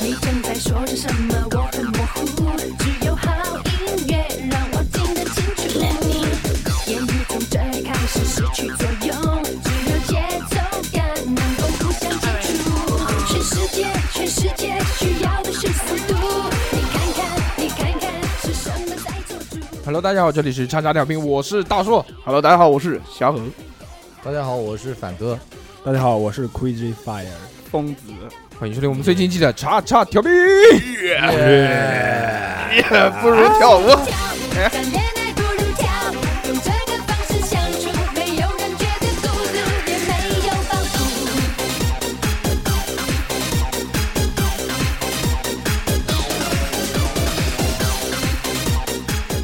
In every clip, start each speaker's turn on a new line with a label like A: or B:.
A: 你正在说着什么？我很模糊，只有好音乐让我听得清楚。言语从这开始失去作用，只有节奏感能够互相记住。全世界，全世界需要的是速度。你看看，你看看，是什么在做主？
B: Hello，大家好，这里是叉叉调频，我是大硕。
C: Hello，大家好，我是小恒，
D: 大家好，我是反哥。
E: 大家好，我是 Crazy Fire。
C: 疯子，
B: 欢迎收听我们最近期的叉叉调频。
C: 不如跳舞。
A: 谈恋爱不如跳，用这个方式相处，没有人觉得孤独，也没有包袱。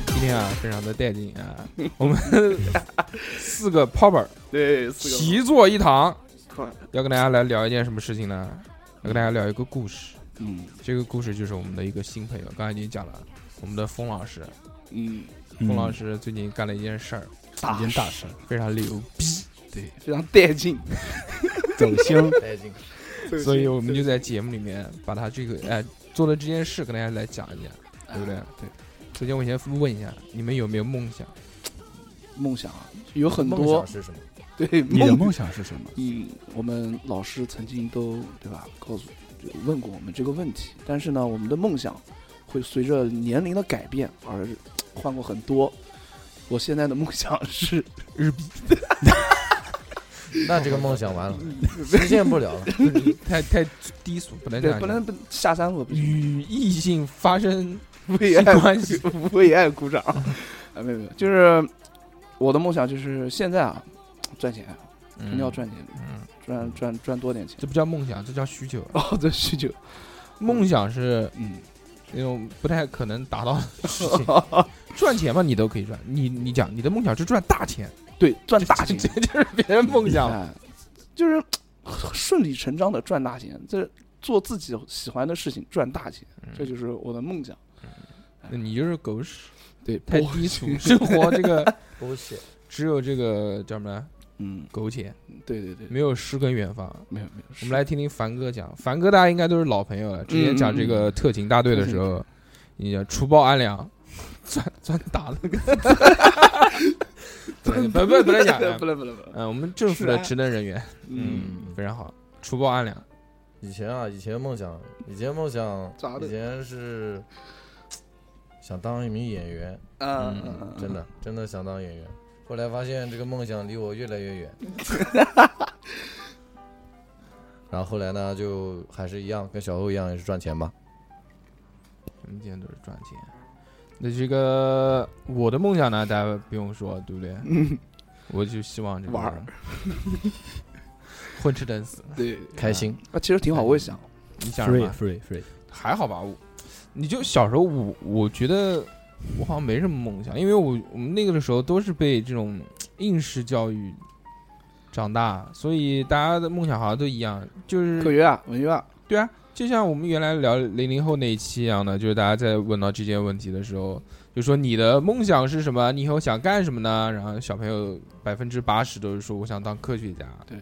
B: 今天啊，非常的带劲啊，我们四个 popper
C: 对，四
B: 齐坐一堂，
C: 个，
B: 要跟大家来聊一件什么事情呢？要跟大家聊一个故事。
C: 嗯
B: 这个故事就是我们的一个新朋友，刚才已经讲了，我们的风老师，
C: 嗯，
B: 风老师最近干了一件事儿，
C: 大
E: 一件大事，
B: 非常牛逼，
C: 非常带劲，
E: 走心。
D: 带劲，
B: 所以我们就在节目里面把他这个哎做的这件事跟大家来讲一讲，对不对？
E: 啊
B: 对。首先我先问一下，你们有没有梦想？
C: 梦想啊，有很
D: 梦
C: 多
D: 想是什么？
C: 对
E: 你的
C: 梦，
E: 梦想是什 么？
C: 嗯，我们老师曾经都对吧，告诉就问过我们这个问题，但是呢，我们的梦想会随着年龄的改变而换过很多。我现在的梦想是
B: 日币
D: 那这个梦想完了，实现不了了。
B: 太太低俗，不能这
C: 对
B: 样，讲。
C: 不能不下三路，不行，
B: 与异性发生
C: 为爱
B: 关 系，
C: 为爱鼓 掌。啊，没有没有，就是我的梦想就是现在啊，赚钱，肯
B: 肯
C: 定要。赚钱，
B: 嗯，
C: 赚赚赚多点钱。
B: 这不叫梦想，这叫需求。
C: 哦，这需求，
B: 梦想是
C: 嗯，
B: 那种不太可能达到的事 情。赚钱嘛，你都可以赚。你你讲，你的梦想是赚大钱，
C: 对，赚大钱
B: 这，这 就是别人梦想。
C: 哎，就是顺理成章的赚大钱，这做自己喜欢的事情赚大钱，
B: 嗯
C: 这就是我的梦想。
B: 那你就是狗屎，
C: 对，
B: 太
C: 我
B: 低俗，生活这个
D: 狗血，
B: 只有这个叫什么
C: 嗯，
B: 苟且，
C: 对对对，
B: 没有诗跟远方。
C: 没有没有，
B: 我们来听听凡哥讲，凡哥大家应该都是老朋友了。之前讲这个嗯特勤大队的时候，你讲除暴安良，专专打那 个，不不不不能讲了
C: 不。能不能不能，
B: 嗯，我们政府的职能人员，
C: 嗯，
B: 嗯，非常好，除暴安良。
D: 以前啊，以前梦想，以前梦想
C: 咋，的
D: 以前是想当一名演员，
C: 啊
B: 嗯
C: 嗯
D: 真的，真的想当演员。后来发现这个梦想离我越来越 远，然后后来呢，就还是一样，跟小欧一样，也是赚钱吧。
B: 我们今天都是赚钱。那这个我的梦想呢，大家不用说，对不对？我就希望这个
C: 嗯玩儿，
B: 混吃等死。
C: 对，
D: 开心，
C: 啊，其实挺好，我也想，
B: 你想什
E: Free
B: 么？
E: free free，
B: 还好吧，我你就小时候我我觉得我好像没什么梦想，因为我我们那个的时候都是被这种应试教育长大，所以大家的梦想好像都一样，就是
C: 科学啊，文学啊，
B: 对啊，就像我们原来聊零零后那一期一样的，就是大家在问到这些问题的时候，就说你的梦想是什么？你以后想干什么呢？然后小朋友百分之八十都是说我想当科学家，
C: 对，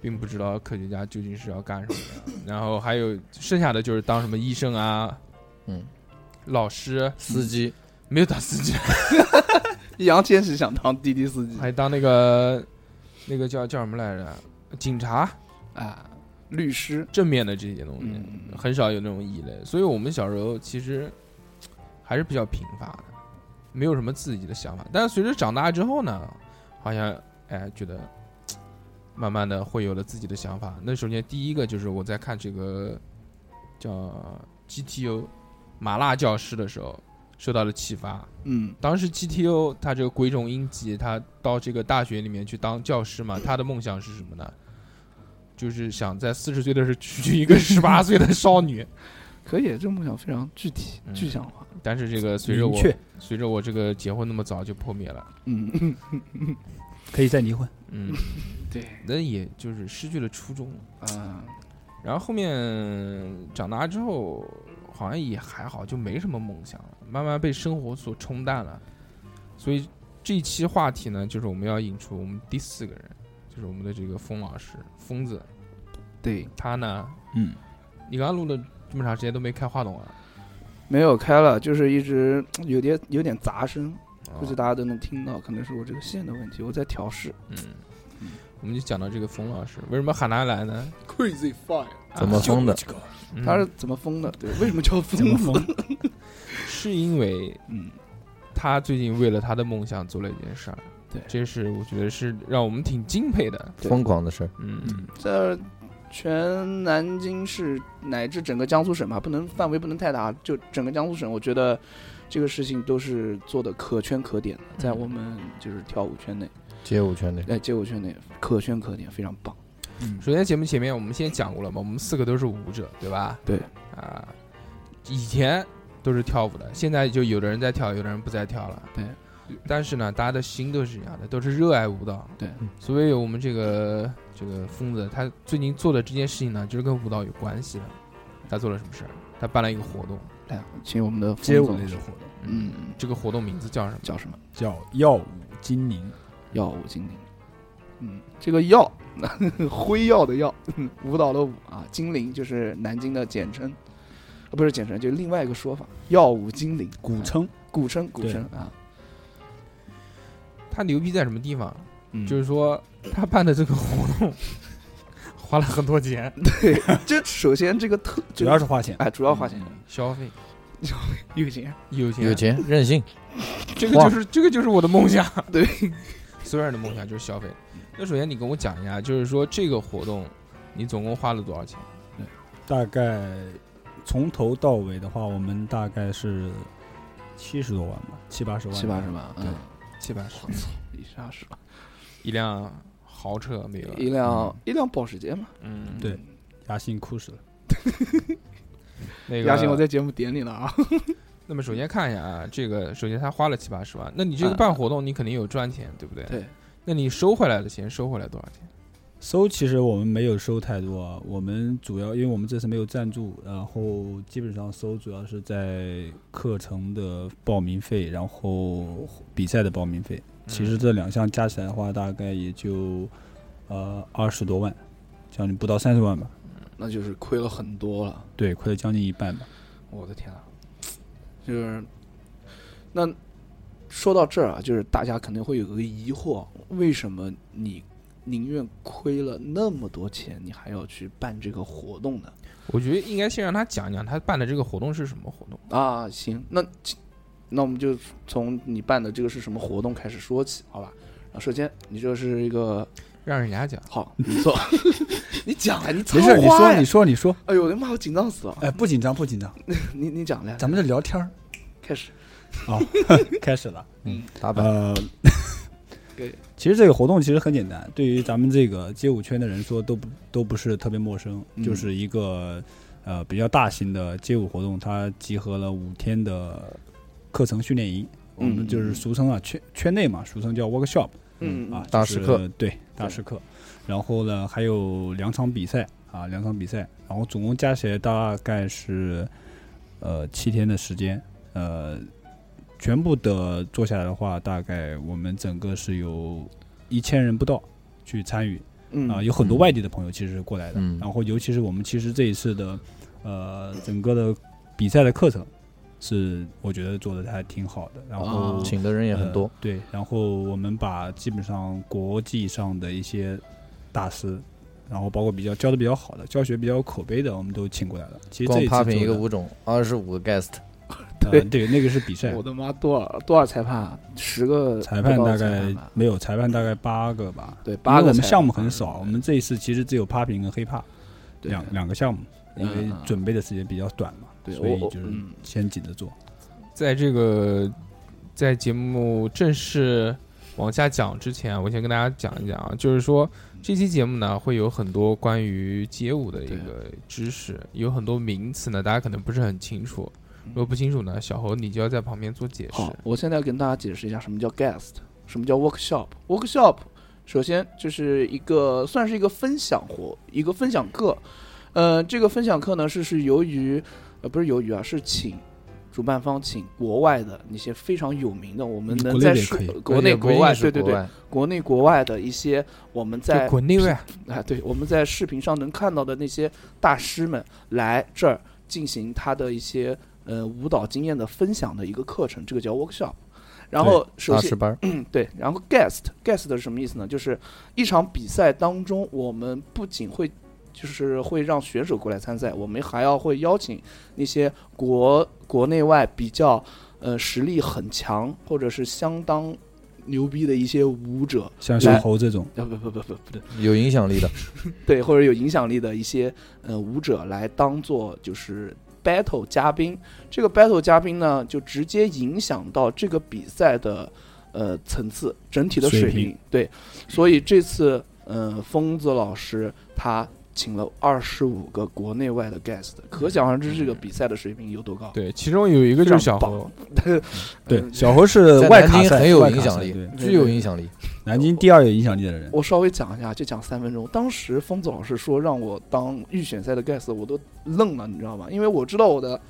B: 并不知道科学家究竟是要干什么的。 然后还有剩下的就是当什么医生啊，
D: 嗯，
B: 老师
D: 司机，
B: 没有当司机，
C: 易烊千玺想当滴滴司机
B: 还当那个那个叫叫什么来着？警察
C: 啊，律师，
B: 正面的这些东西，
C: 嗯，
B: 很少有那种异类，所以我们小时候其实还是比较贫乏的，没有什么自己的想法。但是随着长大之后呢，好像哎觉得嘖慢慢的会有了自己的想法。那首先第一个就是我在看这个叫 GTO 麻辣教师的时候受到了启发。
C: 嗯
B: 当时 GTO 他这个 鬼冢英吉他到这个大学里面去当教师嘛，他的梦想是什么呢？就是想在四十岁的时候娶一个十八岁的少 女。
C: 可以，这个梦想非常具体、
B: 嗯
C: 具象化。
B: 但是这个随着
E: 明
B: 我
E: 确
B: 随着我这个结婚那么早就破灭了，
C: 嗯，
E: 可以再离婚。
B: 嗯，
C: 对，
B: 那也就是失去了初衷。
C: 啊，
B: 然后后面长大之后，好像也还好，就没什么梦想了，慢慢被生活所冲淡了。所以这一期话题呢，就是我们要引出我们第四个人，就是我们的这个风老师，疯子。
C: 对，
B: 他呢，
E: 嗯，
B: 你刚刚录了这么长时间都没开话筒啊？
C: 没有开了，就是一直有点有点杂声，
D: 啊
C: 估计
B: 哦
C: 大家都能听到，可能是我这个线的问题，我在调试。
B: 嗯，我们就讲到这个冯老师，为什么喊他来呢？啊
E: Crazy Fire，
D: 怎
E: 啊
D: 么疯的？
B: 嗯
C: 他是怎么疯的？对，为什么叫
E: 怎么
C: 疯子？
E: 疯？
B: 是因为
C: 嗯，
B: 他最近为了他的梦想做了一件事儿，
C: 对
B: 这是我觉得是让我们挺敬佩的。
C: 对
D: 疯狂的事儿，
B: 嗯，
C: 这全南京市乃至整个江苏省吧，不能范围不能太大，就整个江苏省，我觉得这个事情都是做的可圈可点的，在
B: 嗯
C: 我们就是跳舞圈内，
D: 街舞圈内
C: 哎，街舞圈内可圈可点，非常棒。
E: 嗯
B: 首先节目前面我们先讲过了嘛，我们四个都是舞者，对吧？
C: 对
B: 啊，以前都是跳舞的，现在就有的人在跳，有的人不在跳了。
C: 对，
B: 但是呢，大家的心都是一样的，都是热爱舞蹈。
C: 对
E: 嗯，
B: 所以我们这个这个疯子，他最近做的这件事情呢，就是跟舞蹈有关系的。他做了什么事儿？他办了一个活动，
C: 来，啊请我们的
E: 街
C: 冯
E: 舞
C: 总
E: 类，的活动
C: 嗯，
B: 这个活动名字叫什么？
C: 叫什么？
E: 叫耀武金陵，
C: 耀武金陵。嗯，这个耀， 辉耀的耀， 舞蹈的舞啊，金陵就是南京的简称，啊，不是简称，就是另外一个说法，耀武金陵，
E: 古称
C: 古称古
E: 对
C: 称啊，
B: 他牛逼在什么地方？
C: 嗯
B: 就是说他办的这个活动 花了很多钱
C: 这首先这个特
E: 主要
C: 是
E: 是花钱，
C: 哎，主要花钱，
B: 消费，
C: 有钱，
B: 有钱
D: 有钱任性，
B: 这个就是这个就是我的梦想。
C: 对，
B: 所有人的梦想就是消费。那首先你跟我讲一下，就是说这个活动你总共花了多少钱？
E: 大概从头到尾的话，我们大概是七十多万吧，七八十万，
C: 七八十万，嗯，
B: 七八十，
C: 一下是吧？
B: 一辆豪车没有？
C: 一辆一辆保时捷嘛，
B: 嗯，
E: 对压心哭死了。
B: 那个
C: 雅欣，我在节目点你了啊，
B: 那么首先看一下啊，这个首先他花了七八十万，那你这个
C: 嗯
B: 办活动你肯定有赚钱，对不对？
C: 对。
B: 那你收回来的钱收回来多少钱？
E: 收其实我们没有收太多，啊，我们主要因为我们这次没有赞助，然后基本上收主要是在课程的报名费，然后比赛的报名费。
D: 嗯
E: 其实这两项加起来的话，大概也就呃二十多万，将近不到三十万吧。
C: 那就是亏了很多了，
E: 对，亏了将近一半吧。
C: 我的天啊，就是那说到这儿啊，就是大家肯定会有个疑惑，为什么你宁愿亏了那么多钱，你还要去办这个活动呢？
B: 我觉得应该先让他讲讲他办的这个活动是什么活动。
C: 啊，行，那其那我们就从你办的这个是什么活动开始说起，好吧？啊，首先你这是一个
B: 让人家讲，
C: 好，你 做，你讲啊，你
E: 没事，你
C: 插话
E: 说，
C: 呀
E: 你说，你说。
C: 哎呦我的妈，我紧张死了！
E: 哎，不紧张，不紧张，
C: 你你讲来，
E: 咱们这聊天儿
C: 开始。
E: 开始了。
D: 打板
E: 呃，
C: 对，
E: 其实这个活动其实很简单，对于咱们这个街舞圈的人说，都不都不是特别陌生，
C: 嗯
E: 就是一个呃比较大型的街舞活动，它集合了五天的课程训练营，我们就是俗称啊圈圈内嘛，俗称叫 workshop
C: 嗯
E: 啊，
D: 大
E: 就是
D: 师课，
E: 对大师课，然后呢还有两场比赛啊，两场比赛，然后总共加起来大概是呃七天的时间，呃，全部的做下来的话，大概我们整个是有一千人不到去参与
C: 嗯
E: 啊、有很多外地的朋友其实是过来的，
D: 嗯
E: 然后尤其是我们其实这一次的呃整个的比赛的课程是我觉得做的还挺好的，然后、
C: 啊
D: 请的人也很多
E: 呃，对，然后我们把基本上国际上的一些大师，然后包括比较教的比较好的、教学比较有口碑的，我们都请过来了。其实
D: 光
E: 这一次
D: popping
E: 做
D: 一个
E: 的
D: 舞种，二十五个 guest，
E: 呃，对，那个是比赛
C: 我，的妈，多少多少裁判啊？十个
E: 裁判
C: 不到
E: 大
C: 的
E: 概
C: 吧
E: 没有，裁判大概八个吧。
C: 对
E: 因为
C: 八个裁判。嗯
E: 我们项目很少，我们这一次其实只有 popping 跟 hiphop
C: 对
E: 两两个项目，因为
C: 嗯嗯
E: 准备的时间比较短嘛，
C: 对
E: 所以
C: 我
E: 就是
C: 嗯
E: 先紧着做。
B: 在这个在节目正式往下讲之前，我先跟大家讲一讲啊，就是说这期节目呢，会有很多关于街舞的一个
C: 啊
B: 知识，有很多名词呢，大家可能不是很清楚。如果不清楚呢，小侯你就要在旁边做解释
C: 嗯好，。我现在跟大家解释一下什么叫 guest，什么叫 workshop。workshop 首先就是一个算是一个分享活，一个分享课。呃，这个分享课呢是是由于呃不是由于啊，是请主办方请国外的那些非常有名的，我们
E: 嗯
C: 能
E: 国内
C: 在
E: 的也
C: 说
E: 可以
C: 国内
D: 也不一
C: 国
D: 定
C: 外
D: 是
C: 对对
D: 国
C: 对，
D: 外，
C: 国内国外的一些我们在
B: 就滚那位，
C: 啊，对，我们在视频上能看到的那些大师们来这儿进行他的一些呃舞蹈经验的分享的一个课程，这个叫 workshop。然后首
D: 大
C: 先
D: 师班儿，
C: 对，然后 guest guest 是什么意思呢？就是一场比赛当中，我们不仅会就是会让选手过来参赛，我们还要会邀请那些国国内外比较呃实力很强或者是相当牛逼的一些舞者，
E: 像小猴这种，
C: 啊不不不不不对。
D: 有影响力的，
C: 对或者有影响力的一些呃舞者来当做就是 battle 嘉宾。这个 battle 嘉宾呢，就直接影响到这个比赛的呃层次整体的
E: 水
C: 水
E: 平
C: 平。对，所以这次呃疯子老师他。请了二十五个国内外的 guest，可想而知这
E: 嗯
C: 个比赛的水平有多高。
B: 对，其中有一个就是小
C: 非常
B: 侯，
E: 对
C: 嗯，
E: 小猴是
D: 在
E: 外
D: 南
E: 卡
D: 京
E: 赛，
D: 很有
E: 外
D: 影
E: 卡
D: 响
E: 赛
D: 力
E: 对，
D: 具有影响力。
E: 南京第二有影响力的人，
C: 我稍微讲一下，就讲三分钟。当时疯子老师说让我当预选赛的 guest，我都愣了，你知道吗？因为我知道我的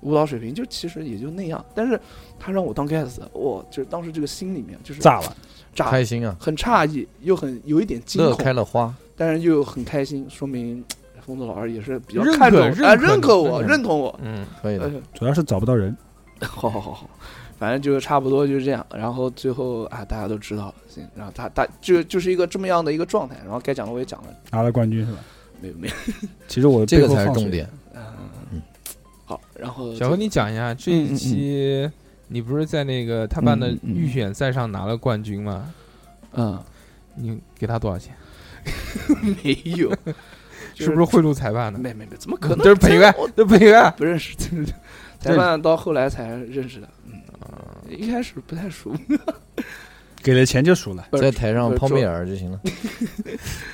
C: 舞蹈水平就其实也就那样，但是他让我当 guest，我就是当时这个心里面就是
E: 炸了，
C: 炸
D: 开心啊，
C: 很诧异，又很有一点惊
D: 乐开
C: 恐，
D: 了花，
C: 但是又很开心，说明嘖疯子老师也是比较
B: 认可
C: 看重我，哎，
B: 认可你
C: 认可我，
B: 嗯
C: 认同我。
B: 嗯，
D: 可以的。
C: 呃
E: 主要是找不到人。
C: 好好好好，反正就差不多就是这样。然后最后啊，大家都知道了，行。然后他他就就是一个这么样的一个状态。然后该讲的我也讲了，
E: 拿了冠军是吧？
C: 没有没有。
E: 其实我
D: 这个
E: 背后
D: 才是
E: 放水
D: 重点。
C: 嗯，好，然后
B: 小侯你讲一下这一期。你不是在那个他办的
C: 嗯嗯嗯
B: 预选赛上拿了冠军吗？
C: 嗯，
B: 你给他多少钱？
C: 没有，就是
B: 不是贿赂裁判的？
C: 没没没，怎么可能？
B: 都是陪伴
C: 这我
B: 对不对啊？
C: 不 认识，真的裁判到后来才认识的，嗯，一开始不太熟，
E: 给了钱就输了，
C: 不是
D: 在台上
C: 不是
D: 抛媚
C: 主
D: 眼就行了。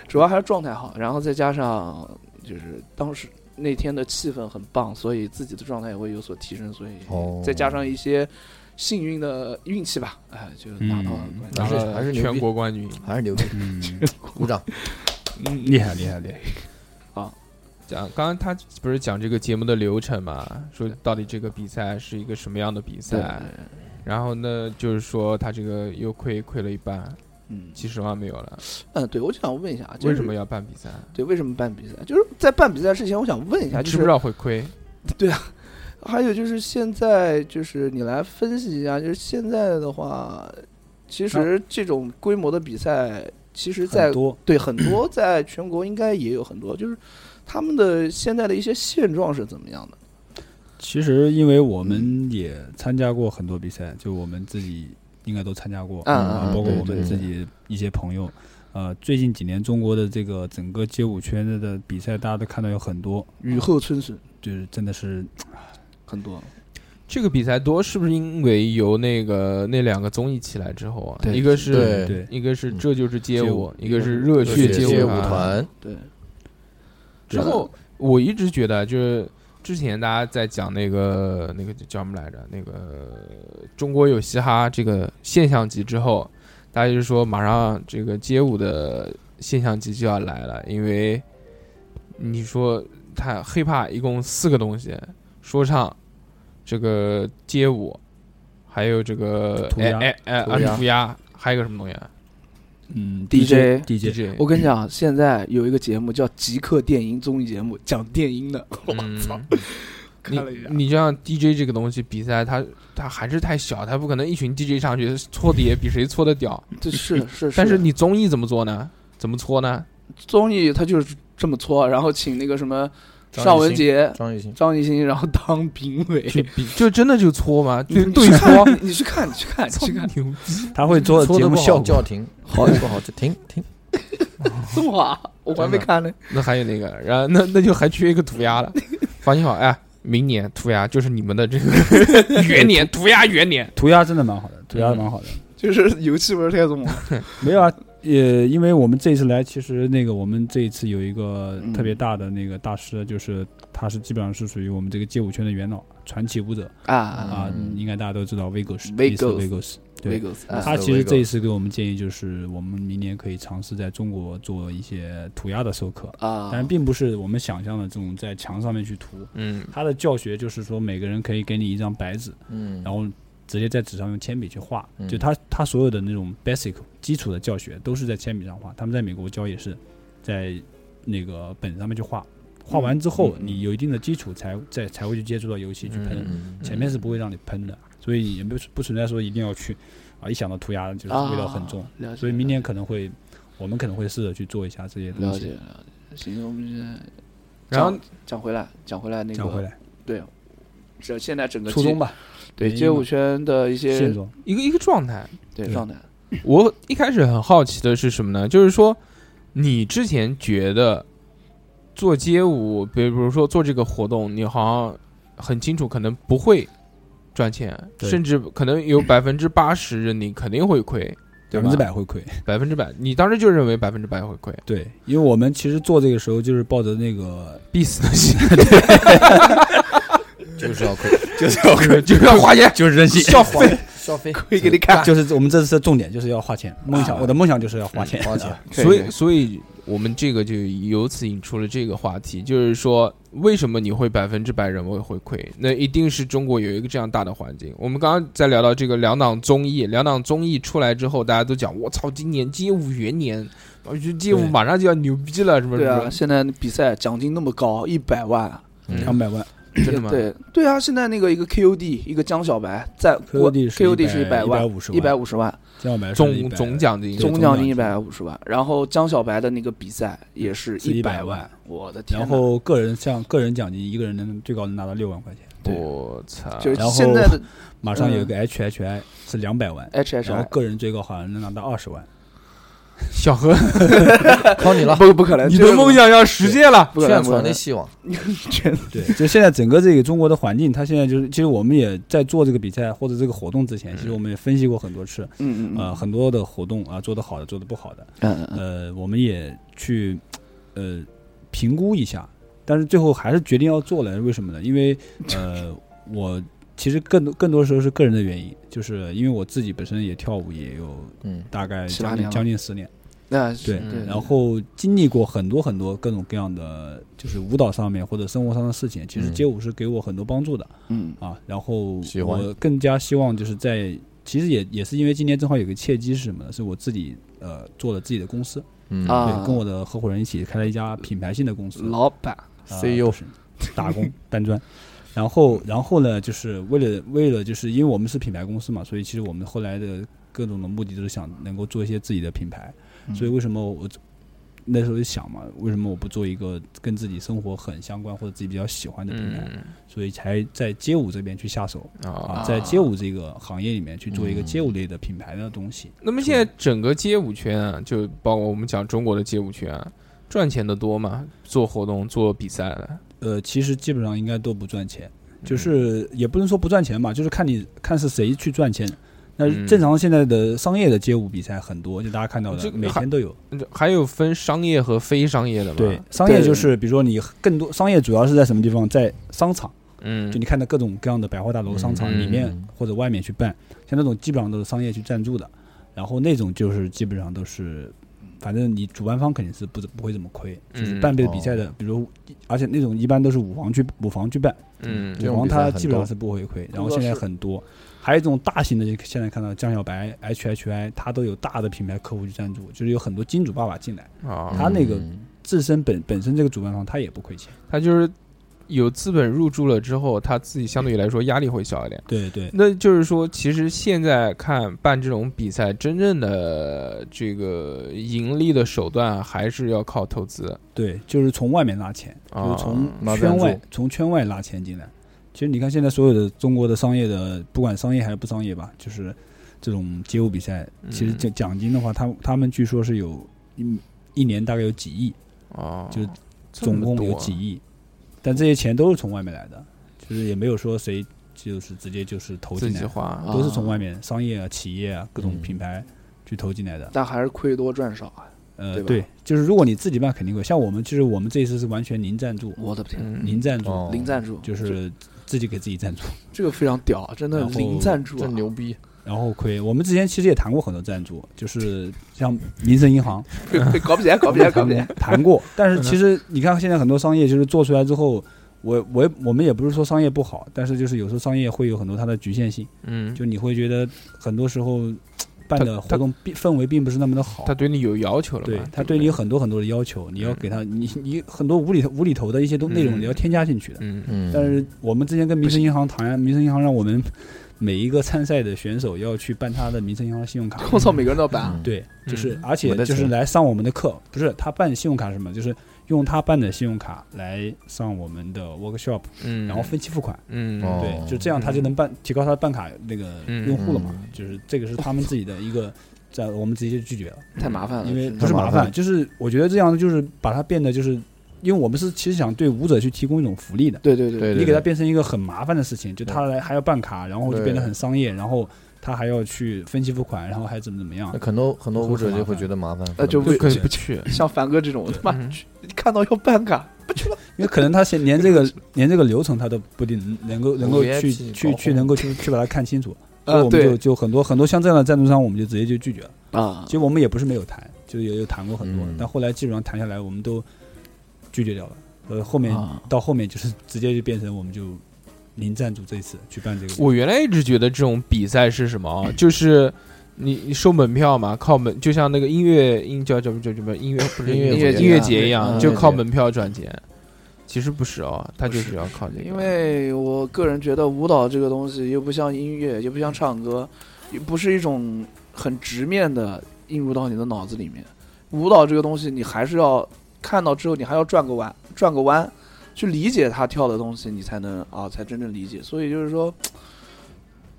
C: 主要还是状态好，然后再加上就是当时那天的气氛很棒，所以自己的状态也会有所提升，所以
D: 哦
C: 再加上一些幸运的运气吧，哎，就拿到了
E: 嗯
C: 冠军
B: 拿
D: 还是
B: 了
D: 还是牛逼
B: 全国冠军。
D: 还是牛逼，
E: 嗯，
D: 鼓掌。
E: 厉害厉害厉害，
B: 讲刚刚他不是讲这个节目的流程嘛？说到底这个比赛是一个什么样的比
C: 对，
B: 赛？然后呢，就是说他这个又亏亏了一半，
C: 嗯
B: 几十万没有了。
C: 嗯，对，我就想问一下，就
B: 为
C: 是
B: 什么要办比赛？
C: 对，为什么办比赛？就是在办比赛之前，我想问一下，就
B: 知不知
C: 是
B: 道会亏？
C: 还有就是现在，就是你来分析一下，就是现在的话，其实这种规模的比赛，其实在
E: 很多
C: 对啊很多在全国应该也有很多，就是他们的现在的一些现状是怎么样的？
E: 其实因为我们也参加过很多比赛，就我们自己应该都参加过，
C: 嗯
E: 啊
C: 嗯嗯
E: 包括
C: 对
E: 我们
C: 对
E: 自己一些朋友。呃，最近几年中国的这个整个街舞圈子的比赛，大家都看到有很多，
C: 雨后春笋
E: 就是真的是
C: 很多，
B: 这个比赛多是不是因为由那个那两个综艺起来之后啊？
C: 对
B: 一个是
D: 对
E: 对
B: 一个是
D: 嗯
B: 这就是街
E: 街
B: 舞
E: 舞，
B: 一个是热
C: 血
B: 血
C: 街
B: 街
D: 街
C: 舞
D: 舞
C: 团
D: 团，
C: 对，
B: 之后，我一直觉得就是之前大家在讲那个那个叫什么来着？那个中国有嘻哈这个现象级之后，大家就说马上这个街舞的现象级就要来了，因为你说它 hiphop 一共四个东西，说唱、这个街舞，还有这个
E: 涂
B: 哎
E: 鸦
B: 哎哎
D: 涂
B: 安
D: 鸦
B: 涂鸦，还有个什么东西啊
E: 嗯
C: DJ
E: DJ
B: ？DJ
C: 我跟你讲，啊现在有一个节目叫《极客电音》综艺节目，讲电音的，我操，
B: 嗯
C: 看了一下
B: 你你像 DJ 这个东西，比赛它它还是太小，它不可能一群 DJ 上去搓碟，比谁搓的屌。
C: 这是是，
B: 但是你综艺怎么做呢？怎么搓呢？
C: 综艺他就是这么搓，然后请那个什么
D: 张艺兴
C: 尚雯婕、
D: 张艺兴，
C: 张艺兴，然后当评委。
B: 就比就真的就搓吗？
C: 你
B: 对
C: 你
B: 对
C: 去
B: 搓
C: 看，你去看，你去看，你去看。
B: 牛逼！
E: 他会做
D: 搓
E: 节
D: 的
E: 目
D: 不
E: 效
D: 好
E: 果，
D: 叫停，
C: 好
D: 不好就停停。
C: 中华，我还没看呢。
B: 那还有那个，然后那那就还缺一个涂鸦了。放心好，哎，明年涂鸦就是你们的这个 元年，涂鸦元年。
E: 涂鸦真的蛮好的，涂鸦蛮好的。
C: 就是油气味儿太重了。
E: 没有啊，也因为我们这一次来，其实那个我们这一次有一个
C: 嗯
E: 特别大的那个大师，就是他是基本上是属于我们这个街舞圈的元老，传奇舞者
C: 啊
E: 啊，
D: 嗯
E: 应该大家都知道 Vigos
C: Vigos
E: Vigos。对
C: ，Vegas，
D: 啊
C: 啊
E: 他其实这一次给我们建议就是，我们明年可以尝试在中国做一些涂鸦的授课，
C: 啊，
E: 但并不是我们想象的这种在墙上面去涂。
B: 嗯，
E: 他的教学就是说，每个人可以给你一张白纸，
D: 嗯，
E: 然后直接在纸上用铅笔去画。
D: 嗯
E: 就他他所有的那种 basic 基础的教学都是在铅笔上画。他们在美国教也是在那个本上面去画，画完之后
C: 嗯嗯
E: 你有一定的基础才再才会去接触到游戏去喷，
D: 嗯
E: 前面是不会让你喷的，所以也不不存在说一定要去啊，一想到涂鸦就是味道很重
C: 啊，了解
E: 所以明年可能会。我们可能会试着去做一下这些东
C: 了解
E: 西，
C: 了解。行，我们现在
B: 然后
C: 讲讲回来，讲回来那个，
E: 讲回来，
C: 对，这现在整个
E: 初
C: 街
E: 中吧，
C: 对
E: 原因
C: 街舞
E: 嘛
C: 圈的一
E: 现
C: 些
E: 状，
B: 一个一个状态，
C: 对
E: 对
C: 状态，
B: 我一开始很好奇的是什么呢？就是说，你之前觉得做街舞，比如比如说做这个活动，你好像很清楚，可能不会赚钱，
E: 对
B: 甚至可能有百分之八十你肯定会亏，对
E: 百
B: 吧
E: 分之百，会亏。
B: 百分之百，你当时就认为百分之百会亏，
E: 对，因为我们其实做这个时候就是抱着那个
B: 必死的 心，
D: 就是要亏，
E: 就是要，
B: 就是就要花钱
E: 就是 任性，
B: 消费，
D: 消费
C: 可以给你看，
E: 就是我们这次的重点就是要花钱，梦想，我的梦想就是要花钱，
D: 花钱，
B: 所以所以。我们这个就由此引出了这个话题，就是说，为什么你会百分之百认为会亏？那一定是中国有一个这样大的环境。我们刚刚在聊到这个两档综艺，两档综艺出来之后，大家都讲，我操，今年街舞元年，我觉得街舞
E: 对
B: 马上就要牛逼了，什么什
C: 对啊，
B: 么，
C: 现在比赛奖金那么高，一百万啊，
D: 嗯
E: 两百万，
B: 真的吗？
C: 对对啊，现在那个一个 KOD，一个江小白在国
E: KOD 是
C: KOD 是
E: 100
C: 百万，
E: 150
C: 一百五十万，
E: 两百
B: 总总奖金
E: 对
C: 总奖金一
E: 总
C: 百
E: 奖
C: 五十万，然后江小白的那个比赛也是
E: 是
C: 一
E: 100
C: 百
E: 万，
C: 我的天哪！
E: 然后个人像个人奖金，一个人能最高能拿到六万块钱，
B: 我操，
C: 就是
E: 然后
C: 现在的
E: 马上有一个 HHI 是两百
C: 哎
E: 万，然后
C: HHI
E: 个人最高好像能拿到二十万，
B: 小何，
D: 靠你了，
C: 啊不不可能，
B: 你
C: 呃这
B: 的
C: 个
B: 梦想要实现了，
C: 不可能，
D: 宣
C: 不可
D: 传
C: 能
D: 的，希望，
C: 全
E: 对，就现在整个这个中国的环境，它现在就是，其实我们也在做这个比赛或者这个活动之前，其实我们也分析过很多次，
C: 嗯嗯
E: 呃，很多的活动啊，做的好的，做的不好的，
C: 嗯嗯嗯
E: 呃，我们也去呃评估一下，但是最后还是决定要做了。为什么呢？因为呃，我其实更多更多时候是个人的原因，就是因为我自己本身也跳舞也有
D: 嗯，
E: 大概
C: 七八
E: 将
C: 年
E: 近
C: 了
E: 将近十年，
C: 那
E: 对，
B: 嗯
E: 然后经历过很多很多各种各样的，就是舞蹈上面或者生活上的事情，其实
D: 嗯
E: 街舞是给我很多帮助的。
C: 嗯
E: 啊，然后
D: 喜欢
E: 我更加希望就是在，其实也也是因为今年正好有个契机是什么呢？是我自己呃做了自己的公司，
D: 嗯
C: 啊
E: 对，跟我的合伙人一起开了一家品牌性的公司，
C: 老 E 板
E: 呃
D: CEO
E: 就是打工搬砖。然后，然后呢，就是为了为了就是因为我们是品牌公司嘛，所以其实我们后来的各种的目的都是想能够做一些自己的品牌。
C: 嗯
E: 所以为什么我那时候就想嘛，为什么我不做一个跟自己生活很相关或者自己比较喜欢的品牌？
B: 嗯
E: 所以才在街舞这边去下手。啊，
B: 啊。
E: 在街舞这个行业里面去做一个街舞类的品牌的东西。
B: 那么现在整个街舞圈啊，就包括我们讲中国的街舞圈啊，赚钱的多嘛，做活动、做比赛的，
E: 呃，其实基本上应该都不赚钱，
B: 嗯
E: 就是也不能说不赚钱吧，就是看你看是谁去赚钱。那
B: 嗯
E: 正常现在的商业的街舞比赛很多，就大家看到
B: 这
E: 的
B: 个
E: 每天都有。
B: 还有分商业和非商业的嘛。
E: 对，，商业就是比如说你更多商业主要是在什么地方，在商场，
B: 嗯
E: 就，你看到各种各样的百货大楼、商场
B: 嗯
E: 里面
D: 嗯
E: 或者外面去办，像那种基本上都是商业去赞助的，然后那种就是基本上都是，反正你主办方肯定是不不会怎么亏，就是
B: 嗯
E: 办这个比赛的，比如而且那种一般都是舞房去舞房去办，
B: 嗯
D: 这
E: 舞
D: 种
E: 房
D: 比赛
E: 它
D: 很
E: 基本上
D: 多
E: 是不会亏，然
C: 工
E: 后
C: 作
E: 现在
C: 室
E: 很多，还有一种大型的，就现在看到江小白、HHI，它都有大的品牌客户去赞助，就是有很多金主爸爸进来，
B: 啊，
E: 他那个
D: 嗯
E: 自身本本身这个主办方他也不亏钱，
B: 他就是有资本入驻了之后，他自己相对来说压力会小一点。
E: 对对，
B: 那就是说，其实现在看办这种比赛，真正的这个盈利的手段还是要靠投资。
E: 对，就是从外面拉钱，
B: 啊
E: 就是从
D: 拉赞
E: 圈
D: 助
E: 外从圈外拉钱进来。其实你看现在所有的中国的商业的，不管商业还是不商业吧，就是这种街舞比赛，其实
B: 嗯
E: 奖奖金的话，他他们据说是有一一年大概有几亿，
B: 哦，
E: 就是
B: 这
E: 总
B: 么
E: 共有
B: 多啊
E: 几亿，但这些钱都是从外面来的，就是也没有说谁就是直接就是投
B: 自
E: 进
B: 己
E: 来，
B: 花，
E: 啊
B: 嗯
E: 都是从外面商业啊、企业啊各种品牌去投进来的。
C: 但还是亏多赚少啊！
E: 呃，
C: 对吧
E: 对，就是如果你自己办肯定会，像我们就是我们这一次是完全零赞助，
C: 我的天，
B: 嗯
E: 零赞助、
D: 哦
C: 零赞助
E: 就是自己给自己赞助，
C: 这个非常屌啊，真的
E: 然后
C: 零赞助啊
D: 真！牛逼！
E: 然后亏。我们之前其实也谈过很多赞助，就是像民生银行
C: 搞 不起来，搞不起来，搞不起 来！
E: 谈过，但是其实你看现在很多商业就是做出来之后。我我也我们也不是说商业不好，但是就是有时候商业会有很多它的局限性，
B: 嗯，
E: 就你会觉得很多时候办的活动并氛围并不是那么的好。
B: 他对你有要求了
E: 对
B: 嘛？
E: 他
B: 不
E: 对你有很多很多的要求，你要给他你你很多无厘头无厘头的一些东内容
B: 嗯
E: 你要添加进去的。
B: 嗯
D: 嗯，
E: 但是我们之前跟民生银行谈，民生银行让我们每一个参赛的选手要去办他的民生银行信用卡。
C: 我操，每个人都要办，
D: 嗯，
E: 对，就是
B: 嗯
E: 而且
D: 没得
E: 就是
D: 钱
E: 来上我们的课，不是他办信用卡是什么，就是用他办的信用卡来上我们的 workshop，
B: 嗯，
E: 然后分期付款。
B: 嗯
D: 哦
E: 对，就这样他就能办提高他的办卡那个
B: 嗯
E: 用户了嘛
D: 嗯。
E: 就是这个是他们自己的一个，在我们直接就拒绝了。
C: 太麻烦了，
E: 因为
C: 真
E: 不
C: 的
E: 是
D: 嗯麻
E: 麻
D: 烦
E: 烦，就是我觉得这样就是把它变得就是，因为我们是其实想对舞者去提供一种福利的，
C: 对对对
D: 对
E: 你给它变成一个很麻烦的事情，就他来还要办卡，然后就变得很商业，然后他还要去分期付款，然后还怎么怎么样
D: 那，很多很多
E: 很
D: 舞者
E: 麻
D: 就会
E: 烦
D: 觉得麻烦，
C: 呃就
B: 就
C: 不
B: 可以
E: 对
B: 不去，
C: 像凡哥这种，我他妈
B: 嗯
C: 去看到要办卡，
E: 因为可能他先连这个连这个流程他都不一定能够能够去
D: VIP 搞
E: 去
D: 混
E: 去能够去去把它看清楚，所以
C: 呃
E: 我们就
C: 对
E: 就很多很多像这样的赞助商，我们就直接就拒绝了。
C: 啊
E: 其，实我们也不是没有谈，就是也有谈过很多
D: 嗯，
E: 但后来基本上谈下来，我们都拒绝掉了。呃，后面
C: 啊
E: 到后面就是直接就变成我们就零赞助这一次去办这个。
B: 我原来一直觉得这种比赛是什么啊？就是你你收门票嘛，靠门，就像那个音乐音叫叫叫什么音乐不是
D: 音乐
B: 音
D: 节
B: 音乐
D: 啊
B: 节一
D: 嗯
B: 样，
D: 音
B: 就
D: 乐
B: 靠
D: 节
B: 门票赚钱。其实不是哦，他就是要靠这个，
C: 因为我个人觉得舞蹈这个东西又不像音乐，又不像唱歌，也不是一种很直面的映入到你的脑子里面。舞蹈这个东西，你还是要看到之后，你还要转个弯，转个弯，去理解他跳的东西，你才能啊，才真正理解。所以就是说，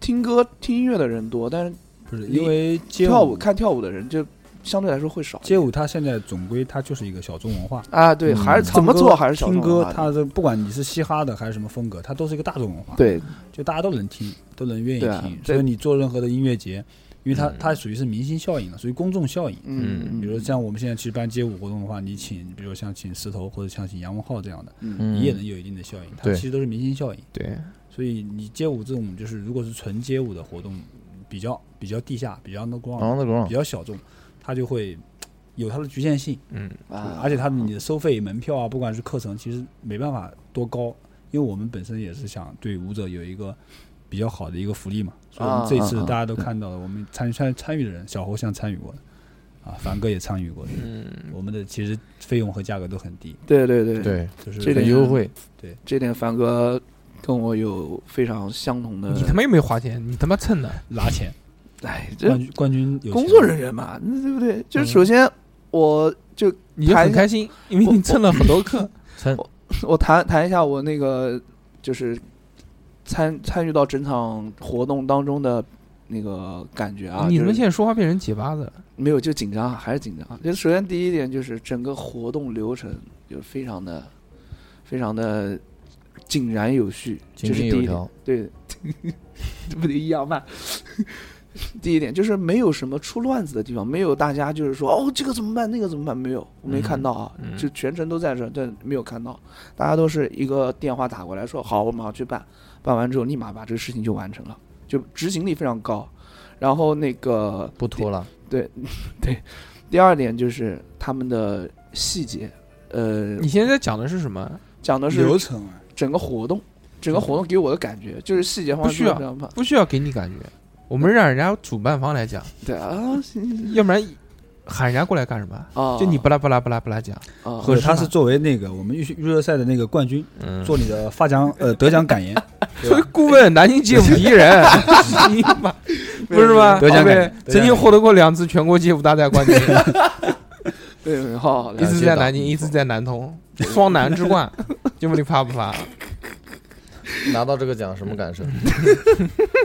C: 听歌听音乐的人多，但是
E: 不是
C: 你
E: 因为街
C: 跳舞
E: 舞，
C: 看跳舞的人就相对来说会少。
E: 街舞它现在总归它就是一个小众文化。
C: 啊，对，
D: 嗯
C: 还是怎
E: 唱
C: 么
E: 歌
C: 做还是小
E: 听
C: 众文
E: 歌
C: 化，的
E: 它的不管你是嘻哈的还是什么风格，它都是一个大众文化，，
C: 对
E: 就大家都能听，都能愿意
C: 对啊
E: 听。
C: 这
E: 所以你做任何的音乐节，因为它
B: 嗯
E: 它属于是明星效应了，属于公众效应。
B: 嗯
C: 嗯，
E: 比如像我们现在去办街舞活动的话，你请，比如像请石头或者像请杨文浩这样的，
C: 嗯
E: 你也
D: 嗯，
E: 能有一定的效应。它
D: 对
E: 其实都是明星效应。
B: 对，
E: 所以你街舞这种就是如果是纯街舞的活动，比较比较地下，比较
C: 哦
E: underground，、
D: 昂的光
E: 比，较小众，它就会有它的局限性，
B: 嗯，
C: 啊，
E: 而且它的你的收费门票啊，不管是课程，其实没办法多高，因为我们本身也是想对舞者有一个。比较好的一个福利嘛，所以我们这次
C: 啊啊啊
E: 大家都看到了，我们参参参与的人，小侯像参与过的，啊，凡哥也参与过的，
B: 嗯，
E: 我们的其实费用和价格都很低，
C: 对对对
D: 对，
E: 就是
C: 这
D: 很
C: 点
D: 优惠，
C: 这点凡哥跟我有非常相同的
B: 你。他妈又没花钱，你他妈蹭的，
E: 拿钱，
C: 哎，这
E: 冠军冠军有
C: 工
E: 钱
C: 作人员嘛，那对不对？
D: 嗯
C: 就是首先，我就
B: 你就很开心，因为
C: 我
B: 你蹭了很多课，
D: 参
C: 我谈谈一下我那个就是参参与到整场活动当中的那个感觉啊。
B: 你
C: 就
B: 怎
C: 是
B: 么现在说话变成结巴子了？
C: 没有就紧张啊，还是紧张啊。就首先第一点就是整个活动流程就非常的非常的井然有序，
D: 井
C: 这是
D: 井
C: 第一
D: 有
C: 点。
D: 条，
C: 对， 不得一样慢。 第一点就是没有什么出乱子的地方，没有大家就是说哦这个怎么办那个怎么办，没有，我没看到啊，
B: 嗯嗯
C: 就全程都在这儿，但没有看到，大家都是一个电话打过来说好，我马上去办，办完之后立马把这个事情就完成了，就执行力非常高。然后那个
D: 不拖了，
C: 第二点就是他们的细节，呃，
B: 你现在讲的是什么？
C: 讲的
E: 流
C: 是
E: 程啊，
C: 整个活动，整个活动给我的感觉就是细节方面
B: 嗯不需要
C: 非常棒
B: 不需要给你感觉，我们让人家主办方来讲，
C: 对啊，行行行
B: 要不然喊人家过来干什么？
C: 啊，
B: 就你巴拉巴拉巴拉巴拉讲，
C: 啊，
B: 合
E: 或
B: 适
E: 者他
B: 吗
E: 是作为那个我们预预热赛的那个冠军，
B: 嗯
E: 做你的发奖呃得奖感 言，对
B: 作为
E: 吧
B: 顾问，南京街舞第一人， 你妈不是吗？
E: 得奖感
B: 对
E: 言，
B: 曾经获得过两次全国街舞大赛冠 军，
C: 对，很好好
B: 一
C: 的。
B: 次在南京，一次在南通，双南之 冠，就问你怕不怕？
D: 拿到这个奖什么感受？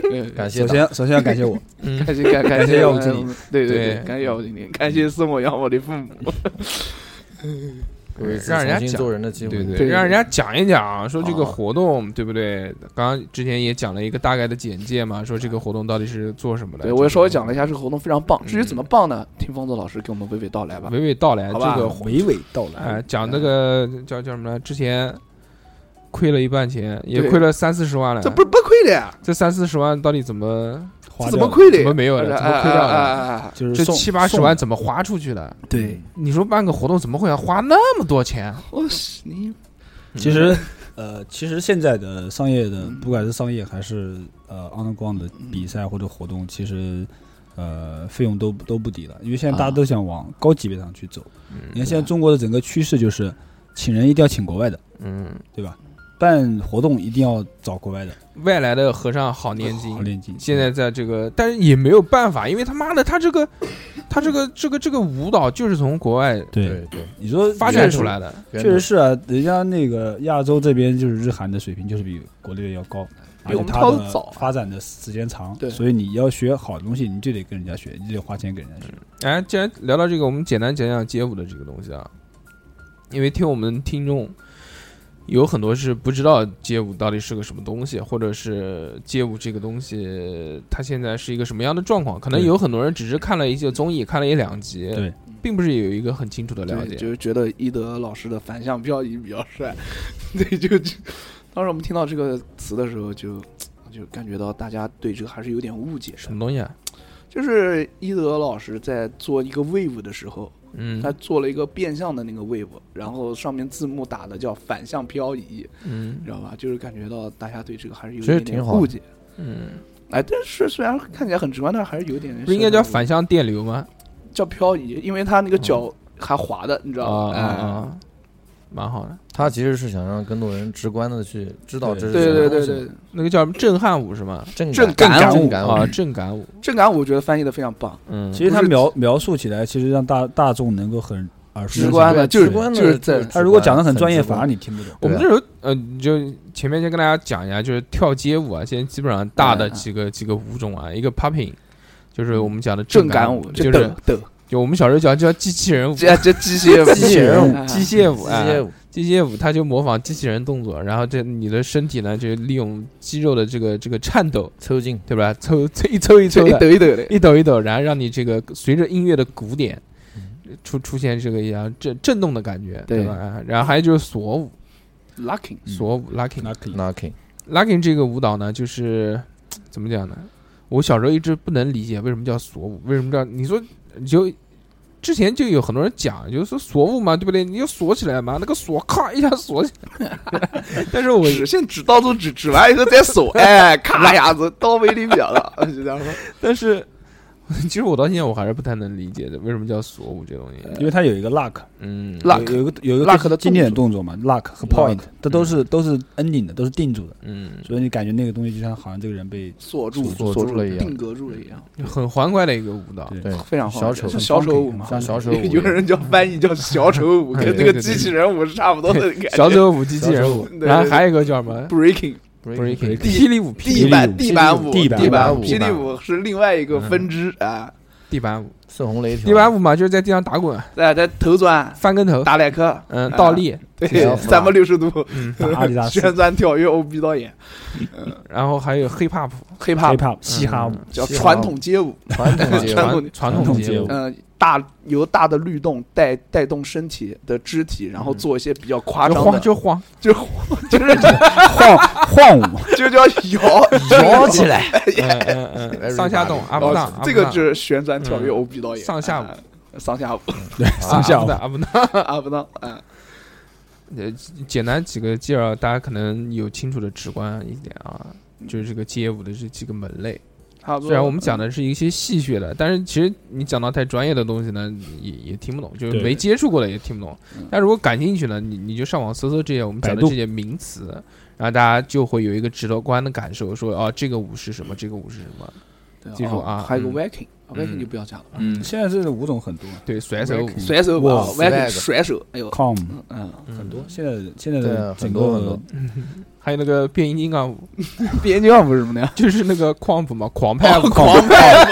C: 对
D: 感谢
E: 首
D: 党，
E: 先首先要感谢我，
B: 嗯，
C: 感谢感
E: 感谢
C: 谢
E: 耀武经理，
C: 对对
B: 对
C: 对，感谢耀武经理，感谢送我养我的父母。
D: 有一次
B: 让人家
D: 重新
B: 讲
D: 做人的机会。
B: 对对，
C: 对
B: 让人家讲一讲，说这个
C: 哦
D: 啊
B: 活动对不对？刚刚之前也讲了一个大概的简介嘛，说这个活动到底是做什么的。
C: 对，我也稍微讲了一下这个活动非常棒。至于怎么
B: 嗯
C: 棒呢？听方子老师给我们娓娓道来吧。
B: 娓娓道来
C: 好
B: 这
C: 吧
B: 个
E: 娓娓道
B: 哎，
E: 来。
B: 讲那个叫叫什么来？之前亏了一半钱，也
C: 对
B: 亏了三四十万了。
C: 这不是崩溃的呀？
B: 这三四十万到底怎么
E: 花
C: 这
E: 掉
C: 怎么
E: 了
C: 亏的？
B: 怎么没有
E: 啊
B: 了？怎么亏掉了？
C: 了？
E: 就是
B: 这
E: 送
B: 七八十
E: 送
B: 万怎么花出去了？
C: 对，
B: 你说办个活动怎么会要花那么多钱？嗯
C: 我是你
E: 其实，呃，其实现在的商业的
C: 嗯，
E: 不管是商业还是呃 underground 的
C: 嗯
E: 比赛或者活动，其实呃费用都都不低了，因为现在大
C: 啊
E: 家都想往高级别上去走。你
B: 嗯
E: 看现在中国的整个趋势就是，请人一定要请国外的，
B: 嗯，
E: 对吧？办活动一定要找国外的，
B: 外来的和尚好念
E: 好
B: 经。
E: 练经。
B: 现在在这个，但是也没有办法，因为他妈的，他这个，他这个这个这个舞蹈就是从国外
E: 对，
D: 对对，
E: 你说
B: 发展出，来的。
D: 原
E: 确实
D: 本
E: 是啊，人家那个亚洲这边就是日韩的水平就是比国内的要高，
C: 比我们
E: 而且它
C: 跳得
E: 的
C: 早啊
E: 发展的时间长，
C: 对
E: 所以你要学好东西，你就得跟人家学，你就得花钱给人家学。
B: 哎，既然聊到这个，我们简单讲讲街舞的这个东西啊，因为听我们听众有很多是不知道街舞到底是个什么东西，或者是街舞这个东西它现在是一个什么样的状况，可能
E: 对
B: 有很多人只是看了一些综艺，看了一两集，
E: 对，
B: 并不是有一个很清楚的了
C: 对，就
B: 解。
C: 是觉得一德老师的反向漂移比较帅。对，就就当时我们听到这个词的时候就，就感觉到大家对这个还是有点误解
B: 什
C: 的。
B: 么东西啊？
C: 就是一德老师在做一个 wave 的时候，
B: 嗯
C: 他做了一个变相的那个 wave，然后上面字幕打的叫反向漂移，你
B: 嗯
C: 知道吧？就是感觉到大家对这个还是有
D: 其实
C: 一点点
D: 挺好的
C: 误解。
B: 嗯，
C: 哎，但是虽然看起来很直观，但是还是有一点点
B: 不是应该叫
C: 小小的
B: 反向电流吗？
C: 叫漂移，因为他那个脚还滑的，你知
B: 啊
C: 道
B: 啊
C: 吧？哎
B: 啊！蛮好的，
D: 他其实是想让更多人直观的去知道
E: 对
D: 这是
C: 对
D: 什么
C: 对
D: 东西
C: 对对，
B: 那个叫什么震撼舞是吗？
D: 正
C: 正
D: 感
C: 感
D: 正
C: 舞
D: 感
B: 啊，震感舞，
C: 正感我觉得翻译的非常棒，
B: 嗯，
E: 其实他描描述起来，其实让大大众能够很耳
C: 直
E: 熟能
C: 观
E: 详。
C: 的，
D: 对
C: 就是
D: 直观的
C: 就是
D: 就
C: 在
D: 是
E: 他如果讲的很专业，
D: 很直
E: 反
D: 观
E: 而你听不懂。
B: 我们
D: 对
B: 这时候，嗯、就前面先跟大家讲一下，就是跳街舞啊，现在基本上大的
C: 嗯嗯
B: 几个、几个舞种啊，一个 popping，就是我们讲的
C: 正
B: 感
C: 感舞，
B: 就
C: 这
B: 是
C: 抖抖，
B: 就我们小时候讲叫机器人舞、
C: 这这机械哎
D: 机器人舞
B: 机械舞啊
D: 机，械舞
B: 机械舞，它就模仿机器人动作，然后这你的身体呢，就是利用肌肉的这个这个颤抖，
D: 抽筋，
B: 对吧？抽抽一抽一抽
C: 这一
B: 的，
C: 抖一抖的，
B: 一抖一抖，然后让你这个随着音乐的鼓点出出现这个一样震震动的感觉，
C: 对
B: 对吧？啊然后还有就是锁舞，
C: locking，
E: 嗯
B: 锁舞 locking。
E: 那可以，
D: knocking，
B: Locking 这个舞蹈呢，就是怎么讲呢？我小时候一直不能理解为什么叫锁舞，为什么叫你说你就之前就有很多人讲，就是说锁舞嘛，对不对？你就锁起来嘛，那个锁咔一下锁起来。 但是我
C: 指先指刀子指指完以后再锁，哎，咔一下子刀没离表了，就这样说。
B: 但是其实我到现在我还是不太能理解的，为什么叫锁舞这东西？
E: 因为它有一个 luck，
B: 嗯，
C: Lock
E: 有有一个有一个
C: Luck 的
E: 经典的动作嘛，luck 和 point，它都
B: 嗯
E: 是都是 ending 的，都是定住的，
B: 嗯，
E: 所以你感觉那个东西就像好像这个人被
C: 锁住，
D: 锁
C: 住
D: 住了一样
C: 定格住了一样，
B: 很欢快的一个舞蹈。
E: 对
D: 对，
C: 非常好。
D: 小丑
C: 是小丑舞嘛，
E: 很
D: 小丑舞
C: 有人叫翻译叫小丑舞，
B: 对
C: 跟这
B: 对
C: 个
B: 对
C: 机器人舞是差不多的感觉。
B: 小丑舞、机器人
D: 小
B: 舞
C: 丑，舞
B: 然后还有一个叫什么
C: breaking
B: breaking
C: 地
B: 霹雳舞、霹雳
C: 地
B: 舞
C: 板
E: 霹雳舞
C: 板舞
E: 霹雳舞
C: 地
D: 霹雳
C: 舞
D: 舞
C: 霹雳舞是另外一个
B: 嗯
C: 分支啊，
B: 地板舞、
D: 四红雷条，
B: 地板舞嘛，就是在地上打滚、
C: 在在头转
B: 翻跟头，
C: 打两颗，
B: 嗯，
C: 啊
B: 倒立，
C: 对，
D: 对
C: 三百六十度
B: 嗯，
E: 打阿 迪达斯
C: 旋转跳跃，O B 导演
B: 然后还有 hip hop。
C: 黑怕
E: hip hop 嘻哈舞，
C: 叫
D: 嘻哈
C: 传统街舞，
D: 传统街
C: 传
D: 舞，
C: 统
B: 传
E: 传
B: 统
E: 统
B: 街
E: 街
B: 舞
E: 舞，
C: 嗯，大由大的律动带带动身体的肢体，然后做一些比较夸
B: 就
C: 张
B: 晃
C: 的，
B: 就 晃，
C: 就就是
E: 晃晃舞，
C: 就叫 摇
D: 摇起来，
B: 嗯嗯嗯，上下动
D: Everybody
B: up
C: 哦
B: down，up
C: 这个
B: down
C: 就是旋转跳跃
B: 嗯
C: O B 导演
B: 上下舞
C: 啊上下舞
E: 对，上下舞
B: 啊 up down，up down。
C: 啊不能啊，
B: 呃，简单几个介绍，大家可能有清楚的直观一点啊，就是这个街舞的这几个门类。
C: 差不多。
B: 虽然我们讲的是一些戏谑的，但是其实你讲到太专业的东西呢，也也听不懂，就是
E: 对
B: 没接触过的也听不懂
C: 嗯。
B: 但如果感兴趣呢，你你就上网搜搜这些我们讲
E: 百
B: 的
E: 度
B: 这些名词，然后大家就会有一个直观的感受，说哦，这个舞是什么，这个舞是什么。
C: 对
B: 记住
C: 哦
B: 啊
C: 还有个
B: 嗯
C: Viking，Viking
B: 嗯
C: 就不要讲了吧。
B: 嗯，
E: 现在这舞种很多
B: 对，甩手舞，
C: 甩手舞
E: 哇
C: 啊，Viking
D: swag
C: 甩手，哎呦，
E: ，com
C: 嗯，
B: 很
E: 很多，现在现在
D: 对
E: 的
D: 啊
E: 整
D: 很多很
E: 个
D: 多
B: 还有那个变形金刚舞，
C: 别尿不是什么的呀？
B: 就是那个狂舞嘛，哦狂派舞，
C: 狂派 舞，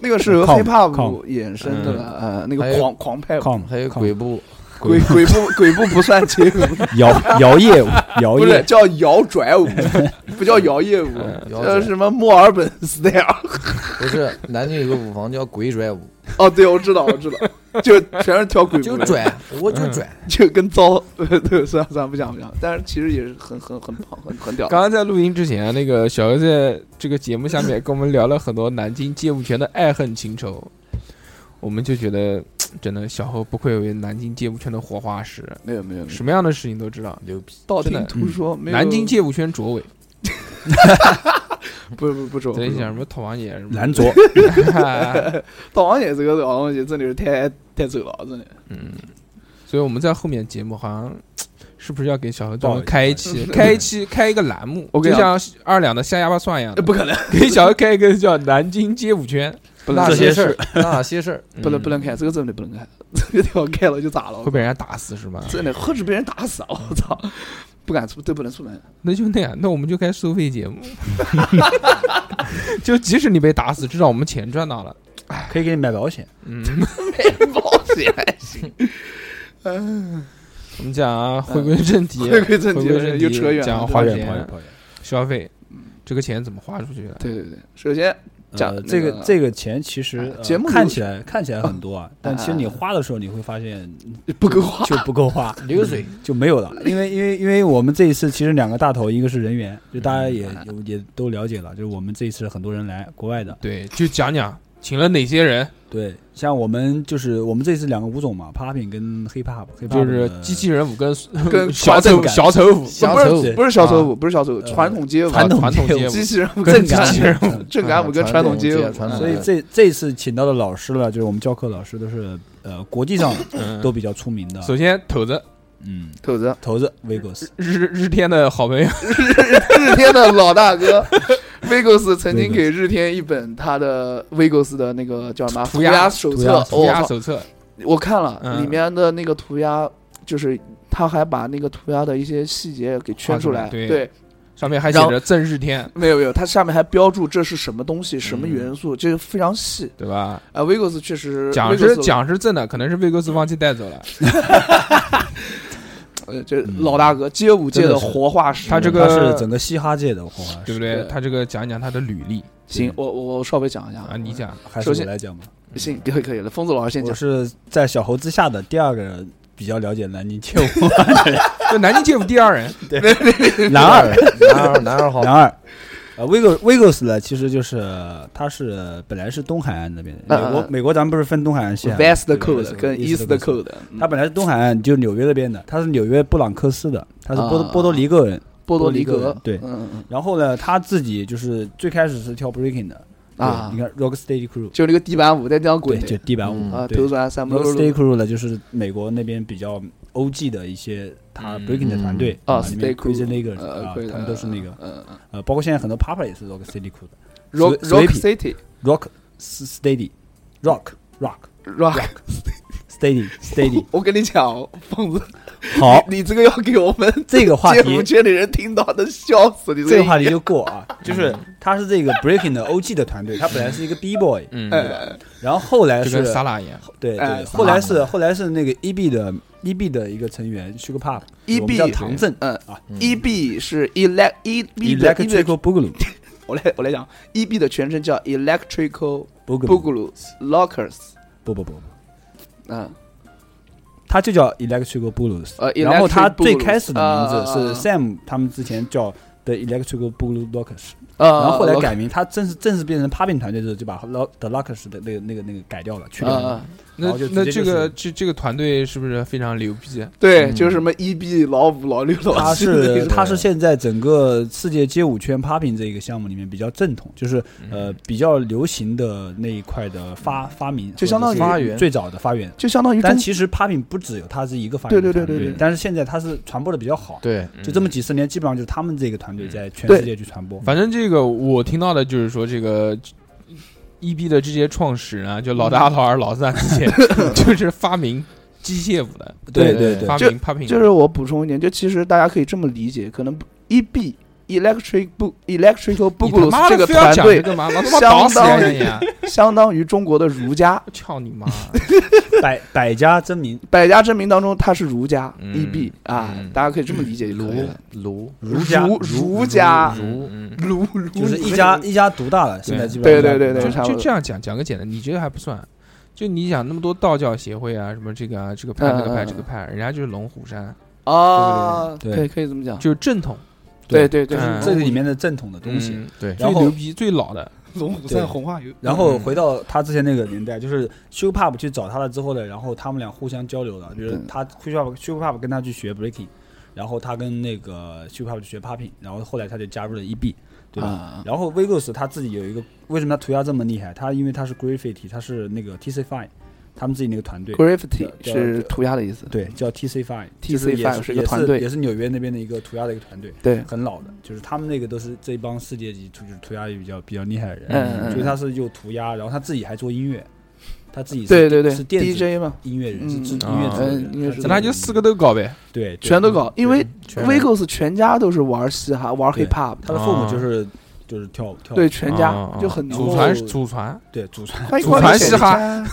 C: 那个是由
E: Calm，
C: hiphop
E: calm
C: 舞衍生的，呃，那
D: 还
C: 个
D: 有
C: 狂狂派舞，
E: com
D: 还有
E: com
D: 鬼步，
C: 鬼鬼步鬼步不算街舞，
E: 摇摇 曳舞，摇
C: 不是
E: 曳，
C: 叫摇拽舞，不叫摇曳舞，
D: 摇
C: 叫
D: 拽
C: 什么墨尔本 style。
D: 不是南京有个舞房叫 鬼拽舞，
C: 哦，对，我知道，我知道，就全是跳鬼步
D: 就
C: 嗯的，
D: 拽，我就拽，
C: 就跟糟， 对，算了算了，不讲不讲，但是其实也是很很很棒，很很屌的。
B: 刚刚在录音之前啊，那个小游在这个节目下面跟我们聊了很多南京街舞圈的爱恨情仇，我们就觉得真的小侯不愧为南京街舞圈的活化石，
C: 没有没有，没有
B: 什么样的事情都知道。
D: 牛逼！
C: 道
B: 真的
C: 听途说，没有
B: 南京街舞圈卓伟，
C: 不不不准，
B: 在
C: 不
B: 你
C: 准
B: 想什么陶王爷什么
E: 男 左，
C: 大王爷这个老东西真的是太太丑了，真的。
B: 嗯，所以我们在后面节目好像是不是要给小何专门
E: 报一
B: 开一 期，开一期开一个栏目，
C: 我跟
B: 就
C: 你
B: 像二两的下哑巴蒜一样
C: 呃
B: 的，
C: 不可能，
B: 给小何开一个叫南京街舞圈，
C: 不能
D: 那
E: 这
D: 些
E: 些
D: 事儿，那些事儿，
C: 不能
B: 嗯
C: 不能开，这个真的不能开， 这个地方开了就咋了
B: 会？被人家打死是吧？
C: 真的，何止被人打死啊！我操，不敢出，都不能出门。
B: 那就那样，那我们就开收费节目， 就即使你被打死，至少我们钱赚到了。
E: 可以给你买保 险。
B: 嗯，
C: 保险还行，嗯，
B: 我们讲啊回归正题，
C: 回归正题
B: 回归正题
C: 又扯远了
B: 讲
C: 对
B: 花
E: 跑
B: 钱
E: 远跑远跑远。
B: 消费，这个钱怎么花出去的？
C: 对对对，首先讲
E: 呃，
C: 那
E: 这个
C: 个
E: 这个钱其实
D: 哎
C: 啊
E: 呃
C: 节目
E: 看
C: 流
E: 起来看起来很 多啊，但其实你花的时候你会发现
C: 不够 花，
E: 就不够花，
D: 流水
E: 就没有了。因为因为因为我们这一次其实两个大头，一个是人员，就大家也
D: 嗯
E: 有也都了解了，就是我们这一次很多人来国外的，
B: 对，就讲讲请了哪些人，
E: 对，像我们就是我们这次两个舞种嘛，popping 跟 hip hop，
B: 就是机器人舞跟
C: 跟
B: 小
C: 传
B: 丑
C: 统
B: 小丑舞，
D: 小
C: 不是
D: 丑舞
E: 对
C: 不是小丑
B: 啊
C: 舞，不是小丑舞，
E: 呃
C: 传统街舞，
E: 传统啊
B: 传统街舞
C: 机器人舞，
E: 更
C: 正
B: 感
C: 感
B: 机器
E: 人
B: 人
E: 舞。
C: 正感舞跟传统街舞，
D: 传统
E: 所以这这次请到的老师了，就是我们教课老师都是呃国际上
B: 嗯，
E: 都比较出名的，
B: 首先头子
E: 嗯，
C: 头子，
E: 头子 Vegas，
B: 日日天的好朋友，
C: 日天的老 大哥 Vegos 曾经给日天一本他的 Vegos 的那个叫什么
B: 涂
C: 涂
B: 鸦
C: 鸦手
E: 涂鸦
C: 册，
B: 涂鸦
C: 我操
B: 手册，
C: 我看了
B: 嗯
C: 里面的那个涂鸦，就是他还把那个涂鸦的一些细节给圈出
B: 画
C: 来，
B: 出来对
C: 对，
B: 上面还写
C: 然后
B: 着赠日天，
C: 没有没有，它下面还标注这是什么
B: 嗯
C: 东西、什么元素，这个非常细。
B: 对吧？
C: 啊，Vigos 确实，
B: 奖是
C: Vigos，
B: 奖是赠的，可能是魏格斯忘记带走了。
C: 呃，这
E: 嗯
C: 老大哥街舞界
E: 真
C: 的
E: 的是
C: 活化石。
B: 他这
E: 嗯他
B: 个
E: 是整个嘻哈界的花花，
B: 对不
E: 对？
B: 对？
C: 对
B: 他这个讲一讲他的履历
C: 行，我我我稍微讲一下
B: 啊，你，讲
E: 还是
C: 首
E: 我
C: 先
E: 来讲吧。
C: 行，可以可以了，疯子老师先
E: 我
C: 讲。
E: 是在小猴之下的第二个比较了解南京街舞，
B: 就南京街舞第二人，
E: 男二，
D: 男二男二好，
E: 男二。呃，Vigos Vigos 呢，其实就是他是本来是东海岸那边的，
C: 嗯
E: 美
C: 嗯
E: 国美国咱们不是分东海岸、西海岸
C: West 的
E: 对吧
C: Code 跟
E: East
C: East 的 Code，嗯
E: 他本来是东海岸，就纽约那边的，他是纽约布朗克斯的，他是波多
C: 啊
E: 波多黎各人。
C: 波多黎
E: 波多黎
C: 各
E: 各，对
C: 嗯嗯
E: 然后呢，他自己就是最开始是跳 breaking 的
C: 嗯啊
E: 对你，看 Rocksteady Crew，
C: 就那个地板舞在地上
E: 对，
C: 滚
E: 就地板舞
D: 嗯
C: 啊，
E: 对
C: 头转三步
E: Rocksteady Crew 呢，就是美国那边比较 OG 的一些他
B: 嗯
E: breaking 的团队
C: 啊
E: 里
C: ，Stay
E: 面
C: Cool，
E: Crazy Nigger
C: 呃
E: 啊，
C: Crazy，
E: 他们都是那个
C: 嗯嗯
E: 呃，包括现在很多 Papa 也是 Rocksteady Crew 的
C: 嗯，Rock
E: Swi-
C: Rock
E: Swippy
C: City
E: ，Rock Steady Rock Rock
C: Rock，
E: Steady Steady
C: 我跟你讲，疯子，
E: 好，
C: 你这个要给我们
E: 这个话
C: 街
E: 题
C: 舞圈的人听到能笑死你。
E: 这个话题就过 啊，就是他是这个 breaking 的 OG 的团队，他本来是一个 B boy，
B: 嗯，
C: 呃，
E: 然后后来
B: 就是跟萨拉一样，
E: 对
C: 哎
E: 对，后来是后来是那个 EB 的 EB 的一个成员 Sugar Pop，
C: EB
E: 我们叫唐振
C: 嗯
E: 啊
C: ，E B 是 elect E B 的 E B，
E: ，Electrical Boogaloo
C: 我来我来讲，E B 的全称叫 Electrical
E: Boogaloo
C: Boogaloo Lockers，
E: 不不不，不
C: 嗯，
E: 他就叫 Electrical Boogaloo，
C: 呃，
E: 然后他
C: Electric
E: 最
C: Boogaloo，
E: 开始的名字
C: 啊
E: 是 Sam 他们之前叫的 Electrical Boogaloo Rockers，
C: 啊啊
E: 然后后来
C: Lockers，
E: 改名，他正式正式变成 Popping 团队之后就把 Lo- The Rockers 的那个那个那个改掉了，嗯去
C: 啊
E: 掉
C: 啊，
B: 那
E: 然后就直
B: 那
E: 接
B: 这
E: 就
B: 个
E: 是
B: 这这个团队是不是非常牛逼？啊
C: 对，
D: 嗯
C: 就是什么 E B 老五老六老
E: 他
C: 七的那
E: 是
C: 种，
E: 他是现在整个世界街舞圈 popping 这一个项目里面比较正统，就是
C: 嗯
E: 呃比较流行的那一块的发发明，
C: 就相当于
E: 或者是
D: 发源
E: 最早的发源。
C: 就相当于
E: 但
C: 中
E: 其实 popping 不只有它是一个发源
C: 对对
E: 团
C: 对
E: 队
C: 对对
E: 但是现在它是传播的比较好，
D: 对，
E: 就这么几十年，基本上就是他们这个团队在全
C: 嗯对
E: 世界去传播。
B: 反正这个我听到的就是说，这个 EB 的这些创始人啊，就老大、老二、老三这些，就是发明机械舞的，
E: 对
D: 对
E: 对
D: 对
E: 对
B: 发明 popping，
C: 就是我补充一点，就其实大家可以这么理解，可能 E B。 Electric Bo Electrical
B: 你他
C: Boogaloo
B: 妈
C: 这
B: 的
C: 个
B: 非要
C: 团
B: 讲
C: 队，
B: 干嘛？老他妈搞死人家！
C: 相当于中国的儒家。
B: 操你妈！
E: 百百家争鸣，
C: 百家争鸣当中，它是儒家
B: 嗯
C: EB 啊
B: 嗯，
C: 大家可以这么理解就可以
D: 儒
C: 了。
D: 儒
E: 儒家
C: 儒儒家
B: 嗯嗯
C: 儒儒
E: 就是一家一家独大了，现在基本
C: 对对
E: 上
C: 对
B: 就
C: 对，差不
B: 就这
C: 多。
B: 样讲，讲个简单，你觉得还不算？就你讲那么多道教协会啊，什么这个啊，这个派
C: 嗯
B: 那个派
C: 嗯
B: 这个派，人家就是龙虎山，
C: 啊，
E: 对
C: 可以可以这么讲。
B: 就是正统
C: 对对对
E: 就是
B: 嗯
E: 这个里面的正统的东西。
B: 嗯
D: 对
B: 最
E: 然后
B: 牛逼、最老 的。
C: 龙虎
E: 对
C: 红花油
E: 然后
B: 嗯
E: 回到他之前那个年代，就是 s h u p a p 去找他了之后呢，然后他们俩互相交流了，就是
C: 对
E: 他 s h u p a p s h u p a p 跟他去学 breaking，然后他跟那个 s h u p a p 去学 popping，然后后来他就加入了 EB，对吧？
C: 啊，
E: 然后 Vegos 他自己有一个，为什么他涂鸦这么厉害？他因为他是 Graffiti，他是那个 TC Five，他们自己那个团队，
C: Graffiti
E: 叫
C: 是涂鸦的意思。
E: 对，叫 TC Five。
C: TC5
E: 是
C: 是
E: 也
C: 一个团队
E: 也是纽约那边的一个涂鸦的一个团队，
C: 对，
E: 很老的，就是他们那个都是这帮世界级涂就是涂鸦也比较比较厉害的人，
C: 嗯嗯
E: 所
C: 嗯，
E: 以他是又涂鸦，然后他自己还做音乐，他自己是
C: 对对对
E: 是电子
C: ，DJ 嘛，
E: 音乐人，
C: 嗯
E: 是是
B: 嗯
E: 音乐制作
C: 嗯音乐制
E: 人，
C: 作
B: 那他就四个都搞
C: 嗯
B: 呗，
E: 对，对
C: 全都搞，因为
B: 全
C: Vegos 全家都是玩嘻哈、玩
E: 对
C: hip hop 的，
E: 他的父
B: 哦
E: 母就是就是跳舞跳舞
C: 对，全家
B: 啊
C: 就很牛。哦啊
B: 祖传祖传，
E: 对祖传
C: 欢迎
B: 祖
C: 光
B: 传
C: 临
B: 嘻哈
C: 沈家，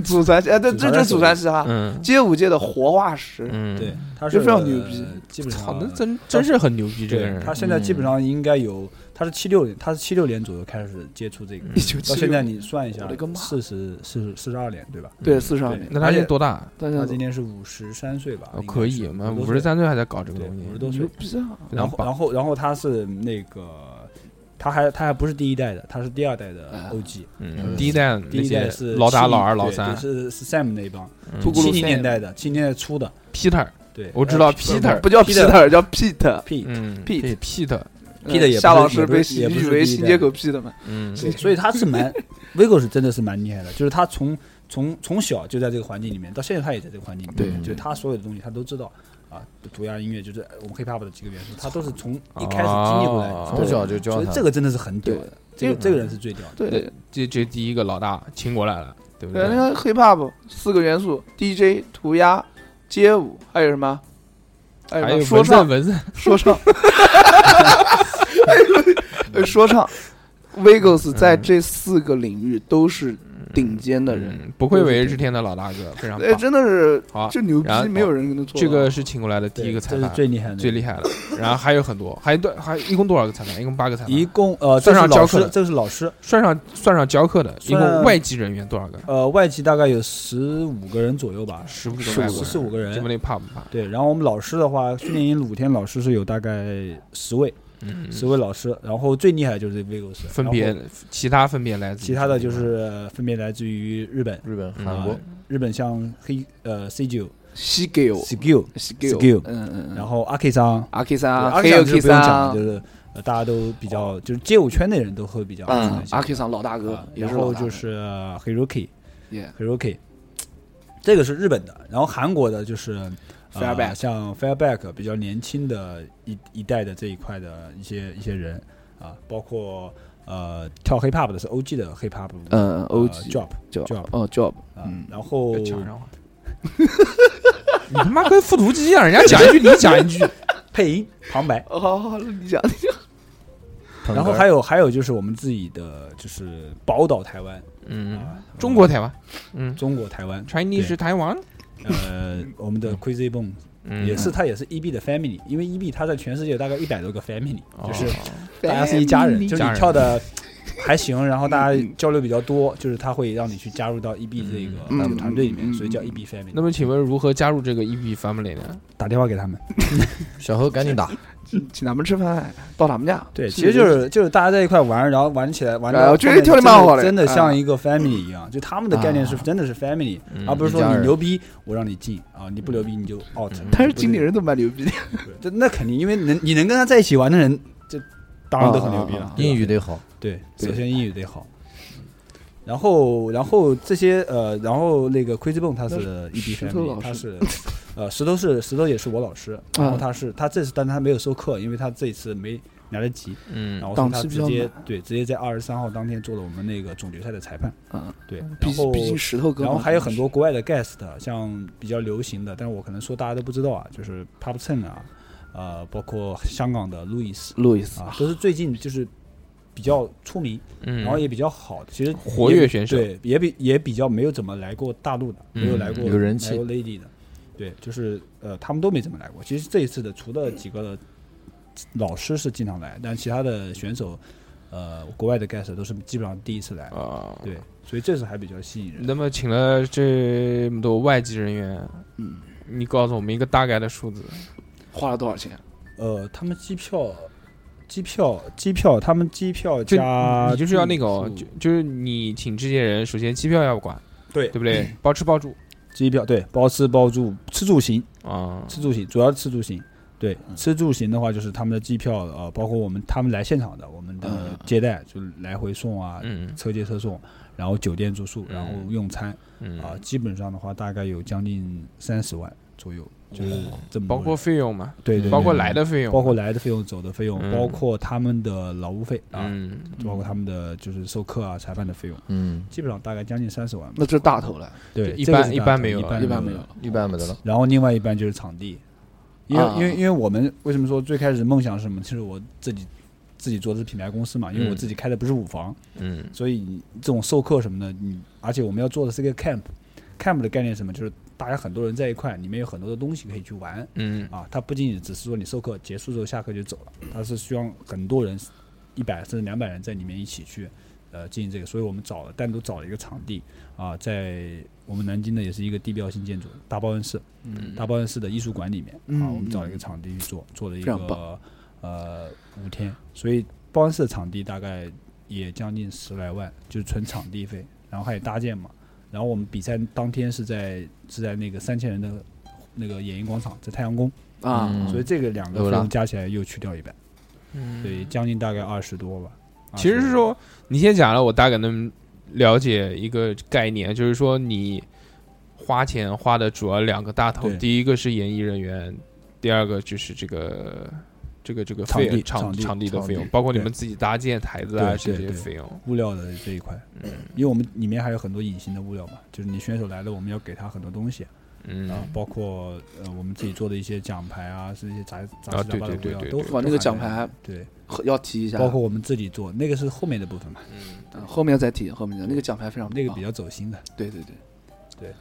C: 祖传哎，对，
E: 祖
C: 这
E: 传
C: 就是祖传嘻哈，
B: 嗯
C: 街舞界的活化石。
B: 嗯，
E: 对，，他是
C: 就非常牛逼
E: 呃基本
B: 操
E: 上，
B: 那真真是很牛逼这个
E: 对
B: 人
E: 他。现在基本
D: 嗯
E: 上应该有，他是七六年，他是七六年左右开始接触这个，
B: 嗯
C: 一九
E: 到
C: 七
E: 现在
C: 六，
E: 你算一下
C: 我的个，妈
E: 四十四十四十二年对吧？
C: 对，
B: 嗯
C: 四十二
E: 对
C: 年，
B: 那他
E: 而
B: 现在
E: 且
B: 多大？
C: 但
E: 他
C: 是
E: 今年是五十三岁吧？
B: 哦
E: 应该
B: 可以，
E: 是
B: 我们
E: 多
B: 五
E: 岁
B: 十三岁还在搞这个
E: 对
B: 东
E: 五十
B: 西，
E: 多
C: 牛
E: 岁。
C: 逼啊！
E: 然后，然后，然后他是那个，他还他还不是第一代的，他是第二代的
C: 啊
E: OG，
B: 嗯，第一代
E: 第
B: 那
E: 一代
B: 些
E: 是
B: 老大、
E: 70
B: 老二、老
E: 对
B: 三
E: 对是是 Sam 那一帮，
B: 嗯
C: 不咕噜
E: 七零
C: Sam
E: 年代的，七零年代初的，
B: ，Peter，
E: 对，
B: 我知
E: 呃
B: 道
E: 不是
B: Peter
C: 不叫
E: Peter
C: Peter，叫 Pete。
E: P，
B: 嗯，Pete，
C: Pete
E: Pete 也不是
C: 夏老师
E: 也不是
C: 被喜
E: 也不
C: 剧
E: 是
C: 为
E: 第一
C: 新
E: 代
C: 街口 P 的嘛，
B: 嗯，
E: 对，所以他是蛮 Vigo 是真的是蛮厉害的，就是他从从从小就在这个环境里面，到现在他也在这个环境里面，
C: 对
E: 就是他所有的东西他都知道啊，涂鸦音乐就是我们 hiphop 的几个元素，他都是从一开始经历过来
B: 哦
E: 的，
D: 从小就教
E: 所以
D: 他，
E: 这个真的是很屌的，这
C: 因
E: 个
C: 为
E: 这个人是最屌的，
C: 对，
B: 呃这这第一个老大请过来了，对不
C: 对，那个 hip hop 四个元素：DJ、涂鸦、街舞，还有什么？还有
B: 还
C: 什
B: 有
C: 么说
B: 文
C: 唱
B: 森，文森，
C: 说 唱，呃说唱。Vegos
E: 嗯
C: 在这四个领域都是顶尖的人，
B: 嗯不愧为日天的老大哥，非
E: 嗯
B: 常
C: 哎，
B: 棒。
C: 真的是
B: 好，
C: 就牛逼
B: 然后，
C: 没有人跟他做到。
B: 这个是请过来的第一个裁
E: 这是
B: 判，
E: 最厉害的，
B: 最厉害的。然后还有很多，还有多，还一共多少个裁判？一共八个裁判
E: 一，共呃，这
B: 算
E: 是
B: 上教
E: 老
B: 课
E: 师
B: 的，
E: 这个是老师，
B: 算上算上教课的，一共
E: 算
B: 外籍人员多少个？
E: 呃，外籍大概有十五个人左右吧，
B: 十五个
C: 15
B: 外
E: 十
B: 国
E: 四
B: 人，
E: 五个
B: 这
E: 人
B: 不。那怕不怕？
E: 对，然后我们老师的话，训练营五天老师是有大概十位，
B: 嗯，
E: 十位老师，然后最厉害的就是这 Vigos，
B: 分别其他分别来自于
E: 其他的就
B: 什么地
E: 是呃分别来自于日本，
D: 日本、
B: 嗯
D: 韩国
E: 啊，日本像黑呃 C 九、
C: 西给
E: Skill，Skill
C: 嗯嗯，啊
E: 然
C: 后
E: 后阿 K 桑，
C: 阿 K
E: 对
C: 三、
E: 阿
C: 黑
E: K
C: 有
E: 桑就
C: K
E: 不用讲，就
C: 三，
E: 是呃大家都比较就是街舞圈内人都会比较
C: 嗯
E: 熟悉，
C: 阿 K 三老大哥
E: 啊，
C: 也
E: 然
C: 是老
E: 后
C: 大哥
E: 就是 Hiroki
C: Yeah
E: Hiroki，这个是日本的，然后韩国的就是。
C: Fairback
E: 呃、像 Fairback 比较年轻的一一代的这一块的一些一些人啊，包括呃跳 hip hop 的是 OG 的 hip hop，
C: 嗯
E: 呃
C: OG
E: Job
C: job
E: Job
C: 哦 job，
E: 啊
C: 嗯，
E: 然后
B: 方要抢上话 你他妈跟复读机一样，人家讲一句你讲一句，
E: 配音旁白，
C: 哦好好好你讲你讲，
D: 捧
E: 然后
D: 哏
E: 还有还有就是我们自己的就是宝岛台湾
B: 嗯，
E: 啊，
B: 中国台湾，嗯
E: 中国台湾，
B: ，Chinese 是台湾，
E: 呃，我们的 Crazy Bone
B: 嗯
E: 也是它也是 EB 的 family，因为 EB 它在全世界有大概一百多个 family，
B: 哦
E: 就是大家是一家
C: 嗯
E: 人，就是你跳的还行，然后大家交流比较多，就是他会让你去加入到 EB 这个
C: 嗯
E: 这个团队里面，
C: 嗯
E: 所以叫 EB
B: 那
E: family。
B: 么请问如何加入这个 E EB family 呢？
E: 打电话给他们，
D: 小何赶紧打，
C: 请请咱们吃饭，到咱们家。
E: 对，
C: 去
E: 其实就是就是大家在一块玩，然后玩起来玩
C: 哎
E: 到
C: 我觉得跳得蛮好的
E: 真的
C: 哎
E: 像一个 family 一样，就他们的概念是
C: 啊
E: 真的是 family，
B: 嗯
E: 啊而不是
D: 一家
E: 说你
D: 人
E: 牛逼我让你进啊，你不牛逼你就 out
B: 嗯。
C: 但是经理人都蛮牛逼的，
E: 对，这那肯定，因为能你能跟他在一起玩的人，这当然都很牛逼
C: 啊啊
E: 了
C: 啊。
E: 对吧
D: 英语得好，
E: 对，
C: 对
E: 首先英语得好。然后，然后这些呃，然后那个 Crazy Bone 他是
C: 那
E: EB
C: 石头
E: family，
C: 老
E: 他
C: 师
E: 是呃石头是石头也是我老师，然后
C: 啊
E: 他是他这次但他没有授课，因为他这一次没来得及，
B: 嗯
E: 然后所
C: 档
E: 以他
C: 期比
E: 直
C: 较
E: 接
C: 满
E: 对直接在二十三号当天做了我们那个总决赛的裁判，
C: 啊，
E: 对，
C: 毕
E: 然
C: 竟
E: 后
C: 毕竟石头哥嘛，
E: 然后还有很多国外的 guest，像比较流行的，但是我可能说大家都不知道啊，就是 Pop Ten 啊，呃，包括香港的路易斯
C: 路易斯
E: 啊，都是最近就是比较出名，
B: 嗯，
E: 然后也比较好的，其实
B: 活
E: 也
B: 跃选手，
E: 对，也比也比较没有怎么来过大陆的，没有
B: 嗯
E: 来过
D: 有人气
E: 来过 Lady 的，对，就是呃，他们都没怎么来过。其实这一次的除了几个老师是经常来，但其他的选手，呃，国外的 guest 都是基本上第一次来，
B: 啊，
E: 对，所以这次还比较吸引人。
B: 那么请了这么多外籍人员，
C: 嗯，
B: 你告诉我们一个大概的数字，
C: 花了多少钱？
E: 呃，他们机票。机票，机票，他们机票
B: 就
E: 加
B: 你就是要那个哦，
E: 住
B: 就
E: 宿
B: 就是你请这些人，首先机票要管，
E: 对嗯
B: 对不对？包吃包住
E: 机票对，包吃包住，吃住行，
B: 啊，
E: 吃住行，主要是吃住行。对，
C: 嗯
E: 吃住行的话，就是他们的机票呃，包括我们他们来现场的，我们的
C: 嗯
E: 接待就是来回送啊，
B: 嗯
E: 车接车送，然后酒店住宿，然后
B: 嗯
E: 用餐
B: 嗯
E: 啊、基本上的话大概有将近三十万左右，就是这么
B: 哦包
E: 多人、
B: 括费用嘛，
E: 对对对
B: 包括来的费用，
E: 包括来的费用、走的费用，
B: 嗯
E: 包括他们的劳务费啊，
B: 嗯，
E: 包括他们的就是授课啊、裁判的费用，
D: 嗯，
E: 基本上大概将近三十万吧。
C: 那这是大头了，
E: 对，
B: 一
E: 这个
B: 般
E: 是
B: 一
E: 大
B: 般
E: 头
B: 没有
E: 一
B: 啊
E: 般
C: 一般
E: 没
C: 没
E: 有
C: 有
E: 的
C: 了。
D: 一般没得了。
E: 然后另外一半就是场地，因为、
C: 啊
E: 因为因为我们为什么说最开始梦想是什么？就是我自己自己做的是品牌公司嘛，因为我
B: 嗯
E: 自己开的不是舞房，
B: 嗯
E: 所以你这种授课什么的，你而且我们要做的是一个 camp。camp 的概念是什么？就是大家很多人在一块，里面有很多的东西可以去玩
B: 嗯
E: 啊。它不仅仅只是说你授课结束之后下课就走了，它是希望很多人，一百甚至两百人在里面一起去呃进行这个。所以我们找了单独找了一个场地啊，在我们南京的也是一个地标性建筑大报恩寺。
B: 嗯
E: 大报恩寺的艺术馆里面、啊，
C: 嗯
E: 我们找了一个场地去做，做了一
C: 非常
E: 个呃五天，所以报恩寺的场地大概也将近十来万，就是纯场地费，然后还有搭建嘛。然后我们比赛当天是在是在那个三千人的那个演艺广场，在太阳宫，
C: 啊，
D: 嗯
E: 所以这个两个
D: 有
E: 费
D: 了
E: 用加起来又去掉一半，
B: 嗯
E: 所以将近大概二十多吧。
B: 啊其实
E: 20
B: 是
E: 多
B: 说，你先讲了，我大概能了解一个概念，就是说你花钱花的主要两个大头，
E: 对
B: 第一个是演艺人员，第二个就是这个这个这个
E: 场
B: 费
E: 地
B: 场
E: 场地
B: 地的
E: 场
B: 费用，
E: 地
B: 包括你
E: 对
B: 们自己搭建台子啊
E: 对
B: 这
E: 对
B: 些
E: 对
B: 费用。
E: 物料的这一块，
B: 嗯
E: 因为我们里面还有很多隐形的物料嘛，就是你选手来了，我们要给他很多东西。
B: 嗯
E: 啊，包括呃我们自己做的一些奖牌啊，是一些杂
B: 啊
E: 杂七杂八的
B: 对对
E: 物料
B: 对对
E: 都
B: 对
C: 哇，
E: 都
C: 那个
E: 含
C: 奖
E: 在
C: 牌啊
E: 对，
C: 和要提一下，
E: 包括我们自己做那个是后面的部分嘛，
B: 嗯，
C: 嗯后面再提，后面再那个奖牌非常
E: 那个比
C: 较
E: 较走心的。
C: 对对对，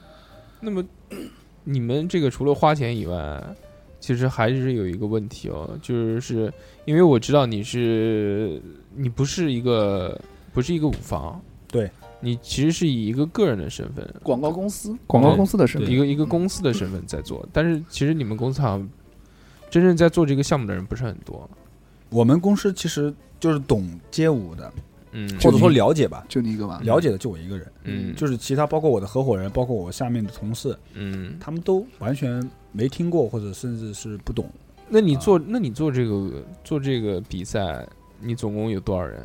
B: 那么 你们这个除了花钱以外，其实还是有一个问题哦，就是因为我知道你是你不是一个不是一个舞房，
E: 对
B: 你其实是以一个个人的身份，
C: 广告公司，
B: 广
C: 广
B: 告
C: 告公司的身
B: 一
C: 份，
B: 个一个公司的身份在做，但是其实你们公司好像真正在做这个项目的人不是很多，
E: 我们公司其实就是懂街舞的，
B: 嗯，
E: 或者说了解吧，
C: 就你一个吧，
E: 了解的就我一个人，
B: 嗯
E: 就是其他包括我的合伙人，包括我下面的同事，
B: 嗯，
E: 他们都完全没听过或者甚至是不懂。
B: 那
E: 啊
B: 你做那你做这个做这个比赛，你总共有多少人？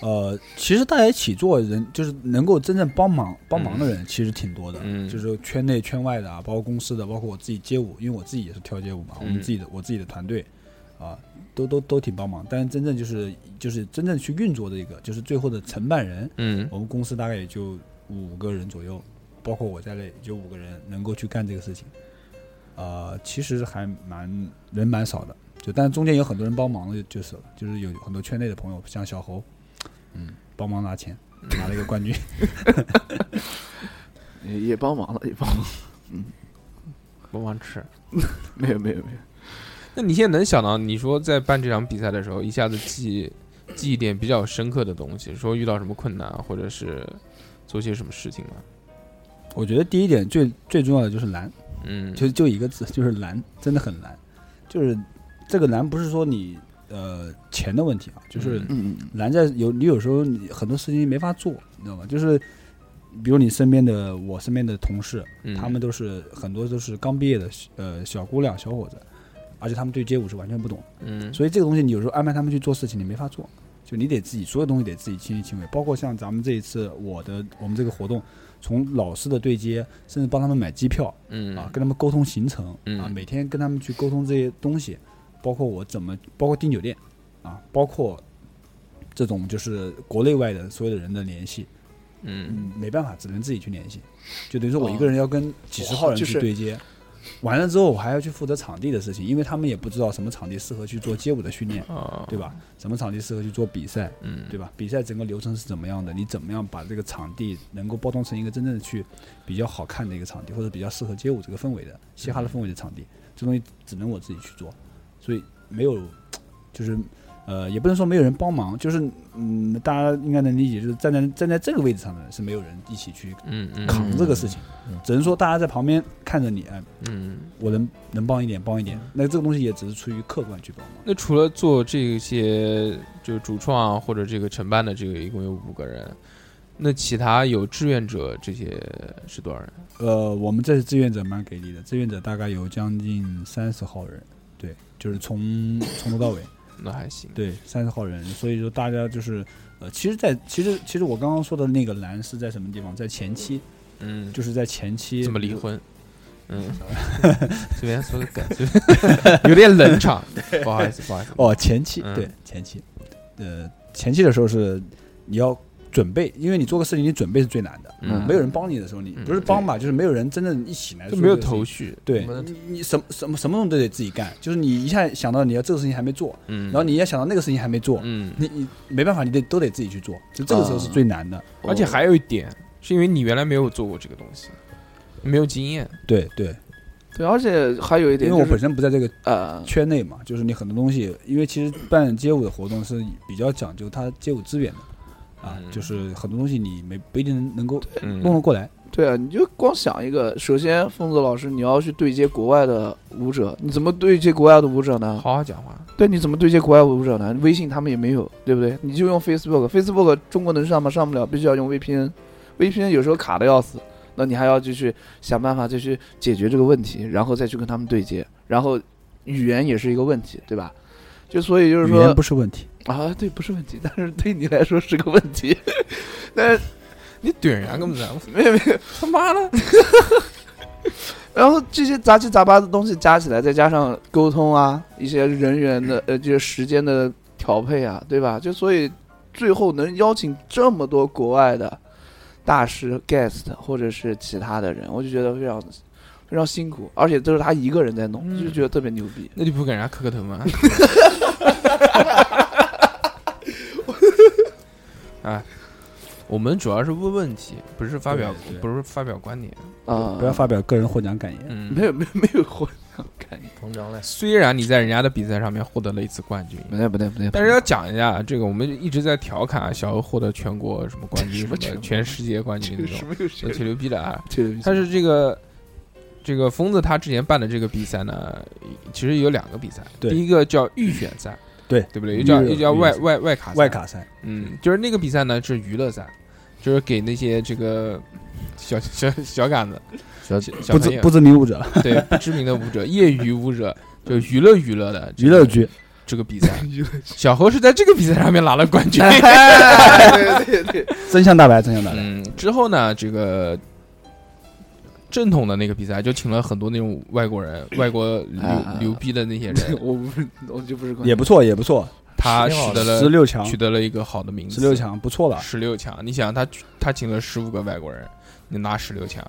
E: 呃，其实大家一起做人，就是能够真正帮忙帮忙的人，其实挺多的，
B: 嗯
E: 就是圈内圈外的啊，包括公司的，包括我自己街舞，因为我自己也是跳街舞嘛，我们
B: 嗯
E: 自己的我自己的团队啊，都都都挺帮忙。但是真正就是就是真正去运作的一个，就是最后的承办人，
B: 嗯
E: 我们公司大概也就五个人左右，包括我在内，就五个人能够去干这个事情。呃，其实还蛮人蛮少的，就但中间有很多人帮忙的，就是了，就是有很多圈内的朋友，像小侯，嗯，帮忙拿钱，
B: 嗯
E: 拿了一个冠军。 嗯
C: 也也帮忙了，也帮忙，
B: 帮忙吃。
C: 没有没有没有，
B: 那你现在能想到，你说在办这场比赛的时候，一下子记记一点比较深刻的东西，说遇到什么困难，啊或者是做些什么事情吗？
E: 我觉得第一点最最重要的就是难，
B: 嗯，
E: 就就一个字，就是难，真的很难。就是这个难不是说你呃钱的问题啊，就是
B: 嗯
C: 嗯嗯
E: 难在有你有时候你很多事情没法做，你知道吗？就是比如你身边的我身边的同事，
B: 嗯
E: 他们都是很多都是刚毕业的呃小姑娘小伙子，而且他们对街舞是完全不懂，
B: 嗯
E: 所以这个东西你有时候安排他们去做事情，你没法做，就你得自己所有东西得自己亲力亲为，包括像咱们这一次我的我们这个活动，从老师的对接，甚至帮他们买机票，
B: 嗯
E: 啊，跟他们沟通行程啊，
B: 嗯
E: 每天跟他们去沟通这些东西，包括我怎么，包括订酒店啊，包括这种就是国内外的所有的人的联系，
B: 嗯啊
E: 嗯，没办法，只能自己去联系，就等于说我
C: 哦
E: 一个人要跟几十号
C: 哇
E: 人
C: 就
E: 去
C: 是
E: 对接，完了之后，我还要去负责场地的事情，因为他们也不知道什么场地适合去做街舞的训练，
B: 啊，
E: 嗯对吧？什么场地适合去做比赛，
B: 嗯，
E: 对吧？比赛整个流程是怎么样的？你怎么样把这个场地能够包装成一个真正的去比较好看的一个场地，或者比较适合街舞这个氛
B: 嗯
E: 围的嘻哈的氛围的场地？这东西只能我自己去做，所以没有，就是呃，也不能说没有人帮忙，就是嗯，大家应该能理解，就是站在站在这个位置上的人是没有人一起去
B: 嗯嗯
E: 扛这个事情，
D: 嗯嗯
E: 只能说大家在旁边看着你，哎，
B: 嗯。
E: 我能能帮一点帮一点，那这个东西也只是出于客观去帮忙。
B: 那除了做这些，就主创啊或者这个承办的这个，一共有五个人，那其他有志愿者这些是多少人？
E: 呃，我们这次志愿者蛮给力的，志愿者大概有将近三十号人，对，就是从从头到尾，
B: 那还行，
E: 对，三十号人，所以说大家就是，呃，其实在，其实其实我刚刚说的那个难是在什么地方，在前期，
B: 嗯，
E: 就是在前期
B: 怎么离， 婚？嗯，随便说个梗，随便有 点冷场，不好意思，不好意思。
E: 哦，前期、
B: 嗯
E: 对前期，呃，前期的时候是你要准备，因为你做个事情，你准备是最难的，
B: 嗯，
E: 没有人帮你的时候，你
B: 嗯
E: 不是帮吧，就是没有人真正一起来
B: 就
E: 做这个事情，
B: 没有头绪，
E: 对
D: 没有
E: 你你什么什么什么东西都得自己干，就是你一下想到你要这个事情还没做，
B: 嗯，
E: 然后你也想到那个事情还没做，
B: 嗯，啊
E: 你你没办法，你得都得自己去做，就这个时候是最难的。
B: 而且还有一点，是因为你原来没有做过这个东西，没有经验，
E: 对对，
C: 对，而且还有一
E: 因
C: 点
E: 为
C: 就
E: 我
C: 是
E: 本身不在这个
C: 呃，
E: 圈内嘛，就是你很多东西，因为其实办街舞的活动是比较讲究它街舞资源的啊，
B: 嗯
E: 就是很多东西你没不一定能够
B: 嗯
E: 弄得过来。
C: 对啊，你就光想一个，首先，疯子老师，你要去对接国外的舞者，你怎么对接国外的舞者呢？
B: 好好讲话，
C: 对，你怎么对接国外舞者呢？微信他们也没有，对不对？你就用 Facebook，Facebook 中国能上吗？上不了，必须要用 VPN，VPN 有时候卡的要死，那你还要继续想办法再去解决这个问题，然后再去跟他们对接，然后语言也是一个问题，对吧？就所以就是
E: 语
C: 说，
E: 言不是问题，
C: 啊，对，不是问题，但是对你来说是个问题。 但是
B: 你怼人家干嘛呢？
C: 没有没有，
B: 他妈的，
C: 然后这些杂七杂八的东西加起来，再加上沟通啊，一些人员的呃，这些时间的调配啊，对吧？就所以最后能邀请这么多国外的大师 guest 或者是其他的人，我就觉得非常非常辛苦，而且都是他一个人在弄，
B: 嗯
C: 就觉得特别牛逼。
B: 那你不给人家磕个头吗？ 哎，我们主要是问问题，不是发表
E: 对对，
B: 不是发表观点。
C: 啊、
E: 不要发表个人获奖感言。
B: 嗯，
C: 没有没有没有获奖感言，
D: 膨胀了。
B: 虽然你在人家的比赛上面获得了一次冠军，
E: 嗯
C: 不对不对不对，
B: 但是要讲一下这个，我们一直在调侃啊，小欧获得全国什么冠军，
C: 什
B: 什
C: 么
B: 么
C: 全国
B: 全世界冠军那
C: 这个
B: 种
C: 什，么有谁
B: 这？挺牛逼的 啊。
C: 这个
B: 但是这个这个疯子他之前办的这个比赛呢，其实有两个比赛，
E: 对
B: 第一个叫预选赛，
E: 对
B: 对不对？又叫
E: 预
B: 又叫外
E: 预选
B: 外外卡赛
E: 外，卡赛，
B: 嗯，就是那个比赛呢是娱乐赛，就是给那些这个小小小杆子、
D: 小
B: 小小
E: 不
B: 朋
E: 知
B: 友
E: 不知名 舞者，
B: 对不知名的舞者、业余舞者，就娱乐娱乐的这
E: 娱
B: 个
E: 乐局，
B: 这个比赛， 小猴是在这个比赛上面拿了冠军。
C: 哎对对对，
E: 真相大白，真相大白。
B: 嗯，之后呢，这个正统的那个比赛就请了很多那种外国人、
E: 哎
B: 外国牛、
C: 啊
B: 牛逼的那 些人，
C: 我不是我就不是关
E: 也不错，也不错，
B: 他取得
E: 十
B: 了
E: 六强，
B: 呃取得了一个好的名次，
E: 十六强不错了。
B: 十六强。你想他他请了十五个外国人，你拿十六强，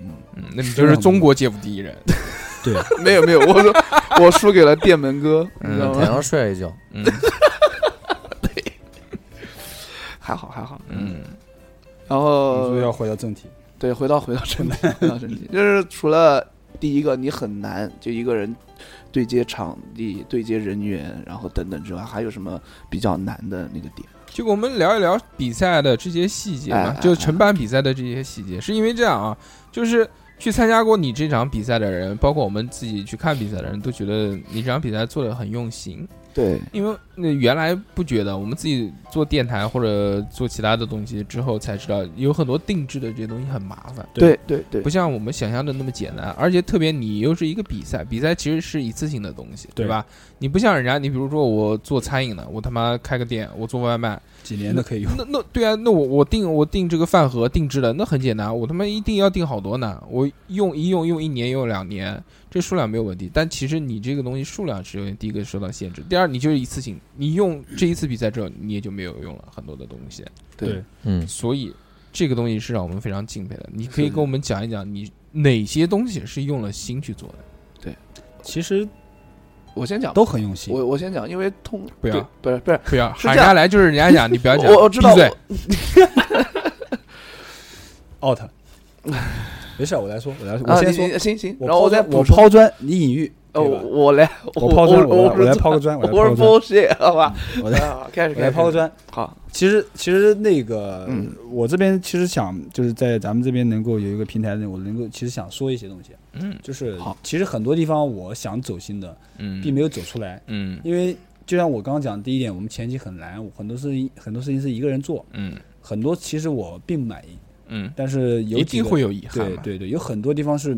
E: 嗯，
B: 嗯，那你就是中国街舞第一人。
E: 对，
C: 没有没有，我说我输给了电门哥，你知道
D: 嗯，
C: 吗？
D: 台上摔一跤，
B: 嗯
C: 还好还好。
B: 嗯，
C: 然
E: 我
B: 呃
C: 后
E: 们要回到正题。
C: 对，回到回到正题，回到正题，就是除了第一个你很难就一个人对接场地、对接人员，然后等等之外，还有什么比较难的那个点？
B: 就我们聊一聊比赛的这些细节
C: 哎
B: 嘛
C: 哎，
B: 就是承办比赛的这些细节，是因为这样啊，就是去参加过你这场比赛的人，包括我们自己去看比赛的人都觉得你这场比赛做的很用心，
C: 对，
B: 因为那原来不觉得，我们自己做电台或者做其他的东西之后才知道，有很多定制的这些东西很麻烦，
E: 对
C: 对对对
B: 不，像我们想象的那么简单，而且特别你又是一个比赛，比赛其实是一次性的东西，
E: 对
B: 对吧？你不像人家，你比如说我做餐饮的，我他妈开个店，我做外卖，
E: 几年的可以用。
B: 那那对啊，那我我订我订这个饭盒定制的，那很简单，我他妈一定要订好多呢，我用一用用一年用两年，这数量没有问题。但其实你这个东西数量是有点第一个受到限制，第二你就是一次性，你用这一次比赛之后你也就没有用了很多的东西，
C: 对
E: 对
D: 嗯，
B: 所以这个东西是让我们非常敬佩的。你可以
C: 是的
B: 跟我们讲一讲你哪些东西是用了心去做的？
E: 其实
C: 我先讲吧，
E: 都很用心。
C: 啊我我先讲，因为通
B: 不要
C: 对不是不是，
B: 不要
C: 是
B: 喊
C: 这
B: 人
C: 样
B: 家来，就是人家讲，你不要讲，
C: 我我知道
B: 闭嘴。
E: out，没事，我来说，我来说，
C: 啊
E: 我先
C: 你
E: 说
C: 你，行行，
E: 我
C: 然后我再补
E: 抛砖我
C: 充
E: 抛砖，你隐喻，
C: 呃，
E: 对
C: 我
E: 吧
C: 我来，
E: 我抛砖，我
C: 我
E: 来我来
C: 是
E: 抛个砖，我
C: 我
E: 来
C: 是
E: 抛个砖，
C: bullshit，好吧？
E: 我来
C: 啊开始
E: 我
C: 开
E: 来
C: 始
E: 抛个，砖。
C: 好，
E: 其实其实那个，
C: 嗯
E: 我这边其实想就是在咱们这边能够有一个平台，我能够其实想说一些东西，啊
B: 嗯
E: 就是
C: 好
E: 其实很多地方我想走心的，
B: 嗯，
E: 并没有走出来，
B: 嗯
E: 因为就像我刚刚讲，第一点，我们前期很难，我很多事情很多事情是一个人做，
B: 嗯
E: 很多其实我并不满意，
B: 嗯，
E: 但是有
B: 一
E: 几
B: 定
E: 个
B: 会有遗憾
E: 对
B: 嘛。
E: 对对，有很多地方是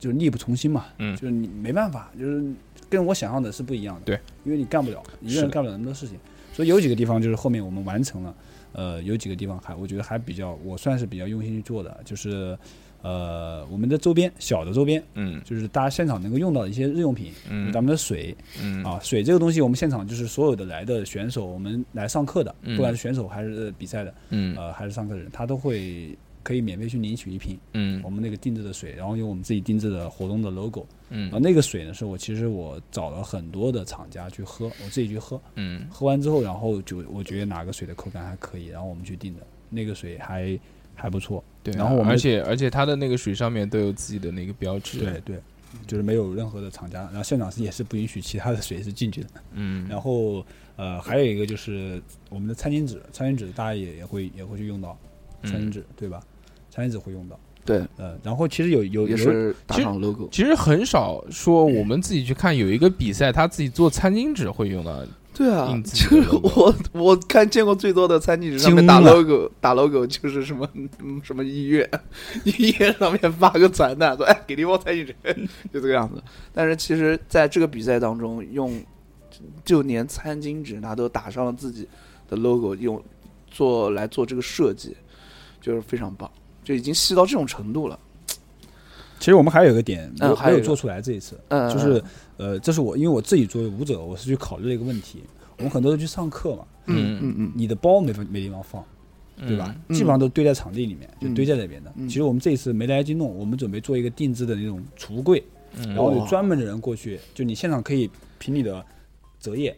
E: 就是力不从心嘛，
B: 嗯
E: 就是你没办法，就是跟我想象的是不一样的，
B: 对，
E: 因为你干不了，一
B: 是
E: 个
B: 的
E: 人干不了那么多事情，所以有几个地方就是后面我们完成了，呃，有几个地方还我觉得还比较，我算是比较用心去做的，就是呃我们的周边小的周边，
B: 嗯
E: 就是大家现场能够用到的一些日用品，
B: 嗯
E: 咱们的水
B: 嗯
E: 啊，水这个东西我们现场就是所有的来的选手，我们来上课的，
B: 嗯
E: 不管是选手还是比赛的，
B: 嗯
E: 呃还是上课的人，他都会可以免费去领取一瓶。我
B: 嗯
E: 们那个定制的水，然后有我们自己定制的活动的 logo，然后
B: 嗯
E: 那个水呢，是我其实我找了很多的厂家去喝，我自己去喝，
B: 嗯
E: 喝完之后，然后就我觉得哪个水的口感还可以，然后我们去定的，那个水还还不错，
B: 对啊。
E: 然后我们
B: 而且而且它的那个水上面都有自己的那个标志。
E: 对，对，就是没有任何的厂家，然后现场是也是不允许其他的水是进去的，
B: 嗯，
E: 然后呃还有一个就是我们的餐巾纸，餐巾纸大家也也会也会去用到，餐巾
B: 嗯
E: 纸、对吧？餐巾纸会用到，
C: 对，
E: 呃，然后其实有有
C: 也
E: 有
C: 是打
B: 其实
C: 上 logo，
B: 其实很少说我们自己去看有一个比赛，他自己做餐巾纸会用到。
C: 对啊
B: 印，自己
C: 就
B: 的
C: 是
B: logo
C: 我我看见过最多的餐巾纸上面
E: 惊
C: 打
E: 了
C: logo，打 logo 就是什么嗯什么医 院，医院上面发个传单说哎给你一包餐巾纸， 就这个样子。但是其实在这个比赛当中，用就连餐巾纸它都打上了自己的 logo，用做来做这个设计，就是非常棒，就已经细到这种程度了。
E: 其实我们还有一个点没有
C: 嗯还
E: 没
C: 有
E: 有
C: 一个
E: 做出来这一次，
C: 嗯，
E: 就是呃，这是我因为我自己作为舞者，我是去考虑了一个问题。我们很多人去上课嘛，
C: 嗯嗯嗯，
E: 你的包没法没地方放，对吧？基本上都堆在场地里面，就
C: 嗯
E: 堆在那边的。
C: 嗯
E: 其实我们这一次没来得及弄，我们准备做一个定制的那种橱柜，
B: 嗯？嗯，
E: 然后有
C: 哇
E: 专门的人过去，就你现场可以凭你的折页，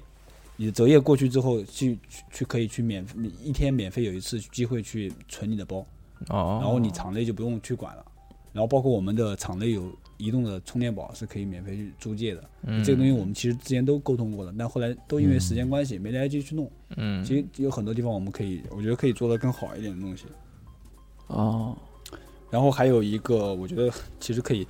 E: 你的折页过去之后去去去可以去免你一天免费有一次机会去存你的包，
B: 哦，
E: 然后你场内就不用去管了。然后包括我们的场内有移动的充电宝是可以免费去租借的，
B: 嗯
E: 这个东西我们其实之前都沟通过了，但后来都因为时间关系没来得及去弄。
B: 嗯，
E: 其实有很多地方我们可以，我觉得可以做得更好一点的东西。
C: 哦，
E: 然后还有一个，我觉得其实可以，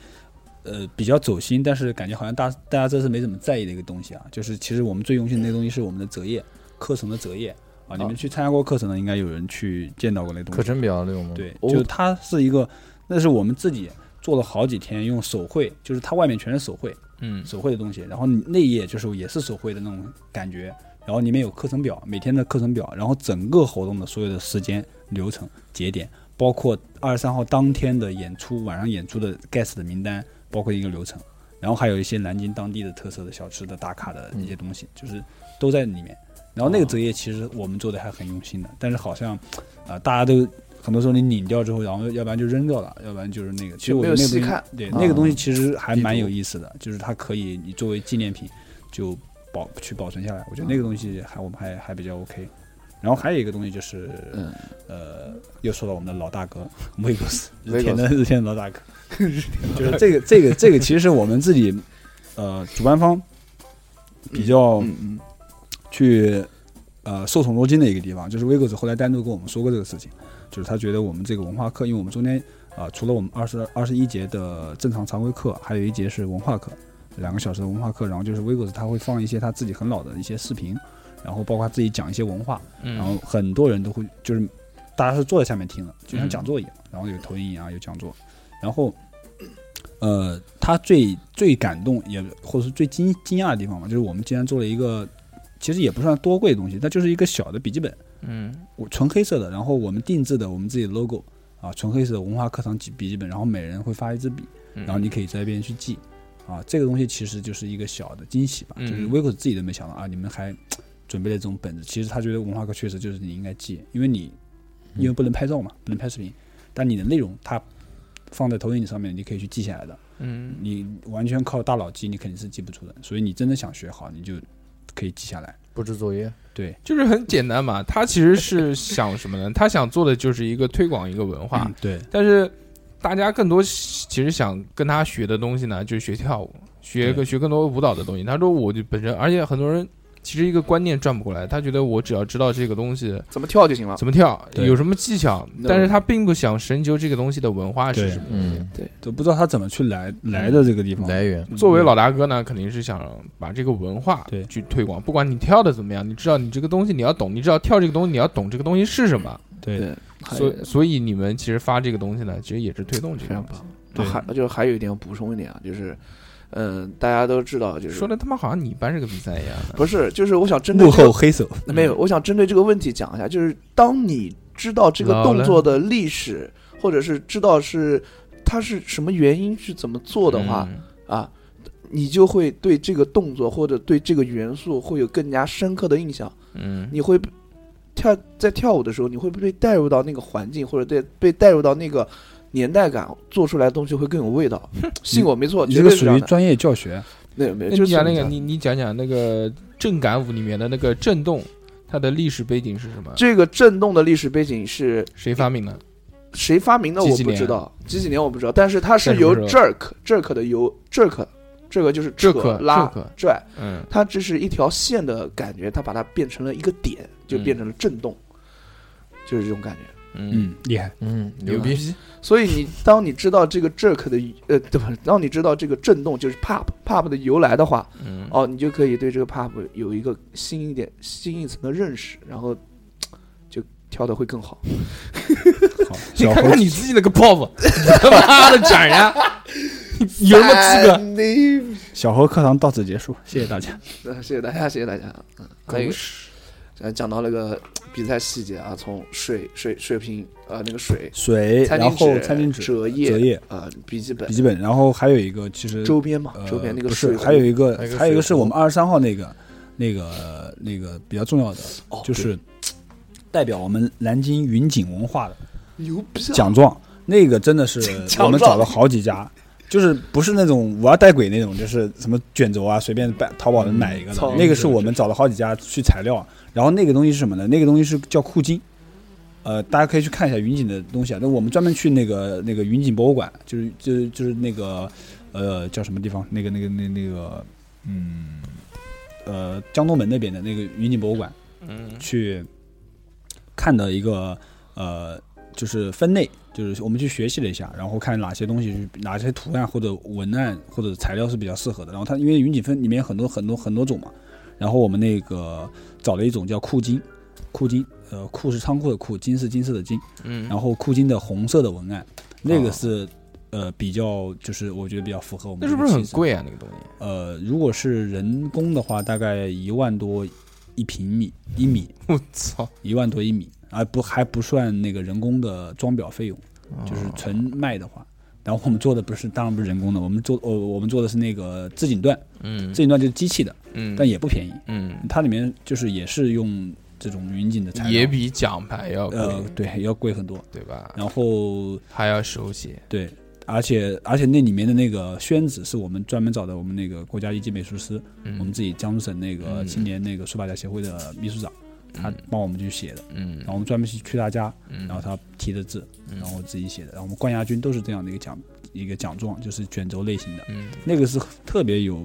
E: 呃，比较走心，但是感觉好像大大家这次没怎么在意的一个东西啊，就是其实我们最用心的那个东西是我们的折页，课程的折页啊。你们去参加过课程的，应该有人去见到过那东西。
D: 课程表那种吗？，
E: 对，
C: 哦
E: 就它是一个，那是我们自己做了好几天，用手绘，就是它外面全是手绘，
B: 嗯
E: 手绘的东西，然后你内页就是也是手绘的那种感觉，然后里面有课程表，每天的课程表，然后整个活动的所有的时间、流程、节点，包括二十三号当天的演出，晚上演出的 guest 的名单，包括一个流程，然后还有一些南京当地的特色的小吃的打卡的一些东西，就是都在里面。然后那个折页其实我们做的还很用心的，但是好像，呃，大家都很多时候你拧掉之后，然后要不然就扔掉了，要不然就是那个。其实我觉得
C: 没有
E: 那个东
C: 细
E: 西
C: 看，
E: 对，
C: 啊
E: 那个东西其实还
C: 地
E: 蛮
C: 图
E: 有意思的，就是它可以你作为纪念品就保去保存下来。我觉得那个东西还我们还还比较 OK。然后还有一个东西就是，
C: 嗯
E: 呃，又说到我们的老大哥 威格斯，
C: Vegas
E: 日天的日天的老大哥，就是这个这个这个，其实是我们自己呃主办方比较
C: 嗯嗯，
E: 去呃受宠若惊的一个地方，就是威格子后来单独跟我们说过这个事情，就是他觉得我们这个文化课，因为我们中间啊、呃除了我们二十二十一节的正常常规课，还有一节是文化课，两个小时的文化课，然后就是威格子他会放一些他自己很老的一些视频，然后包括他自己讲一些文化，
B: 嗯，
E: 然后很多人都会就是大家是坐在下面听的，就像
B: 嗯
E: 讲座一样，然后有投影啊，有讲座，然后呃，他最最感动也或者是最惊惊讶的地方嘛，就是我们竟然做了一个其实也不算多贵的东西，它就是一个小的笔记本，
B: 嗯
E: 我纯黑色的，然后我们定制的我们自己的 logo 啊，纯黑色的文化课堂笔笔记本，然后每人会发一支笔，
B: 嗯，
E: 然后你可以在那边去记。啊，这个东西其实就是一个小的惊喜吧，
B: 嗯
E: 就是威克自己都没想到啊，你们还嘖准备了这种本子。其实他觉得文化课确实就是你应该记，因为你因为不能拍照嘛，不能拍视频，但你的内容它放在投影上面，你可以去记下来的。
B: 嗯，
E: 你完全靠大脑记，你肯定是记不住的。所以你真的想学好，你就可以记下来。
D: 布置作业，
E: 对，
B: 就是很简单嘛。他其实是想什么呢？他想做的就是一个推广一个文化，
E: 嗯对，
B: 但是大家更多其实想跟他学的东西呢，就是学跳舞，学个
E: 对
B: 学更多舞蹈的东西。他说，我就本身，而且很多人其实一个观念转不过来，他觉得我只要知道这个东西
C: 怎么跳就行了。
B: 怎么跳，
E: 对
B: 有什么技巧，
C: No
B: 但是他并不想深究这个东西的文化是
E: 对
B: 什么。
D: 嗯，
E: 都不知道他怎么去来来的这个地方。
D: 来源，
B: 嗯作为老大哥呢，肯定是想把这个文化
E: 对
B: 去推广，不管你跳的怎么样，你知道你这个东西你要懂，你知道跳这个东西你要懂这个东西是什么。
E: 对
C: 对，哎还
B: 所所以你们其实发这个东西呢，其实也是推动这
C: 嗯非
B: 个
C: 常
B: 东西。
C: 棒。
E: 对
C: 还就是还有一点我补充一点啊，就是，嗯，大家都知道，就是
B: 说的他妈好像你办这个比赛一样的。
C: 不是，就是我想针对
E: 幕
C: 这个
E: 后黑手，
C: 没有，我想针对这个问题讲一下，就是当你知道这个
B: 老
C: 动
B: 了
C: 作的历史，或者是知道是它是什么原因是怎么做的话、
B: 嗯
C: 啊，你就会对这个动作或者对这个元素会有更加深刻的印象。
B: 嗯，
C: 你会跳在跳舞的时候，你会被带入到那个环境，或者被被带入到那个年代感，做出来的东西会更有味道。 信我，没错，
E: 你
C: 绝
E: 这个
C: 对是
E: 属
C: 样
E: 于
C: 的
E: 专业教学。
C: 没有没有，
B: 那
C: 就
B: 你
C: 是
B: 讲
C: 这
B: 那个，
C: 样
B: 你你讲讲那个震感舞里面的那个震动，它的历史背景是什么？
C: 这个震动的历史背景是
B: 谁发明的？
C: 谁发明的
B: 几
C: 我
B: 几
C: 不
B: 年
C: 知道，几几年我不知道，但是它是由
B: 但是不
C: jerk jerk 的由 jerk，这个就是扯
B: jerk，
C: 拉
B: jerk
C: 拽，
B: 嗯，
C: 它只是一条线的感觉，它把它变成了一个点，就
B: 嗯
C: 变成了震动，就是这种感觉。
B: 嗯，
E: 嗯，厉害。
D: 嗯，牛
B: 牛
D: 逼，
B: 逼，
C: 所以你当你知道这个 jerk 的呃，对吧？当你知道这个震动就是 pop pop 的由来的话，
B: 嗯，
C: 哦，你就可以对这个 pop 有一个新一点、新一层的认识，然后就跳的会更 好。
E: 好，
B: 你
E: 小
B: 看
E: 猴
B: 看你自己那个 pop，他妈的斩人家，你有什么
C: 哎
B: 资格？
C: 格？
E: 小猴课堂到此结束，谢谢大家。
C: 呃谢谢大家，谢谢大家。嗯，还有
B: 狗屎
C: 呃讲到那个比赛细节啊，从水水水瓶呃那个水，
E: 水，
C: 餐
E: 然后
C: 纸、
E: 餐巾纸、
C: 折页、
E: 折页、
C: 呃笔记本
E: 笔、记本，然后还有一个其实
C: 周边嘛，
E: 呃
C: 周边那个
E: 不
C: 水
E: 是，
C: 壶
E: 还有一个
D: 还有一个
E: 还有一个
D: 水
E: 是我们
D: 壶
E: 二十三号那个那个那个比较重要的，
C: 哦
E: 就是代表我们南京云锦文化的
C: 对牛逼啊，
E: 奖状，那个真的是
C: 状
E: 我们找了好几家。就是不是那种我要带鬼那种，就是什么卷轴啊，随便摆淘宝能买一个的
C: 操。
E: 那个是我们找了好几家去材料，然后那个东西是什么呢？那个东西是叫库金，呃，大家可以去看一下云锦的东西啊。那我们专门去那个那个云锦博物馆，就是就是就是那个呃叫什么地方？那个那个那那个嗯呃江东门那边的那个云锦博物馆
B: 嗯
E: 去看的一个呃就是分类，就是我们去学习了一下，然后看哪些东西是哪些图案或者文案或者材料是比较适合的。然后它因为云锦分里面很多很多很多种嘛，然后我们那个找了一种叫库金，库金。呃，库是仓库的库，金是金色的金，
B: 嗯，
E: 然后库金的红色的文案，那个是呃比较就是我觉得比较符合我们。
B: 那是不是很？贵啊？那个东西，
E: 呃，如果是人工的话，大概一万多一平米，一米
B: 我操，
E: 一万多一米，啊不还不算那个人工的装裱费用，
B: 哦
E: 就是纯卖的话。然后我们做的不是，当然不是人工的，我们做我、我们做的是那个自景段，
B: 嗯
E: 自景段就是机器的，
B: 嗯，
E: 但也不便宜。
B: 嗯，
E: 它里面就是也是用这种云锦的材料，
B: 也比奖牌要
E: 呃
B: 贵，
E: 对要贵很多。
B: 对吧？
E: 然后
B: 还要手写，
E: 对，而且而且那里面的那个宣纸是我们专门找的我们那个国家一级美术师，
B: 嗯
E: 我们自己江苏省那个
B: 嗯
E: 青年那个书法家协会的秘书长，他
B: 嗯
E: 帮我们去写的。
B: 嗯，
E: 然后我们专门去去他家，
B: 嗯
E: 然后他提的字，
B: 嗯
E: 然后我自己写的。然后我们冠亚军都是这样的一个奖一个奖状，就是卷轴类型的，
B: 嗯，
E: 那个是特别有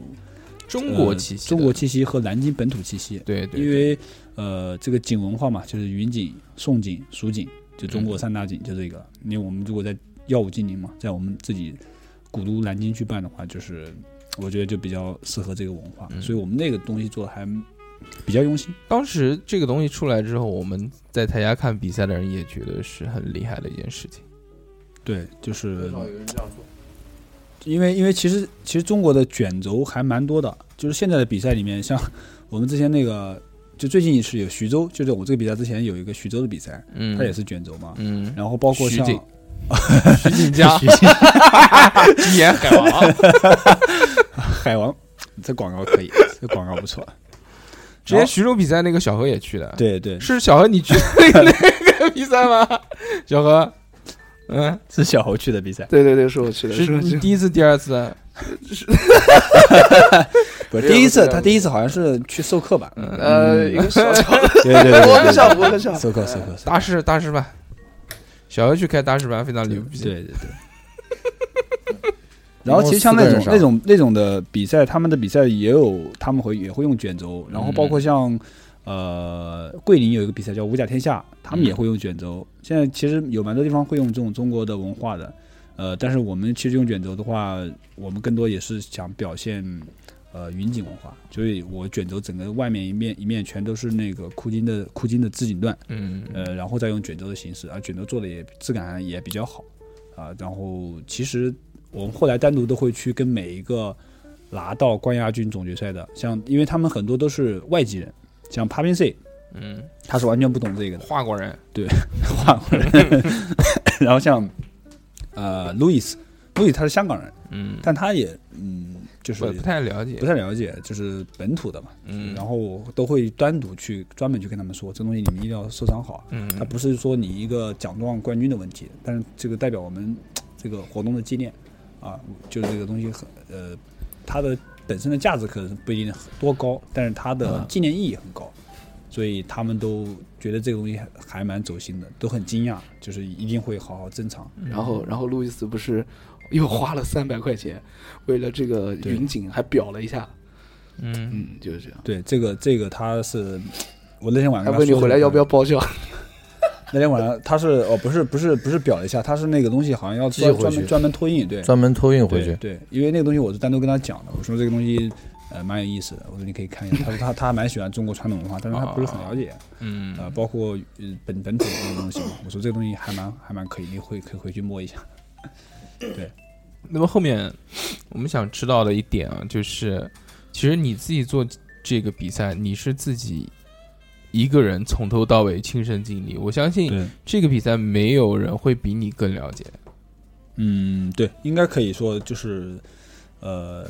B: 中
E: 呃
B: 国气息的，
E: 中国气息和南京本土气息。
B: 对对，
E: 因为呃，这个景文化嘛，就是云景、宋景、蜀景，就中
B: 嗯
E: 国三大景就这个。因为我们如果在耀武金陵嘛，在我们自己古都南京去办的话，就是我觉得就比较适合这个文化，
B: 嗯
E: 所以我们那个东西做的还比较用心。
B: 当时这个东西出来之后，我们在台下看比赛的人也觉得是很厉害的一件事情。
E: 对，就是
D: 人这样做，
E: 因为因为其实其实中国的卷轴还蛮多的，就是现在的比赛里面，像我们之前那个，就最近是有徐州，就在我这个比赛之前有一个徐州的比赛，
B: 嗯，
E: 它也，是卷轴嘛。
B: 嗯，
E: 然后包括像
B: 徐锦 徐锦江演海王，
E: 海王，这广告可以，这广告不 错。
B: 之前徐州比赛那个小何也去的，，
E: 对 对，
B: 是小何你去那个比赛吗？小何，嗯，
E: 是小侯去的比赛，
C: 对对对，是我去的，
B: 是
C: 我去
B: 你
C: 的
B: 第一次、第二次，
E: 不是
C: 没有
E: 第一次，
C: 没有
E: 他第一次好像是去授课吧？
B: 嗯
C: 呃一个小小
E: 嗯对 对对对，
C: 我
E: 对
C: 个小我个小
E: 授课授课，授课
B: 大师大师班，小何去开大师班非常牛逼。
E: 对对对。 然后其实像那种
D: 一共四个
E: 那
D: 人上
E: 种那种的比赛，他们的比赛也有，他们会也会用卷轴，然后包括像、呃桂林有一个比赛叫五甲天下，他们也会用卷轴。现在其实有蛮多地方会用这种中国的文化的，呃，但是我们其实用卷轴的话，我们更多也是想表现呃云景文化，所以我卷轴整个外面一面一面全都是那个枯金的枯金的织锦缎，
B: 嗯，
E: 呃，然后再用卷轴的形式，而卷轴做的也质感也比较好啊。然后其实我们后来单独都会去跟每一个拿到冠亚军总决赛的，像因为他们很多都是外籍人，像 Papin C，
B: 嗯，
E: 他是完全不懂这个的，
B: 华国人，
E: 华 国人。然后像呃 Louis，Louis 他是香港人，
B: 嗯，
E: 但他也嗯就是
B: 我不太了解
E: 不，太了解，就是本土的嘛。
B: 嗯，
E: 然后我都会单独去专门去跟他们说，这东西你们一定要收藏好。
B: 嗯，
E: 它不是说你一个奖状冠军的问题，但是这个代表我们这个活动的纪念啊，就是这个东西很呃，它的本身的价值可能不一定很多高，但是它的
B: 嗯
E: 纪念意义很高，所以他们都觉得这个东西还还蛮走心的，都很惊讶，就是一定会好好珍藏。
C: 然后，然后路易斯不是又花了三百块钱，为了这个
E: 对
C: 云锦还表了一下，
B: 嗯，
C: 嗯，就是这样。
E: 对，这个这个他是。我那天晚
C: 还
E: 上
C: 问你回来要不要
E: 要？
C: 包饺？
E: 那天晚上他是哦，不是不是不是表了一下，他是那个东西好像要
D: 寄回
E: 专专门
D: 去
E: 专门托运，对，
D: 专门托运回
E: 对
D: 去。
E: 对，因为那个东西我是单独跟他讲的，我说这个东西呃蛮有意思的，我说你可以看一下。他说他他还蛮喜欢中国传统文化，但是他不是很了解啊、
B: 嗯，
E: 呃包括呃本本土这种东西。我说这个东西还蛮还蛮可以，你回可以回去摸一下。
B: 那么后面我们想知道的一点啊，就是其实你自己做这个比赛，你是自己一个人从头到尾亲身经历。我相信
E: 对，
B: 这个比赛没有人会比你更了解。
E: 嗯，对，应该可以说就是呃。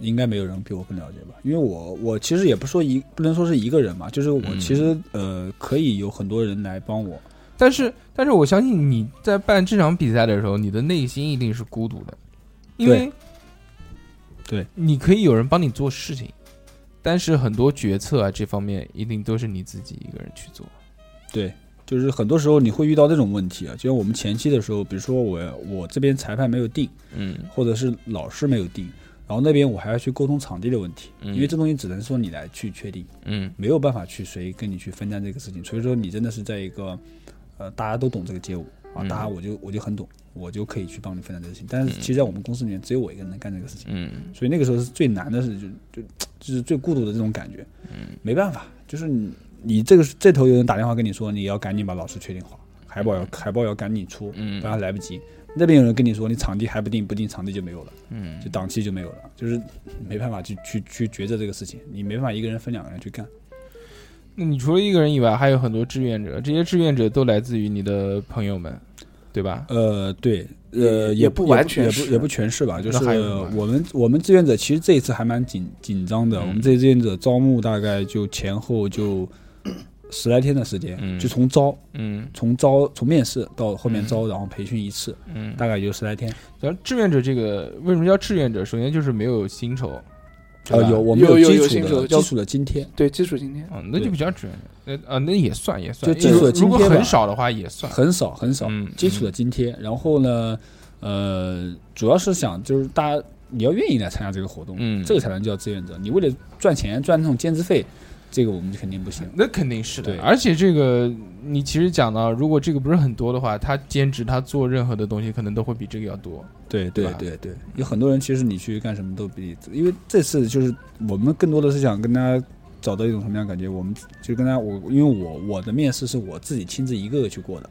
E: 应该没有人比我更了解吧，因为我我其实也不说一不能说是一个人嘛，就是我
B: 嗯
E: 其实、呃可以有很多人来帮我，
B: 但是，但是我相信你在办这场比赛的时候，你的内心一定是孤独的，因为
E: 对
B: 你可以有人帮你做事情，但是很多决策啊这方面一定都是你自己一个人去做。
E: 对，就是很多时候你会遇到这种问题啊，就像我们前期的时候，比如说我我这边裁判没有定，
B: 嗯
E: 或者是老师没有定，然后那边我还要去沟通场地的问题，
B: 嗯
E: 因为这东西只能说你来去确定，
B: 嗯
E: 没有办法去谁跟你去分担这个事情，所以说你真的是在一个呃大家都懂这个街舞啊，
B: 嗯
E: 大家我就我就很懂，我就可以去帮你分担这个事情，但是其实在我们公司里面只有我一个人能干这个事情，
B: 嗯
E: 所以那个时候是最难的事，就就就是最孤独的这种感觉，
B: 嗯
E: 没办法，就是你你这个这头有人打电话跟你说你要赶紧把老师确定好，海报要海报要赶紧出，
B: 嗯
E: 不然来不及。那边有人跟你说你场地还不定，不定场地就没有了，
B: 嗯
E: 就档期就没有了，就是没办法去去去抉择这个事情，你没办法一个人分两个人去干。
B: 那你除了一个人以外，还有很多志愿者，这些志愿者都来自于你的朋友们，对吧？
E: 呃，对，
C: 也
E: 呃，
C: 也不完全
E: 也
C: 是
E: 不也不全是吧，就是
B: 那还有什么
E: 我们我们志愿者其实这一次还蛮紧紧张的，
B: 嗯
E: 我们这些志愿者招募大概就前后就十来天的时间，
B: 嗯
E: 就从招
B: 嗯
E: 从招从面试到后面
B: 嗯
E: 招，然后培训一次，
B: 嗯。
E: 大概有十来天。
B: 然后志愿者这个为什么叫志愿者？首先就是没有薪酬，
E: 呃，
B: 吧
E: 有我
C: 有
E: 们
C: 有
E: 基
C: 有
E: 础
C: 薪酬
E: 的
C: 叫
E: 基础的津贴，
C: 对，基础今天
B: 嗯，那就
E: 对
B: 不叫志愿者，那啊，那也算也算，
E: 就基础的
B: 如果
E: 津贴吧
B: 很少的话也算，
E: 很少很少，
B: 嗯
E: 基础的津贴。然后呢，呃，主要是想就是大家你要愿意来参加这个活动，
B: 嗯
E: 这个才能叫志愿者。你为了赚钱赚那种兼职费，这个我们肯定不行。
B: 那肯定是的
E: 对。
B: 而且这个你其实讲到，如果这个不是很多的话，他兼职他做任何的东西，可能都会比这个要多。
E: 对
B: 对吧
E: 对对，有很多人其实你去干什么都比，因为这次就是我们更多的是想跟大家找到一种什么样的感觉，我们就跟大家我因为我我的面试是我自己亲自一个个去过的，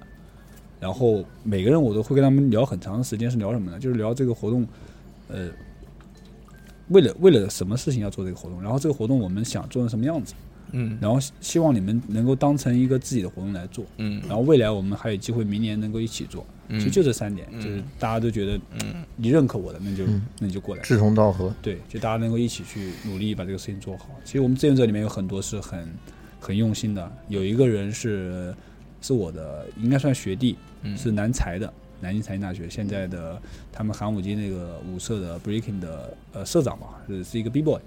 E: 然后每个人我都会跟他们聊很长的时间，是聊什么呢？就是聊这个活动，呃，为了为了什么事情要做这个活动，然后这个活动我们想做成什么样子，
B: 嗯
E: 然后希希望你们能够当成一个自己的活动来做，
B: 嗯
E: 然后未来我们还有机会明年能够一起做，
B: 嗯
E: 其实就这三点，
B: 嗯
E: 就是大家都觉得
B: 嗯
E: 你认可我的，那就、
D: 嗯
E: 那你就过来。
D: 志同道合，
E: 对，就大家能够一起去努力把这个事情做好。其实我们志愿者里面有很多是很很用心的，有一个人是是我的，应该算学弟，
B: 嗯
E: 是南财的，南京财经大学现在的他们寒武纪那个舞社的 breaking 的呃社长嘛，是是一个 b boy，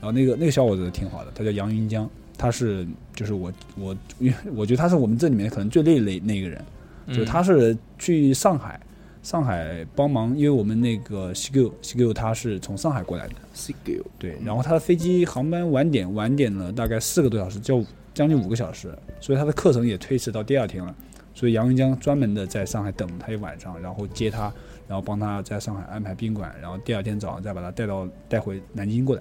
E: 然后那个那个小伙子挺好的，他叫杨云江，他是就是我我因为我觉得他是我们这里面可能最累累那个人，
B: 嗯
E: 就他是去上海。上海帮忙，因为我们那个西 Q 西 Q 他是从上海过来的，
C: C Q
E: 对，然后他的飞机航班晚点，晚点了大概四个多小时，就将近五个小时，所以他的课程也推迟到第二天了。所以杨云江专门的在上海等了他一晚上，然后接他，然后帮他在上海安排宾馆，然后第二天早上再把他带到带回南京过来。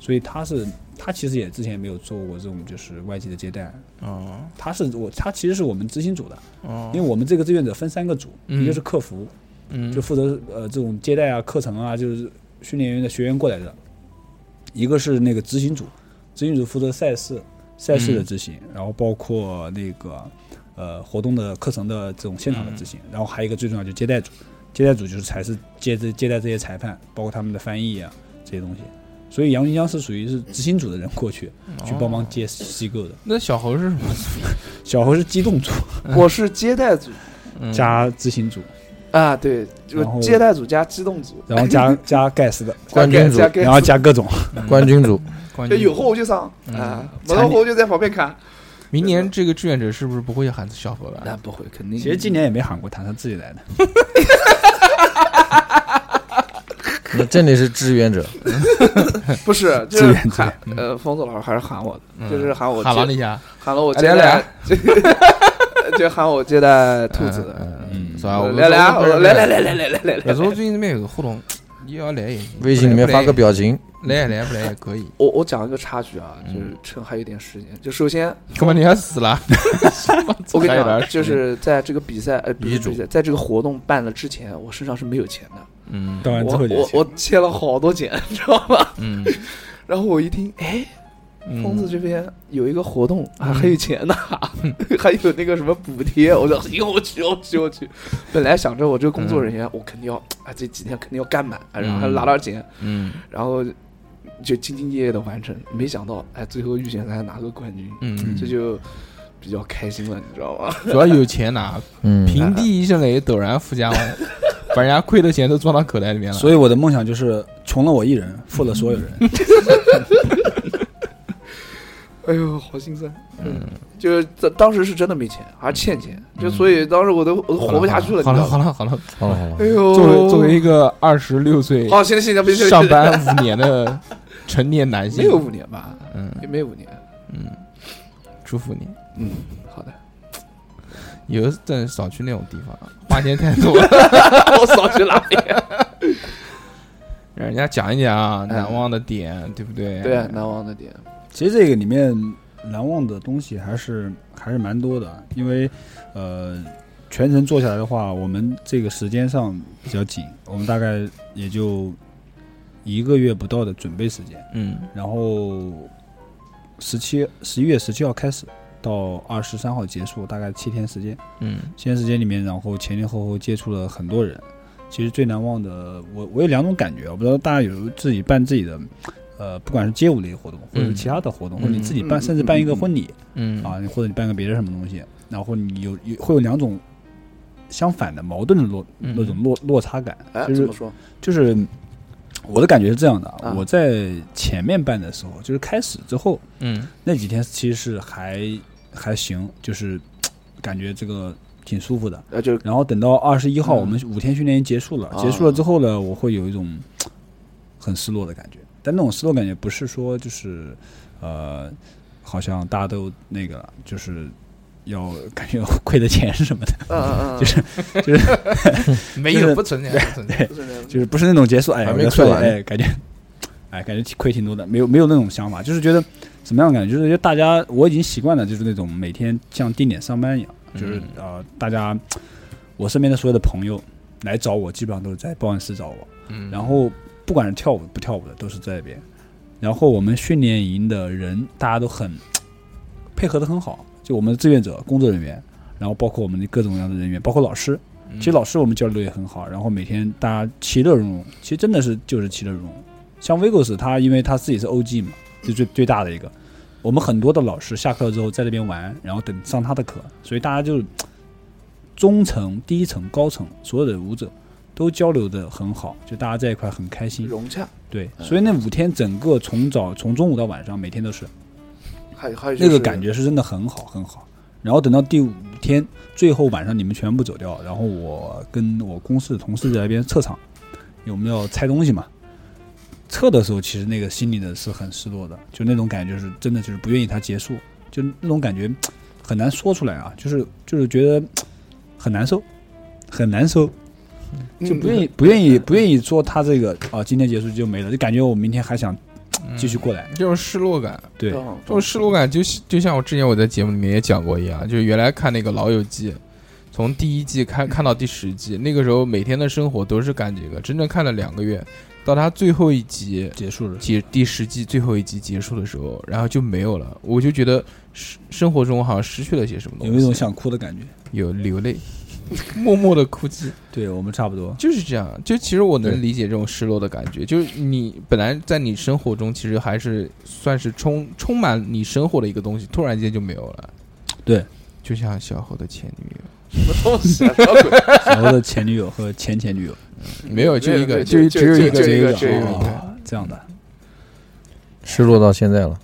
E: 所以他是他其实也之前也没有做过这种就是外籍的接待，
B: 哦
E: 他是我他其实是我们执行组的，
B: 哦，
E: 因为我们这个志愿者分三个组，
B: 嗯
E: 一个是客服，
B: 嗯
E: 就负责呃这种接待啊、课程啊，就是训练员的学员过来的。一个是那个执行组，执行组负责赛事、赛事
B: 嗯
E: 的执行，然后包括那个呃活动的课程的这种现
B: 嗯
E: 场的执行，然后还有一个最重要就是接待组，接待组就是才是接这接待这些裁判，包括他们的翻译啊这些东西。所以杨云江是属于是执行组的人过去去帮忙
B: 哦
E: 接机构的，
B: 那小猴是什么
E: 小猴是机动组
C: 我是接待组
B: 嗯
E: 加执行组，
C: 啊，对，就
E: 然后
C: 是接待组加机动组，
E: 然 后加加盖斯的，
D: 冠军组
C: 加，盖
E: 然后加各种。
D: 冠军 组，
B: 冠
C: 就
B: 军？
C: 有货我就上
B: 嗯
C: 啊，没
E: 残
C: 有货我就在旁边看。
B: 明年这个志愿者是不是不会喊小猴了？
C: 不会，肯定
E: 其实今年也没喊过他，他自己来的。
D: 那这里是志愿者，
C: 不是，就
E: 自
C: 是
E: 愿自
C: 喊呃，方子老师还是喊我的，
B: 嗯
C: 就是喊我
B: 喊
C: 接
B: 了一下，
C: 喊了我
B: 哎
C: 接
B: 来来
C: 待，就喊我接待兔子的。
B: 嗯，
E: 嗯
B: 算了，我
C: 来来
B: 我
C: 来来来来来来来
B: 我
C: 来
B: 说
C: 来，
B: 最近那边有个互动，也要来一个，
D: 微信里面发个表情，
B: 来也来不来也可以。
C: 我我讲一个插曲啊，
B: 嗯
C: 就是趁还有点时间，就首先
B: 哥们，你要死了！
C: 我跟你
B: 还有点
C: 讲啊
B: 时，间
C: 就是在这个比赛呃，不
D: 遗
C: 是
D: 嘱
C: 比赛，在这个活动办了之前，我身上是没有钱的，
B: 嗯
E: 当然
C: 我
E: 最后一点
C: 我我欠了好多钱， 你知道吧？
B: 嗯，
C: 然后我一听，哎，疯子这边有一个活动啊，
B: 嗯
C: 还有钱呢， 还有那个什么补贴，我说行，我去，我去，我去。本来想着我这个工作人员，我肯定要啊，这几天肯定要干满，啊然后还
B: 嗯
C: 拿到钱，
B: 嗯
C: 然后就兢兢业业的完成。没想到，哎，最后预选赛拿个冠军，
B: 嗯，
C: 这就比较开心了，你知道吗？
B: 主要有钱拿，
D: 嗯，
B: 平地一声雷，陡然富家翁， 把人家亏的钱都装到口袋里面了。
E: 所以我的梦想就是穷了我一人，富了所有人。
C: 嗯哎呦，好心酸。嗯，就是当当时是真的没钱，还欠钱，就所以当时我都我都
B: 好
C: 活不下去了，你
B: 好
C: 知
B: 了
C: 道
B: 好
C: 吗？
B: 了好了，
D: 好了好了
C: 哎，呦，
B: 作为作为一个二十六岁
C: 好，行了行了，别别别
B: 上班五年的成年男
C: 没
B: 性，
C: 有五年吧，
B: 嗯
C: 也没有五年。
B: 嗯，祝福你，
C: 嗯，好的，
B: 以后真的少去那种地方，花钱太多了。
C: 我扫去哪里？
B: 让人家讲一讲啊
E: 哎
B: 难忘的点，对不对？
C: 对，难忘的点，
E: 其实这个里面难忘的东西还是还是蛮多的，因为呃，全程做下来的话，我们这个时间上比较紧，我们大概也就一个月不到的准备时间，
B: 嗯
E: 然后十七十一月十七号开始到二十三号结束，大概七天时间。
B: 嗯
E: 七天时间里面，然后前前后后接触了很多人。其实最难忘的，我我有两种感觉，我不知道大家有没有自己办自己的，呃，不管是街舞类活动，或者是其他的活
B: 嗯
E: 动，或者你自己办，
C: 嗯
E: 甚至办一个婚礼、
B: 嗯
E: 啊，或者你办个别的什么东西，然后你有有会有两种相反的矛盾的落
B: 嗯
E: 那种落落差感，
C: 哎，
E: 就
C: 怎
E: 是
C: 么说？
E: 就是我的感觉是这样的，
C: 啊
E: 我在前面办的时候，就是开始之后，
B: 嗯
E: 那几天其实是还还行，就是感觉这个挺舒服的。
C: 呃，就是
E: 然后等到二十一号，
B: 嗯
E: 我们五天训练营结束了，
C: 啊
E: 结束了之后呢，我会有一种很失落的感觉。但那种失落感觉不是说就是呃，好像大家都那个了就是要 感觉亏的钱什么的，
C: 嗯嗯嗯，
E: 就是
B: 没
E: 就是
B: 有不存在，不存在。
C: 就是
E: 就是不是那种结束，哎呀，
D: 还
E: 我
D: 没
E: 要睡了，
D: 亏完
E: 哎，感觉 哎感觉挺亏挺多的，没有没有那种想法，就是觉得什么样的感觉？就是觉得大家我已经习惯了，就是那种每天像定点上班一样，就是
B: 嗯
E: 呃大家我身边的所有的朋友来找我，基本上都是在报恩寺找我。
B: 嗯
E: 然后不管是跳舞不跳舞的都是在这边。然后我们训练营的人大家都很配合的很好，就我们的志愿者、工作人员，然后包括我们的各种各样的人员，包括老师。其实老师我们交流也很好，然后每天大家其乐融融，其实真的是就是其乐融融。像 Vigos 他因为他自己是 OG 嘛，就最最大的一个。我们很多的老师下课之后在那边玩，然后等上他的课，所以大家就。中层、低层、高层所有的舞者都交流的很好，就大家在一块很开心。
C: 融洽。
E: 对，
C: 嗯
E: 所以那五天整个从早从中午到晚上，每天都是
C: 还还有就
E: 那个
C: 是
E: 感觉是真的很好很好。然后等到第五天最后晚上，你们全部走掉，然后我跟我公司的同事在那边撤场，因为我们要拆东西嘛。撤的时候，其实那个心里的是很失落的，就那种感觉就是真的就是不愿意它结束，就那种感觉嗯很难说出来啊， 就是就是觉得很难受，很难受。就不愿意，不愿意，不愿意说他这个啊，今天结束就没了，就感觉我明天还想继续过来。
B: 嗯这种失落感，
E: 对，
C: 嗯。
B: 这种失落感就就像我之前我在节目里面也讲过一样，就是原来看那个《老友记》，从第一季看看到第十季，那个时候每天的生活都是干这个，真正看了两个月，到它最后一集
E: 结束了。
B: 结第十季最后一集结束的时候，然后就没有了，我就觉得生生活中好像失去了些什么东西，
E: 有一种想哭的感觉。
B: 有流泪， 默默的哭泣。
E: 对我们差不多。
B: 就是这样，就其实我能
E: 对
B: 理解这种失落的感觉，就是你本来在你生活中其实还是算是充充满你生活的一个东西，突然间就没有了。
E: 对，
B: 就像小侯的前女友，
C: 什么东西啊？什么鬼
E: 然后的前女友和前前女友，
B: 没有就一个，
C: 对
B: 就
C: 对
B: 只有
C: 就
B: 一个，
C: 就
B: 只有
C: 一个
B: 只有一
C: 就一
B: 个
C: 个。
E: 哦这样的。
D: 失落到现在了，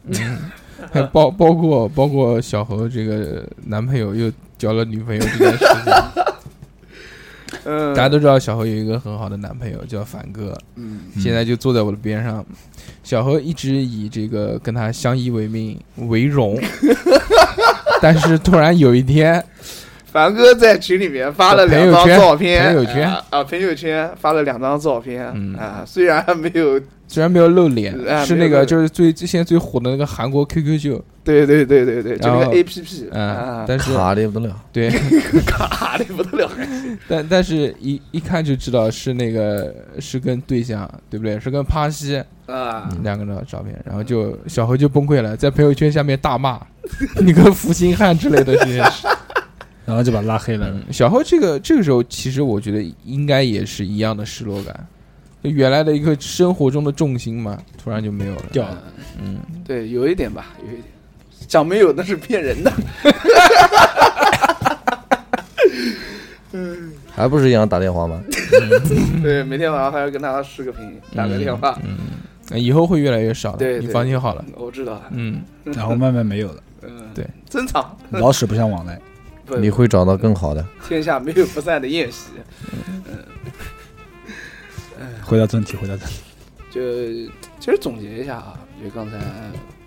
B: 还哎包包括包括小侯这个男朋友又交了女朋友这件事 情，
C: 嗯，
B: 大家都知道小侯有一个很好的男朋友叫凡哥，
C: 嗯，
B: 现在就坐在我的边上。小何一直以这个跟他相依为命为 荣，但是突然有一天，
C: 凡哥在群里面发了两
B: 朋
C: 张
B: 友圈
C: 照片，
B: 朋友圈
C: 啊啊，朋友圈发了两张照片
B: 嗯
C: 啊，虽然还没有，
B: 虽然没有露脸，
C: 哎
B: 是
C: 没
B: 那
C: 有
B: 个
C: 露
B: 就是最最现在最火的那个韩国 QQ 秀，
C: 对对对对对，就那
B: 然后
C: 个 A P P
B: 嗯
C: 啊，，
B: 但是
D: 卡的不得了。
B: 对，
C: 卡的不得了，
B: 但但是一一看就知道是那个是跟对象，对不对？是跟帕西
C: 啊，
B: 两个人的照片，然后就小何就崩溃了，在朋友圈下面大骂 你个负心汉之类的这些事。
E: 然后就把他拉黑了。
B: 嗯，小侯这个这个时候，其实我觉得应该也是一样的失落感，就原来的一个生活中的重心嘛，突然就没有了。
E: 掉了，
B: 嗯，
C: 对，有一点吧，有一点，讲没有那是骗人的，
D: 还不是一样打电话吗？
B: 嗯
C: 对，每天晚上还要跟他视个频，打个电话，
B: 那以后会越来越少的，
C: 对
B: 你
C: 对
B: 放心好了。
C: 我知道了，
B: 嗯，
E: 然后慢慢没 有了，
C: 嗯，
B: 对，
C: 珍藏，
E: 老死不相往来。
C: 不
D: 你会找到更好的。
C: 天下没有不散的宴席，
E: 回到正题，回到正题。
C: 就其实总结一下啊，就刚才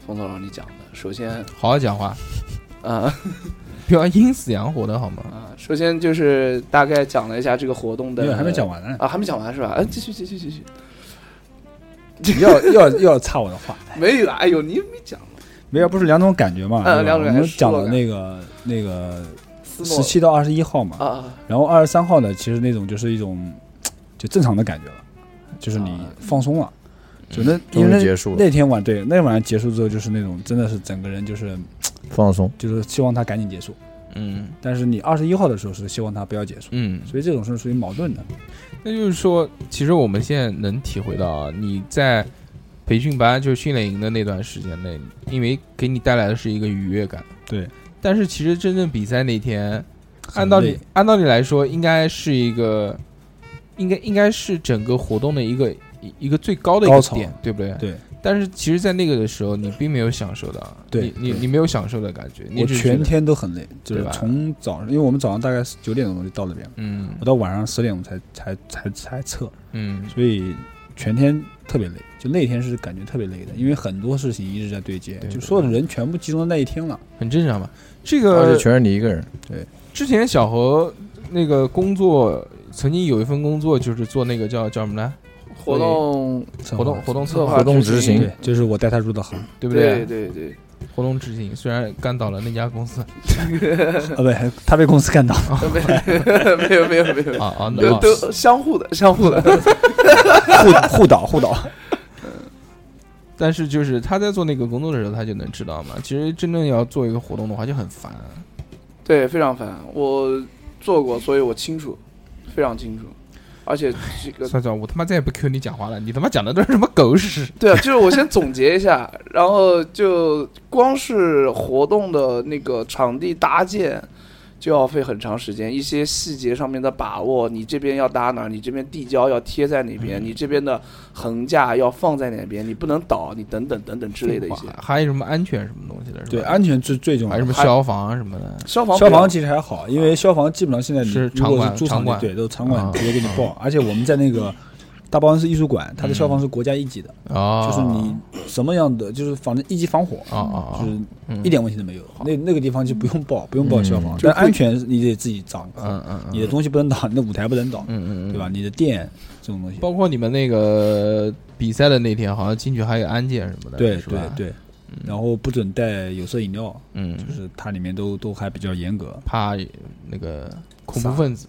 C: 冯总让你讲的，首先
B: 好好讲话，
C: 啊。
B: 不要阴死阳活的好吗？
C: 啊，首先就是大概讲了一下这个活动的，
E: 没有，还没讲完 呢。
C: 啊，还没讲完是吧？哎，继续继续继续，
E: 要要要插我的话，
C: 没有，哎呦，你又没讲
E: 没有，不是两种感觉嘛？
C: 嗯
E: 对吧
C: 两种感
E: 我
C: 觉
E: 们讲
C: 失落
E: 了
C: 感
E: 那个那个
C: 斯诺
E: 十七到二十一号嘛，
C: 啊，
E: 然后二十三号呢，其实那种就是一种就正常的感觉了，就是你
C: 啊嗯
E: 放松了，就那
D: 终于
E: 因为那
D: 结束了
E: 那天晚对那天晚上结束之后，就是那种真的是整个人就是
D: 放松，
E: 就是希望它赶紧结束，
B: 嗯
E: 但是你二十一号的时候是希望它不要结束，
B: 嗯，
E: 所以这种是属于矛盾的。
B: 那就是说，其实我们现在能体会到啊，你在培训班就是训练营的那段时间内，因为给你带来的是一个愉悦感，
E: 对。
B: 但是其实真正比赛那天，按
E: 很
B: 道
E: 累
B: 理按道理来说，应该是一个，应该应该是整个活动的一个一一个最高的一
E: 高
B: 个
E: 潮
B: 点，对不对？
E: 对。
B: 但是其实，在那个的时候，你并没有享受到，
E: 对
B: 你你你没有享受的感觉，你
E: 我
B: 只是觉
E: 全
B: 得，
E: 天都很累，就
B: 对
E: 是
B: 吧
E: 从早上，因为我们早上大概九点钟就到那边了，
B: 嗯
E: 我到晚上十点钟才才才才撤，
B: 嗯
E: 所以全天特别累。就那天是感觉特别累的，因为很多事情一直在对接，
B: 对
E: 就
B: 对
E: 所有的人全部集中在那一天了。
B: 很正常嘛。这
E: 呃
D: 而
B: 个
D: 且全是你一个人。
B: 之前小何那个工作，曾经有一份工作就是做那个叫叫什么来
C: 活动
B: 活动活动策
C: 策
B: 划，
C: 划
D: 活动执行
E: 对，就是我带他入 的行，
B: 对不
C: 对对对，
B: 活动执行虽然干倒了那家公 司，
E: 啊，不，他被公司干到，
C: 没有没有没有没有，
B: 啊啊，那
C: 都
B: 啊
C: 都相互的相互的，
E: 互互导互导。
B: 但是就是他在做那个工作的时候，他就能知道嘛。其实真正要做一个活动的话，就很烦。
C: 对，非常烦，我做过，所以我清楚，非常清楚，而且这个
B: 算算，我他妈再也不 Q 你讲话了，你他妈讲的都是什么狗屎？
C: 对啊，就是我先总结一下，然后就光是活动的那个场地搭建，就要费很长时间，一些细节上面的把握，你这边要搭哪儿，你这边地胶要贴在哪边，你这边的横架要放在哪边，你不能倒，你等等等等之类的一些。
B: 还有什么安全什么东西的？是吧
E: 对，安全最最重
B: 还有
E: 要
B: 什。么
C: 还
B: 消防啊什么的？
C: 消防
E: 消防
C: 不
E: 其实还好，因为消防基本上现在你
B: 是
E: 如果
B: 场
E: 是
B: 馆
E: 驻
B: 场
E: 场
B: 馆
E: 地，对，都是场
B: 啊
E: 馆直接给你报，而且我们在那个大报恩寺艺术馆，
B: 嗯
E: 它的消防是国家一级的，
B: 哦，
E: 就是你什么样的，就是反正一级防火，
B: 啊啊
E: 就是
B: 嗯
E: 一点问题都没有。那那个地方就不用报，不用报消防
B: 嗯，
E: 但安全你得自己掌控，
B: 嗯嗯嗯，
E: 你的东西不能倒，你的舞台不能倒，
B: 嗯嗯嗯，
E: 对吧？？你的电这种东西，
B: 包括你们那个比赛的那天，好像进去还有安检什么的，
E: 对
B: 是
E: 对
B: 吧？，
E: 对，然后不准带有色饮料，
B: 嗯，
E: 就是它里面都都还比较严格。
B: 怕那个恐怖分子，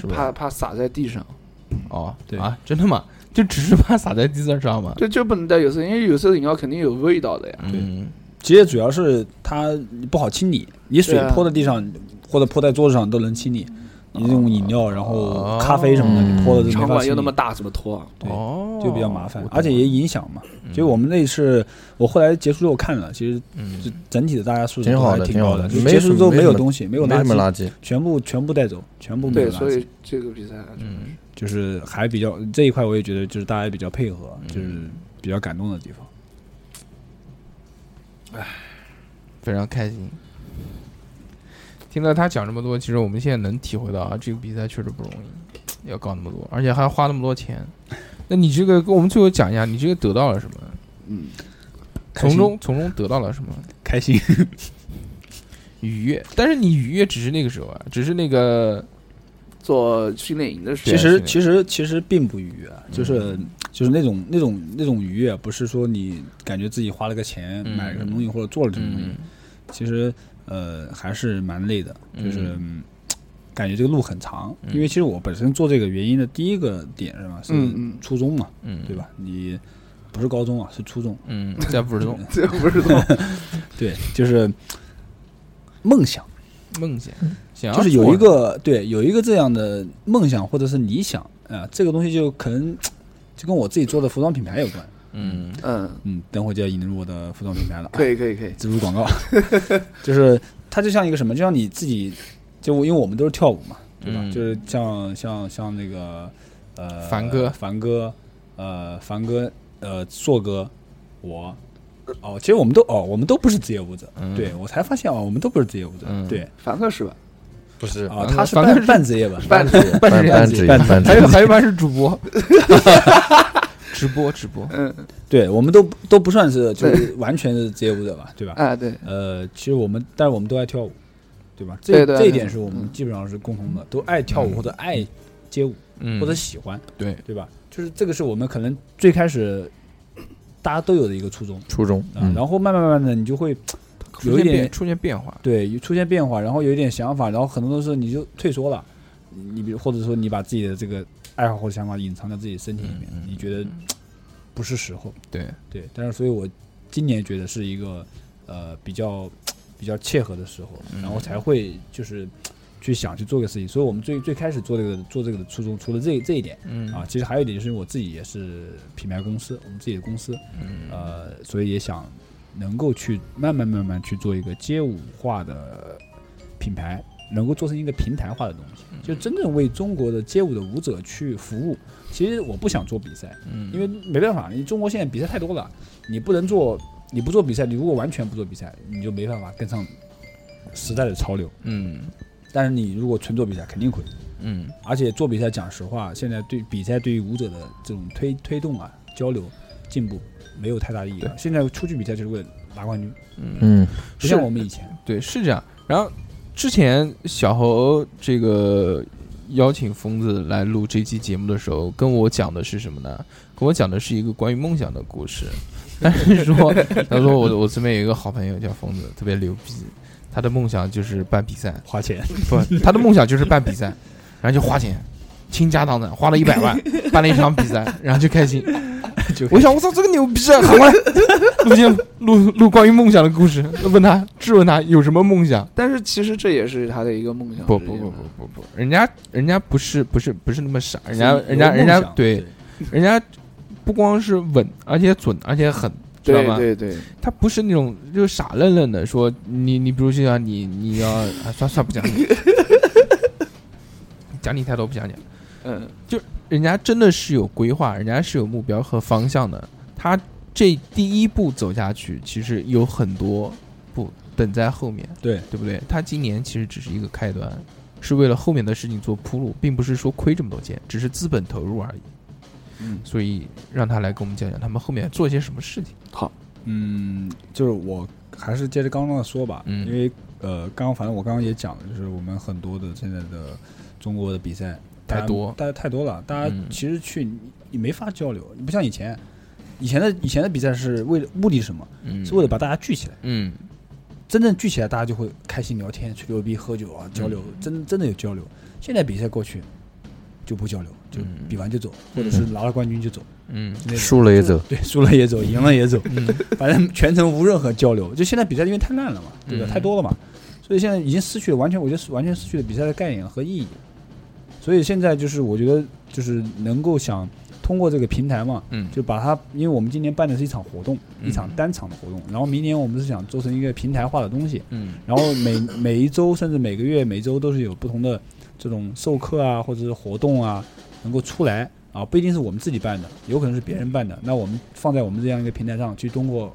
B: 是
C: 怕
B: 吧？
C: 怕洒在地上，
B: 哦，
E: 对
B: 啊，真的吗？就只是怕洒在地上上吗？
C: 就就不能带有色，因为有色饮料肯定有味道的呀。
B: 嗯，
E: 其实主要是它不好清理，你水
C: 对啊
E: 泼在地上或者泼在桌子上都能清理，你这种饮料然后咖啡什么的
B: 哦
E: 你泼了
C: 嗯
E: 就
C: 场
E: 没法
C: 馆又那
E: 清
C: 么
E: 理，
C: 大，怎么拖啊？
E: 对
B: 哦，
E: 就比较麻烦
B: 我，懂
E: 而且
B: 了
E: 也影响嘛。所以我们那次我后来结束之后看了，其实
B: 嗯
E: 就整体的大家素质
D: 挺
E: 都
D: 好
E: 还
D: 的
E: 挺
D: 挺
E: 高
D: 好
E: 的，
D: 的
E: 就
D: 没
E: 结
D: 什
E: 束
D: 么
E: 之后
D: 没
E: 没
D: 什
E: 有
D: 么
E: 东西，没有
D: 没
E: 垃
D: 什么
E: 圾，
D: 垃圾。
E: 全部全部带走，全部没有
C: 对，
E: 垃
C: 所
E: 圾。
C: 以这个比赛
B: 嗯
E: 就是还比较这一块，我也觉得就是大家比较配合，就是比较感动的地方。
B: 非常开心。听了他讲这么多，其实我们现在能体会到啊，这个比赛确实不容易，要搞那么多，而且还要花那么多钱。那你这个，跟我们最后讲一下，你这个得到了什么？
C: 嗯，
E: 开
B: 从
E: 心
B: 中从中得到了什么
E: 开心，
B: 愉悦？但是你愉悦只是那个时候啊，只是那个
C: 做训练营的时
B: 对啊
E: 其
C: 候，
B: 是
E: 实
B: 的嗯
E: 其实其实并不愉悦，啊就是就是那种那种那种愉悦，不是说你感觉自己花了个钱
B: 嗯
E: 买了什么东西或者做了什么东西
B: 嗯，
E: 其实呃还是蛮累的，就是
B: 嗯
E: 嗯感觉这个路很长。
B: 嗯
E: 因为其实我本身做这个原因的第一个点是吧，是
C: 嗯嗯
E: 初中嘛，
B: 嗯，
E: 对？吧？你不是高中啊，是初中，
B: 嗯，在不知中
C: 这不是说
E: 对，就是梦想。
B: 梦想，想要
E: 就是有
B: 做
E: 一个对有一个这样的梦想或者是理想啊，这个东西就可能就跟我自己做的服装品牌有关。
B: 嗯
C: 嗯，
E: 嗯，等会就要引入我的服装品牌了，啊
C: 可以可以可以，
E: 植入广告， 就是它就像一个什么，就像你自己，就因为我们都是跳舞嘛，对吧？
B: 嗯
E: 就是像像像那个呃，
B: 凡哥
E: 凡哥，呃，凡哥，呃，硕哥，我。哦，其实我们都哦，我们都不是职业舞者，
B: 嗯
E: 对我才发现哦，我们都不是职业舞者，
B: 嗯
E: 对
C: 凡客是吧？
D: 不是
E: 啊、
B: 凡哥
E: 他是
B: 凡哥
E: 半
B: 是
E: 半职业吧，
C: 半职
B: 半
C: 业，
D: 半
B: 职业
D: 半
B: 自己
D: 职
E: 半
D: 业半职
B: 还
D: 业
B: 有还有一半是主播，直播直播，
C: 嗯，
E: 对，我们都不都不算是就是完全是职业舞者吧，对吧？
C: 啊对，
E: 呃，其实我们，但是我们都爱跳舞，对吧？这
C: 对对
E: 这一
C: 对嗯
E: 点是我们基本上是共同的，都爱跳舞或者爱街舞、
B: 嗯，
E: 或者喜欢，
B: 对
E: 对吧？就是这个是我们可能最开始大家都有的一个初衷
D: 初中，
B: 嗯
D: 嗯
E: 啊、然后慢慢慢慢的你就会
B: 出
E: 有一
B: 现
E: 点
B: 变出现变化，
E: 对出现变化，然后有一点想法，然后很多时候你就退缩了，你比如或者说你把自己的这个爱好或者想法隐藏在自己身体里面，
B: 嗯嗯
E: 你觉得不是时候。
B: 对，
E: 对，但是所以我今年觉得是一个呃比较比较切合的时候，
B: 嗯
E: 然后才会就是去想去做个事情。所以我们最最开始做这个做这个的初衷，除了这这一点
B: 嗯
E: 啊，其实还有一点就是我自己也是品牌公司，我们自己的公司，
B: 嗯
E: 呃，所以也想能够去慢慢慢慢去做一个街舞化的品牌。能够做成一个平台化的东西，
B: 嗯
E: 就真正为中国的街舞的舞者去服务。其实我不想做比赛，
B: 嗯，
E: 因为没办法，你中国现在比赛太多了，你不能做，你不做比赛，你如果完全不做比赛，你就没办法跟上时代的潮流。
B: 嗯
E: 但是你如果纯做比赛，肯定会。
B: 嗯
E: 而且做比赛，讲实话，现在对比赛对于舞者的这种推推动啊、交流、进步没有太大意义了。现在出去比赛就是为了拿冠军，
B: 嗯。
D: 嗯，
E: 不像
B: 是
E: 我们以前。
B: 对，是这样。然后之前小侯这个邀请疯子来录这期节目的时候，跟我讲的是什么呢？跟我讲的是一个关于梦想的故事。但是说，他说我我身边有一个好朋友叫疯子，特别牛逼，他的梦想就是办比赛，
E: 花钱，
B: 不，他的梦想就是办比 赛，然后就花钱。倾家荡产，花了一百 万办了一场比赛，然后就开 心。
E: 就
B: 我想，我操，这个牛逼啊！ 喊过来，录节目，录录关于梦想的故事。问他，质问他有什么梦想？
C: 但是其实这也是他的一个梦想之一
B: 不
C: 嘛。
B: 不不不不不，人家人家不是不是不是那么傻， 人家
E: 有
B: 人家人
E: 梦
B: 家
E: 想
B: 对，人家不光是稳，而且准，而且狠，知道
C: 对
B: 吗？
C: 对对，
B: 他不是那种就是傻愣愣的说你你比如就像你你要啊算算不讲你， 讲你太多不想讲，
C: 嗯，
B: 人家真的是有规划，人家是有目标和方向的。他这第一步走下去，其实有很多步等在后面，
E: 对
B: 对不对？他今年其实只是一个开端，是为了后面的事情做铺路，并不是说亏这么多钱，只是资本投入而已。
C: 嗯
B: 所以让他来跟我们讲讲他们后面做些什么事情。
E: 嗯，就是我还是接着刚刚的说吧，
B: 嗯
E: 因为呃，刚刚反正我刚刚也讲了，就是我们很多的现在的中国的比赛
B: 太多
E: 大家太多了，大家
B: 嗯
E: 其实去你你没法交流，你不像以前，以前的以前的比赛是为了目的是什么？
B: 嗯
E: 是为了把大家聚起来，
B: 嗯
E: 真正聚起来，大家就会开心聊天、吹牛逼、喝酒啊，交流，
B: 嗯
E: 真真的有交流。现在比赛过去就不交流，就
B: 嗯
E: 比完就走，或者是拿了冠军就走，
B: 嗯
E: 就那种
D: 输了也走，
E: 对，输了也走，赢了 也走，
B: 嗯
E: 反正全程无任何交流。就现在比赛因为太烂了嘛，对吧？
B: 嗯
E: 太多了嘛，所以现在已经失去了完全，我觉得是完全失去了比赛的概念和意义。所以现在就是我觉得就是能够想通过这个平台嘛，
B: 嗯
E: 就把它，因为我们今年办的是一场活动，
B: 嗯
E: 一场单场的活动，然后明年我们是想做成一个平台化的东西，
B: 嗯
E: 然后每 每一周甚至每个月每周都是有不同的这种授课啊或者是活动啊能够出来啊，不一定是我们自己办的，有可能是别人办的。那我们放在我们这样一个平台上去通过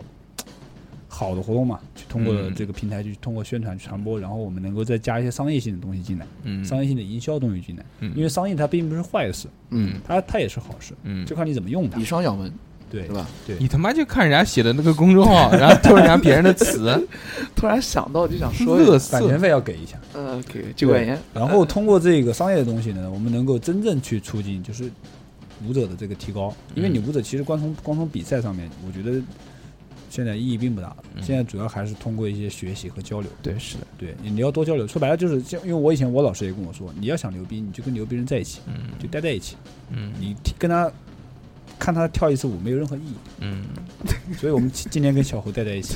E: 好的活动嘛，去通过
B: 嗯
E: 这个平台去通过宣传去传播，然后我们能够再加一些商业性的东西进来，
B: 嗯，
E: 商业性的营销东西进来，
B: 嗯
E: 因为商业它并不是坏事，
C: 嗯，
E: 它它也是好事，
B: 嗯
E: 就看你怎么用它
C: 以。商养文，
E: 对
C: 对吧？
B: 你他妈就看人家写的那个公众 号，然后偷人家别人的词，
C: 突然想到就想说一
B: 乐
C: 下，
B: 色
E: 版。权费要给一下。
C: 呃，给酒馆员，
E: 然后通过这个商业的东西呢，我们能够真正去促进就是舞者的这个提高，因为你舞者其实光从光从比赛上面，我觉得现在意义并不大，
B: 嗯
E: 现在主要还是通过一些学习和交流。
B: 对，是的，
E: 对，你要多交流。说白了就是像，因为我以前我老师也跟我说，你要想牛逼，你就跟牛逼人在一起，
B: 嗯
E: 就待在一起，
B: 嗯
E: 你跟他看他跳一次舞没有任何意义。
B: 嗯，
E: 所以我们今今天跟小猴待在一起，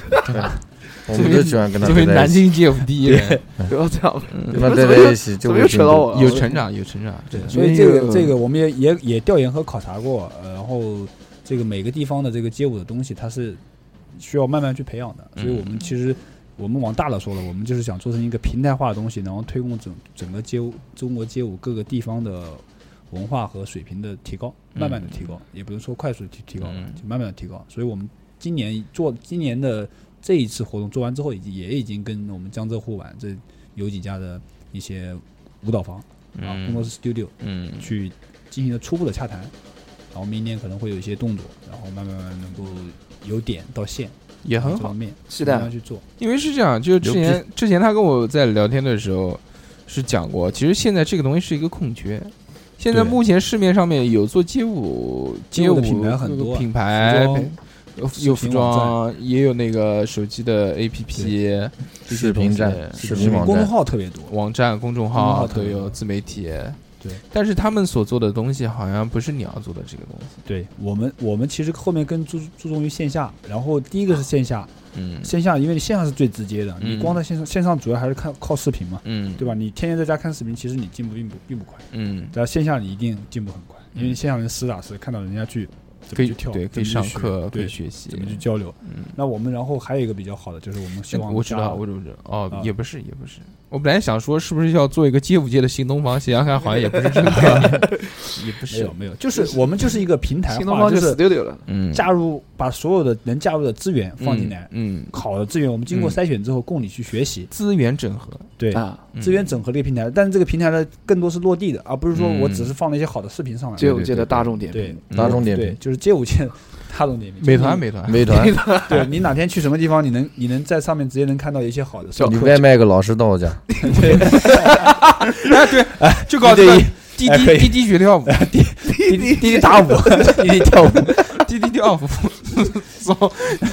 D: 我们就喜欢跟他
B: 作为
D: 待在
B: 南
D: 一起，
B: 京 GF 第一人，嗯
C: 不要这样，
D: 跟他待在一起
C: 怎
D: 就
C: 么
D: 会
C: 又
D: 进
C: 扯到
D: 步。
C: 我了？
B: 有成长，有成长，真的
E: 所以这
C: 因
E: 个
C: 为
E: 这个我们也也也调研和考察过，呃然后这个每个地方的这个街舞的东西，它是需要慢慢去培养的。
B: 嗯
E: 所以我们其实我们往大了说了，我们就是想做成一个平台化的东西，然后推动整整个街舞中国街舞各个地方的文化和水平的提高，
B: 嗯
E: 慢慢的提高，也不能说快速地提提高，
B: 嗯
E: 就慢慢的提高。所以我们今年做今年的这一次活动做完之后，已经也已经跟我们江浙沪皖这有几家的一些舞蹈房啊工作室 studio
B: 嗯
E: 去进行了初步的洽谈，然后明年可能会有一些动作，然后慢慢慢慢能够由点到线，
B: 也很
E: 这
B: 好
E: 方。面
C: 期
E: 慢
C: 待
E: 慢去做。
B: 因为是这样，就是之
D: 牛
B: 前之前他跟我在聊天的时候是讲过，其实现在这个东西是一个空缺。现在
E: 对
B: 目前市面上面有做街舞街
E: 街舞
B: 舞
E: 的品牌很多
B: 品
E: 服
B: 牌
E: 装
B: 有有服
E: 视频网
B: 装，也有那个手机的 APP 这些
D: 视频
B: 东西
D: 站、视
E: 就是
D: 频网
E: 公众
D: 站，
E: 号特别多，
B: 网站、公众
E: 公众
B: 号
E: 号
B: 都
E: 特别
B: 有
E: 多
B: 自媒体。
E: 嗯对，
B: 但是他们所做的东西好像不是你要做的这个东西。
E: 对我们我们其实后面更注注重于线下，然后第一个是线下，
B: 嗯
E: 线下因为你线上是最直接的，
B: 嗯
E: 你光在线上线上主要还是看靠视频嘛，
B: 嗯，
E: 对吧？你天天在家看视频，其实你进步并不并不快，
B: 嗯，
E: 但线下你一定进步很快，因为
B: 嗯
E: 线上人实打实看到人家去怎
B: 可
E: 么
B: 以
E: 去跳，
B: 对，可以
E: 怎么
B: 上
E: 去学
B: 课，可以
E: 对，
B: 学习
E: 怎。么去交流。
B: 嗯，哎
E: 那我们然后还有一个比较好的就是我们希望
B: 我知
E: 加
B: 道，我知道，我知道哦
E: 啊，
B: 也不是，也不是。我本来想说，是不是要做一个街舞界的新东方？想想看，好像也不是这个概 念，也不
E: 没
B: 是
E: 有。没有，就是我们就是一个平台
C: 新东
E: 化，
C: 方
E: 就
C: 就是 studio 了，
B: 嗯，
E: 加入把所有的能加入的资源放进来，
B: 嗯，嗯，
E: 好的资源我们经过
B: 嗯
E: 筛选之后供你去学习，
B: 资源整合，
E: 对，
C: 啊，
B: 嗯
E: 资源整合这个平台，但是这个平台呢更多是落地的，而不是说我
B: 嗯
E: 只是放了一些好的视频上来，
C: 街舞界的大众点
E: 对
C: 评，
B: 嗯
D: 大众点
E: 对，
D: 评、
E: 就是街舞界大众点评，
B: 美团，
E: 就是
B: 美团，
D: 美团，
E: 你对你哪天去什么地方，你能你能在上面直接能看到一些好的视
D: 你
E: 频，
D: 外卖个老师到我家，
B: 就告诉
E: 一对
B: 他
E: 一
B: 滴
E: 哎可
B: 滴
E: 以
B: 滴滴学跳舞，
E: 滴滴滴滴打舞，滴滴跳舞，
B: 滴滴跳舞，送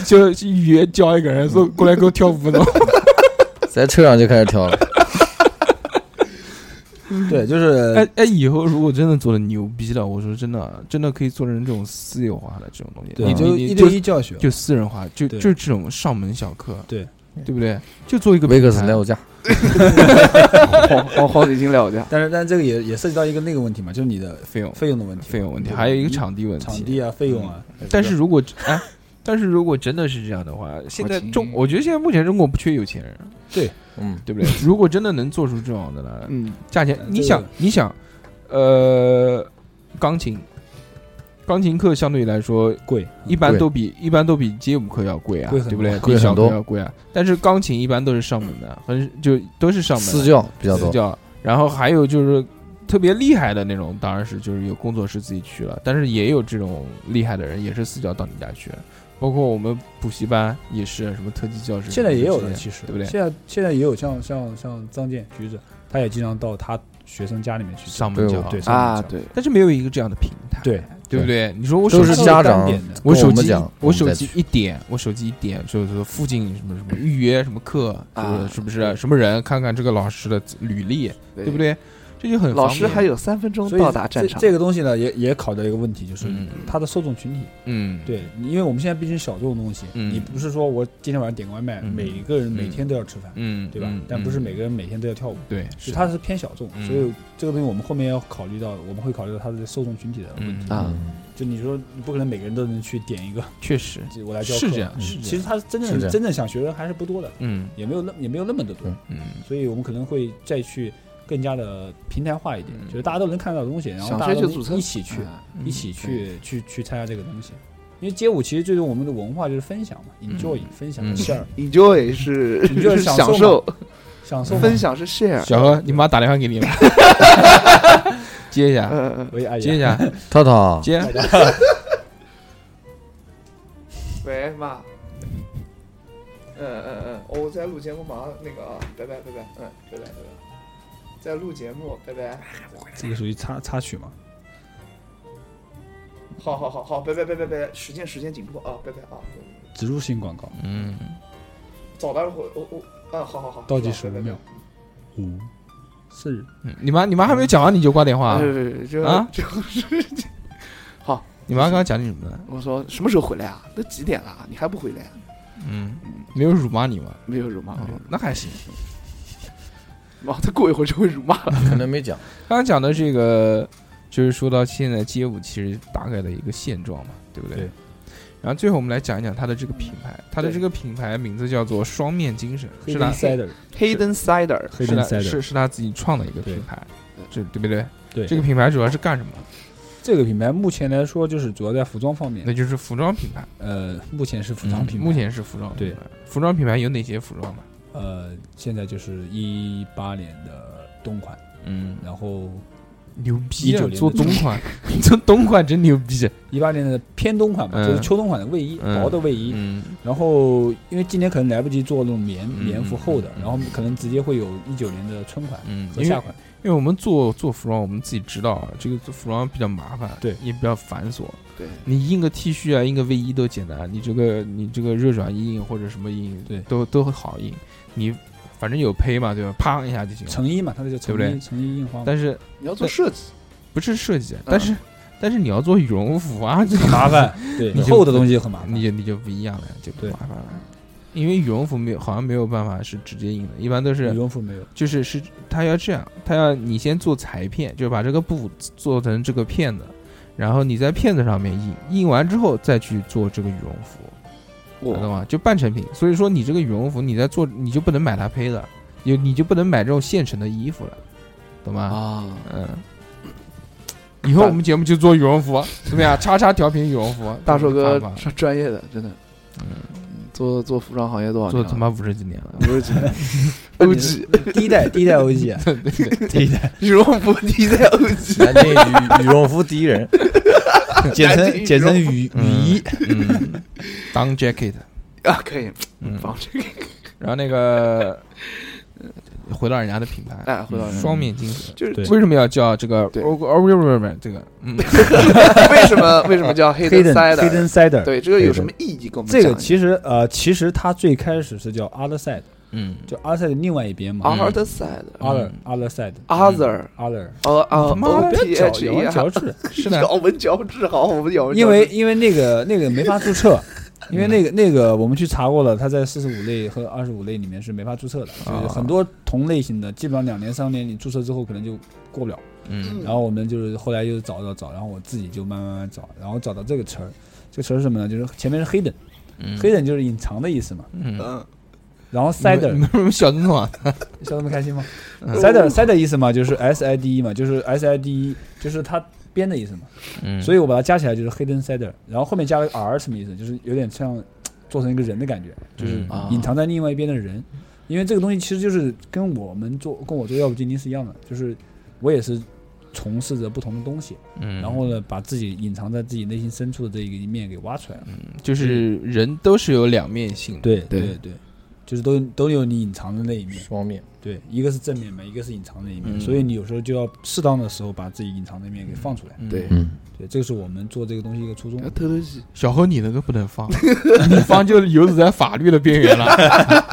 B: 就预约教一个人说过来给我跳五分钟。
D: 在车上就开始跳了。
E: 对，就是
B: 哎哎，以后如果真的做的牛逼了，我说真的，真的可以做成这种私有化的这种东西，
E: 对啊
B: 你
E: 你就
B: 你
E: 一
B: 就
E: 对一教学，
B: 就私人化，就
E: 对
B: 就这种上门小课，
E: 对
B: 对不对？就做一个
D: 威
B: 平
D: 克
B: 台
D: 斯来我家，
C: 黄黄黄景经来我家，
E: 但是但是这个也也涉及到一个那个问题嘛，就是你的
B: 费用
E: 费用的问题，
B: 费用问题，
E: 对吧
B: 还有一个
E: 你
B: 场地问题。嗯
E: 场地啊、费用啊。
B: 但是如果哎，但是如果真的是这样的话，现在中，
C: 听
B: 我觉得现在目前中国不缺有钱人，
D: 嗯，
B: 对不对？如果真的能做出这种的来，
C: 嗯，
B: 价钱
E: 呃，
B: 你
E: 这
B: 想
E: 个，
B: 你想，呃，钢琴，钢琴课相对来说
E: 嗯贵，
B: 一般
D: 贵
B: 都比一般都比街舞课要贵啊，
E: 贵很
B: 对不对？
E: 多
D: 贵
B: 比小
D: 很多
B: 课要贵啊。但是钢琴一般都是上门的，很就都是上门
D: 私教比较
B: 私
D: 多，
B: 教，然后还有就是特别厉害的那种，当然是就是有工作室自己去了，但是也有这种厉害的人也是私教到你家去，包括我们补习班也是啊什么特级教师，
E: 现在也有
B: 什么
E: 的，
B: 这些
E: 其实
B: 对不对？
E: 现在现在也有像像像张健、橘子，他也经常到他学生家里面去
B: 上
E: 教
B: 门
D: 对
B: 教
D: 我
E: 对上
C: 啊，
E: 门教
C: 对，
B: 但是没有一个这样的平台，
E: 对，
B: 对不对？你说我手
D: 都
B: 机
D: 是
E: 他
D: 家
E: 单
D: 长
E: 点的
B: 我手
D: 跟我们
B: 机
D: 讲，
B: 我
D: 我们
B: 手
D: 再
B: 机
D: 去
B: 一点，我手机一点，就是说附近什么什么预约什么课，是不
C: 啊
B: 是是不是什么人？看看这个老师的履历，对不？对？这就很
C: 老
B: 方
C: 师
B: 便
C: 还有三分钟
E: 所以
C: 到达战
E: 这
C: 场，
E: 这个东西呢，也也考到一个问题，就是
B: 嗯
E: 它的受众群体。
B: 嗯，
E: 对，你因为我们现在毕竟是小众东西，
B: 嗯
E: 你不是说我今天晚上点个外卖，
B: 嗯
E: 每一个人每
B: 嗯
E: 天都要吃饭，
B: 嗯，
E: 对吧
B: 嗯？
E: 但不是每
B: 嗯
E: 个人每天都要跳舞，
B: 对，
E: 所以它是偏小众，
B: 嗯
E: 所以这个东西我们后面要考虑到，我们会考虑到它的受众群体的问题。
B: 嗯
C: 啊
D: 嗯
E: 就你说，你不可能每个人都能去点一个，
B: 确实，
E: 我来教
B: 是
E: 课
B: 这样
E: 嗯
B: 是这样
E: 其实他真
D: 是
E: 正
D: 这样
E: 真正想学的人还是不多的，
B: 嗯
E: 也没有那也没有那么的多，
D: 嗯
B: 嗯，
E: 所以我们可能会再去更加的平台化一点
B: 嗯，
E: 就是大家都能看到的东西，然后
C: 想
E: 大家
C: 学就
E: 都
C: 组成
E: 一起去。
C: 啊
B: 嗯
E: 一起去去去参加这个东西。因为街舞其实最终我们的文化就是分享嘛，enjoy 分享
B: 嗯
E: share
C: ，enjoy 是
E: 你就是 享
C: 享
E: 受
C: 受，
E: 享受嘛
C: 分。享是 share。
B: 小何，你妈打电话给你了，接一下，
C: 呃，
E: 喂，阿
B: 接一
E: 姨，
B: 下，
D: 涛涛，
B: 接，
C: 喂，妈。嗯嗯嗯，我在录节目，马上那个啊，拜拜拜拜，嗯，拜拜拜拜，在录节目，拜拜，
E: 这个属于插插曲嘛？
C: 好好好好，拜拜拜拜拜拜，时间时间紧迫啊，拜拜啊，
E: 植入性广告，
B: 嗯，
C: 早了我我我，嗯，好好好，
E: 倒计
C: 好
E: 时五
C: 拜拜
E: 秒，五、四，
B: 嗯你妈你妈还没有讲完你就挂电话
C: 啊，
B: 啊，
C: 对就
B: 啊
C: 就是，好，
B: 你妈刚刚讲你什么了？
C: 我说什么时候回来啊？都几点了？你还不回来啊？
B: 嗯，没有辱骂你吗？
C: 没有辱骂，
B: 哦
E: 啊
C: 没 有辱，
B: 那还行。
C: 骂，他过一会儿就会辱骂了。
D: 可能没讲，
B: 刚刚讲的这个，就是说到现在街舞其实大概的一个现状嘛，对不对？
E: 对
B: 然后最后我们来讲一讲它的这个品牌，它的
C: 对
B: 这个品牌名字叫做双面精神，
E: 黑
B: 是
E: 人
B: 它
E: cider，
C: Hayden Cider，
E: 黑
B: 是
E: 人
B: 它是
E: cider，
B: 是它自己创的一个
E: 对
B: 品牌，这对不对？
E: 对
B: 这个品牌主要是干什么？
E: 这个品牌目前来说就是主要在服装方面
B: 那，就是服装品牌。
E: 呃，目前是服装品牌，
B: 嗯目前是服装品牌。服装品牌有哪些服装嘛？
E: 呃，现在就是一八年的冬款，
B: 嗯，
E: 然后
B: 牛逼啊！
E: 19年的
B: 做冬款， 做冬款真牛逼。啊
E: 一八年的偏冬款嘛，
B: 嗯
E: 就是秋冬款的卫衣，
B: 嗯
E: 薄的卫衣，
B: 嗯
E: 然后因为今年可能来不及做那种棉
B: 嗯
E: 棉服厚的
B: 嗯，嗯
E: 然后可能直接会有一九年的春款
B: 嗯，因
E: 和
B: 为
E: 夏款。
B: 因为我们做做服装，我们自己知道啊，这个做服装比较麻烦，
E: 对
B: 也比较繁琐。
C: 对，
B: 你印个 T 恤啊，印个卫衣都简单，你这个你这个热转印或者什么印，
E: 对
B: 都都好印。你反正有胚嘛，对吧？啪一下就行了。
E: 成衣嘛，它那叫成
B: 对不
E: 衣，成衣印花嘛。
B: 但是
C: 你要做设计，
B: 不是设计，但是但是你要做羽绒服啊，这个
E: 麻 烦，对
B: 你就
E: 厚的东西很麻烦。
B: 你就你就不一样了，就不
E: 对
B: 麻烦了。因为羽绒服没有，好像没有办法是直接印的，一般都
E: 羽
B: 是
E: 绒服没有，
B: 就是是他要这样，他要你先做裁片，就是把这个布做成这个片子，然后你在片子上面印，印完之后再去做这个羽绒服，
C: 我
B: 懂吗？就半成品。所以说你这个羽绒服你在做，你就不能买它胚的，有你就不能买这种现成的衣服了，懂吗？
C: 啊，
B: 嗯。以后我们节目就做羽绒服，怎 么样？叉叉调频羽绒服，
C: 大硕哥
B: 看吧
C: 是专业的，真的，嗯，做做服装行业多少
B: 做
C: 年
B: 他
C: 了？
B: 妈五十几年了，
C: 不是几年，OG
E: 第一代第一代 OG，啊第一代
C: 羽绒服第一代 OG，
D: 南京羽羽绒服第一人，
E: 简
C: 南京
E: 称简称
C: 羽
E: 雨雨衣，
B: 嗯，当 jacket，
C: 啊，可以，
B: 嗯，
C: 放这个，
B: 然后那个呃回到人家的品牌，
C: 哎，回到人
B: 双面精神，
C: 就是
E: 对
B: 嗯为什么要叫这个？
C: 对
B: 哦哦不是不是不是这个， 嗯，
C: 为什么为什么叫
E: 黑
C: Hayden
E: 人黑
C: Cider？
E: 人 cider。
C: 对，这个有什么意义？跟我们
E: 这个
C: 讲一下
E: 其实呃，其实它最开始是叫 other side，
B: 嗯，
E: 就 other side 的另外一边嘛
B: 啊
C: Other
B: 嗯
E: other other side
C: Side，Other，
E: other，
C: 哦啊
B: 他妈的
C: ，O
E: 不
C: T
E: 要
C: H
E: 嚼
C: E
E: 咬
C: R，
E: 嚼齿，
B: 是的，
C: 咬文嚼字， 好，我们咬文嚼字，
E: 因为因为那个那个没法注册，因为那个那个我们去查过了，它在四十五类和二十五类里面是没法注册的，就是很多同类型的，基本上两年三年你注册之后可能就过不了。
B: 嗯
E: 然后我们就是后来又找找找，然后我自己就慢慢慢慢找，然后找到这个词儿，这个词儿是什么呢？就是前面是黑的，
B: 嗯
E: 黑人就是隐藏的意思嘛。
B: 嗯，
C: 嗯，
E: 然后 cider
B: 你们你们小灯啊，
E: 笑得那么开心吗
B: 嗯
E: ？cider cider 意思嘛，就是 S I D E 嘛，就是 S I D E，就是它编的意思嘛。
B: 嗯，
E: 所以我把它加起来就是 hidden cider，然后后面加了个 r 什么意思？就是有点像做成一个人的感觉，就是
B: 嗯
C: 啊
E: 隐藏在另外一边的人。因为这个东西其实就是跟我们做跟我做药物精灵是一样的，就是我也是从事着不同的东西，
B: 嗯，
E: 然后呢，把自己隐藏在自己内心深处的这一面给挖出来了。
B: 就是人都是有两面性的，
E: 对
C: 对
E: 对对，就是都都有你隐藏的那一面。
D: 双面，
E: 对，一个是正面嘛，一个是隐藏的一面，
B: 嗯
E: 所以你有时候就要适当的时候把自己隐藏的一面给放出来。
B: 嗯呃
C: 对
D: 嗯，
E: 对，这个是我们做这个东西一个初衷
C: 要。偷偷洗，
B: 小何，你那个不能放， 你放就游走在法律的边缘了，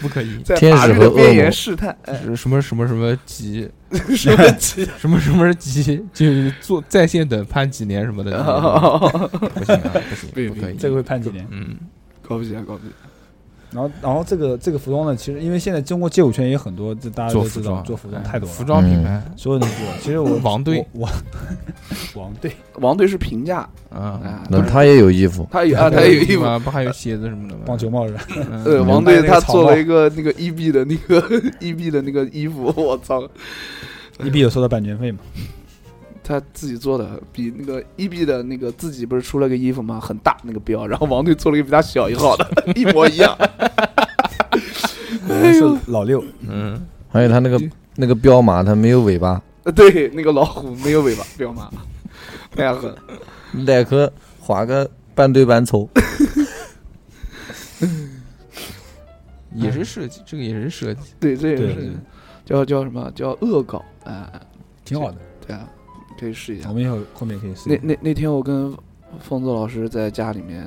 B: 不可以。
C: 在
D: 天
C: 法
D: 使
C: 律的
D: 和恶
C: 边
D: 魔
C: 缘试探，哎，
B: 是什么什么什么级，
C: 什么鸡？
B: 什么什么级，就是坐在线等判几年什么的，
E: 哦嗯
B: 不行啊，不行，
C: 不
B: 不可以。
E: 这个会判几年？
B: 嗯，
C: 搞不起来，搞不起
E: 然后，然后这个这个服装呢，其实因为现在中国街舞圈也有很多，这大家
B: 做
E: 都
B: 服
E: 知道
B: 装，
E: 做服装
B: 哎
E: 太多了，
B: 服装品牌，
E: 所有人都做。其实我
B: 王队，嗯
E: 我我王队，
C: 王队是评价，
E: 嗯哎
B: 啊，
D: 那他也有衣服，
C: 他 有啊，他有衣服。
B: 吗？不还有鞋子什么的吗？
E: 棒球帽是吧？
B: 嗯，
C: 呃，王
E: 卖
C: 队
E: 那个
C: 他
E: 草
C: 做
E: 帽
C: 了一个那个 EB 的那个 EB 的那个衣服，我操，
E: 一必有收到版权费嘛？
C: 他自己做的，比那个 EB 的那个自己不是出了个衣服吗？很大那个标，然后王队做了一个比他小一号的，一模一样。
E: 我
B: 哎
E: 们是老六，
B: 嗯，
D: 还有他那个那个彪马，它没有尾巴，
C: 呃对，那个老虎没有尾巴，彪马，太狠。
D: 奶壳划个半对半丑，
B: 也是设计，这个也是设计，
C: 对，这也
E: 对
C: 是
E: 对
C: 叫叫什么叫恶搞，哎，
E: 挺好的。
C: 对啊，可以试一下
E: 我。们以后后面可以试
C: 那
E: 一下。
C: 那那天我跟疯子老师在家里面，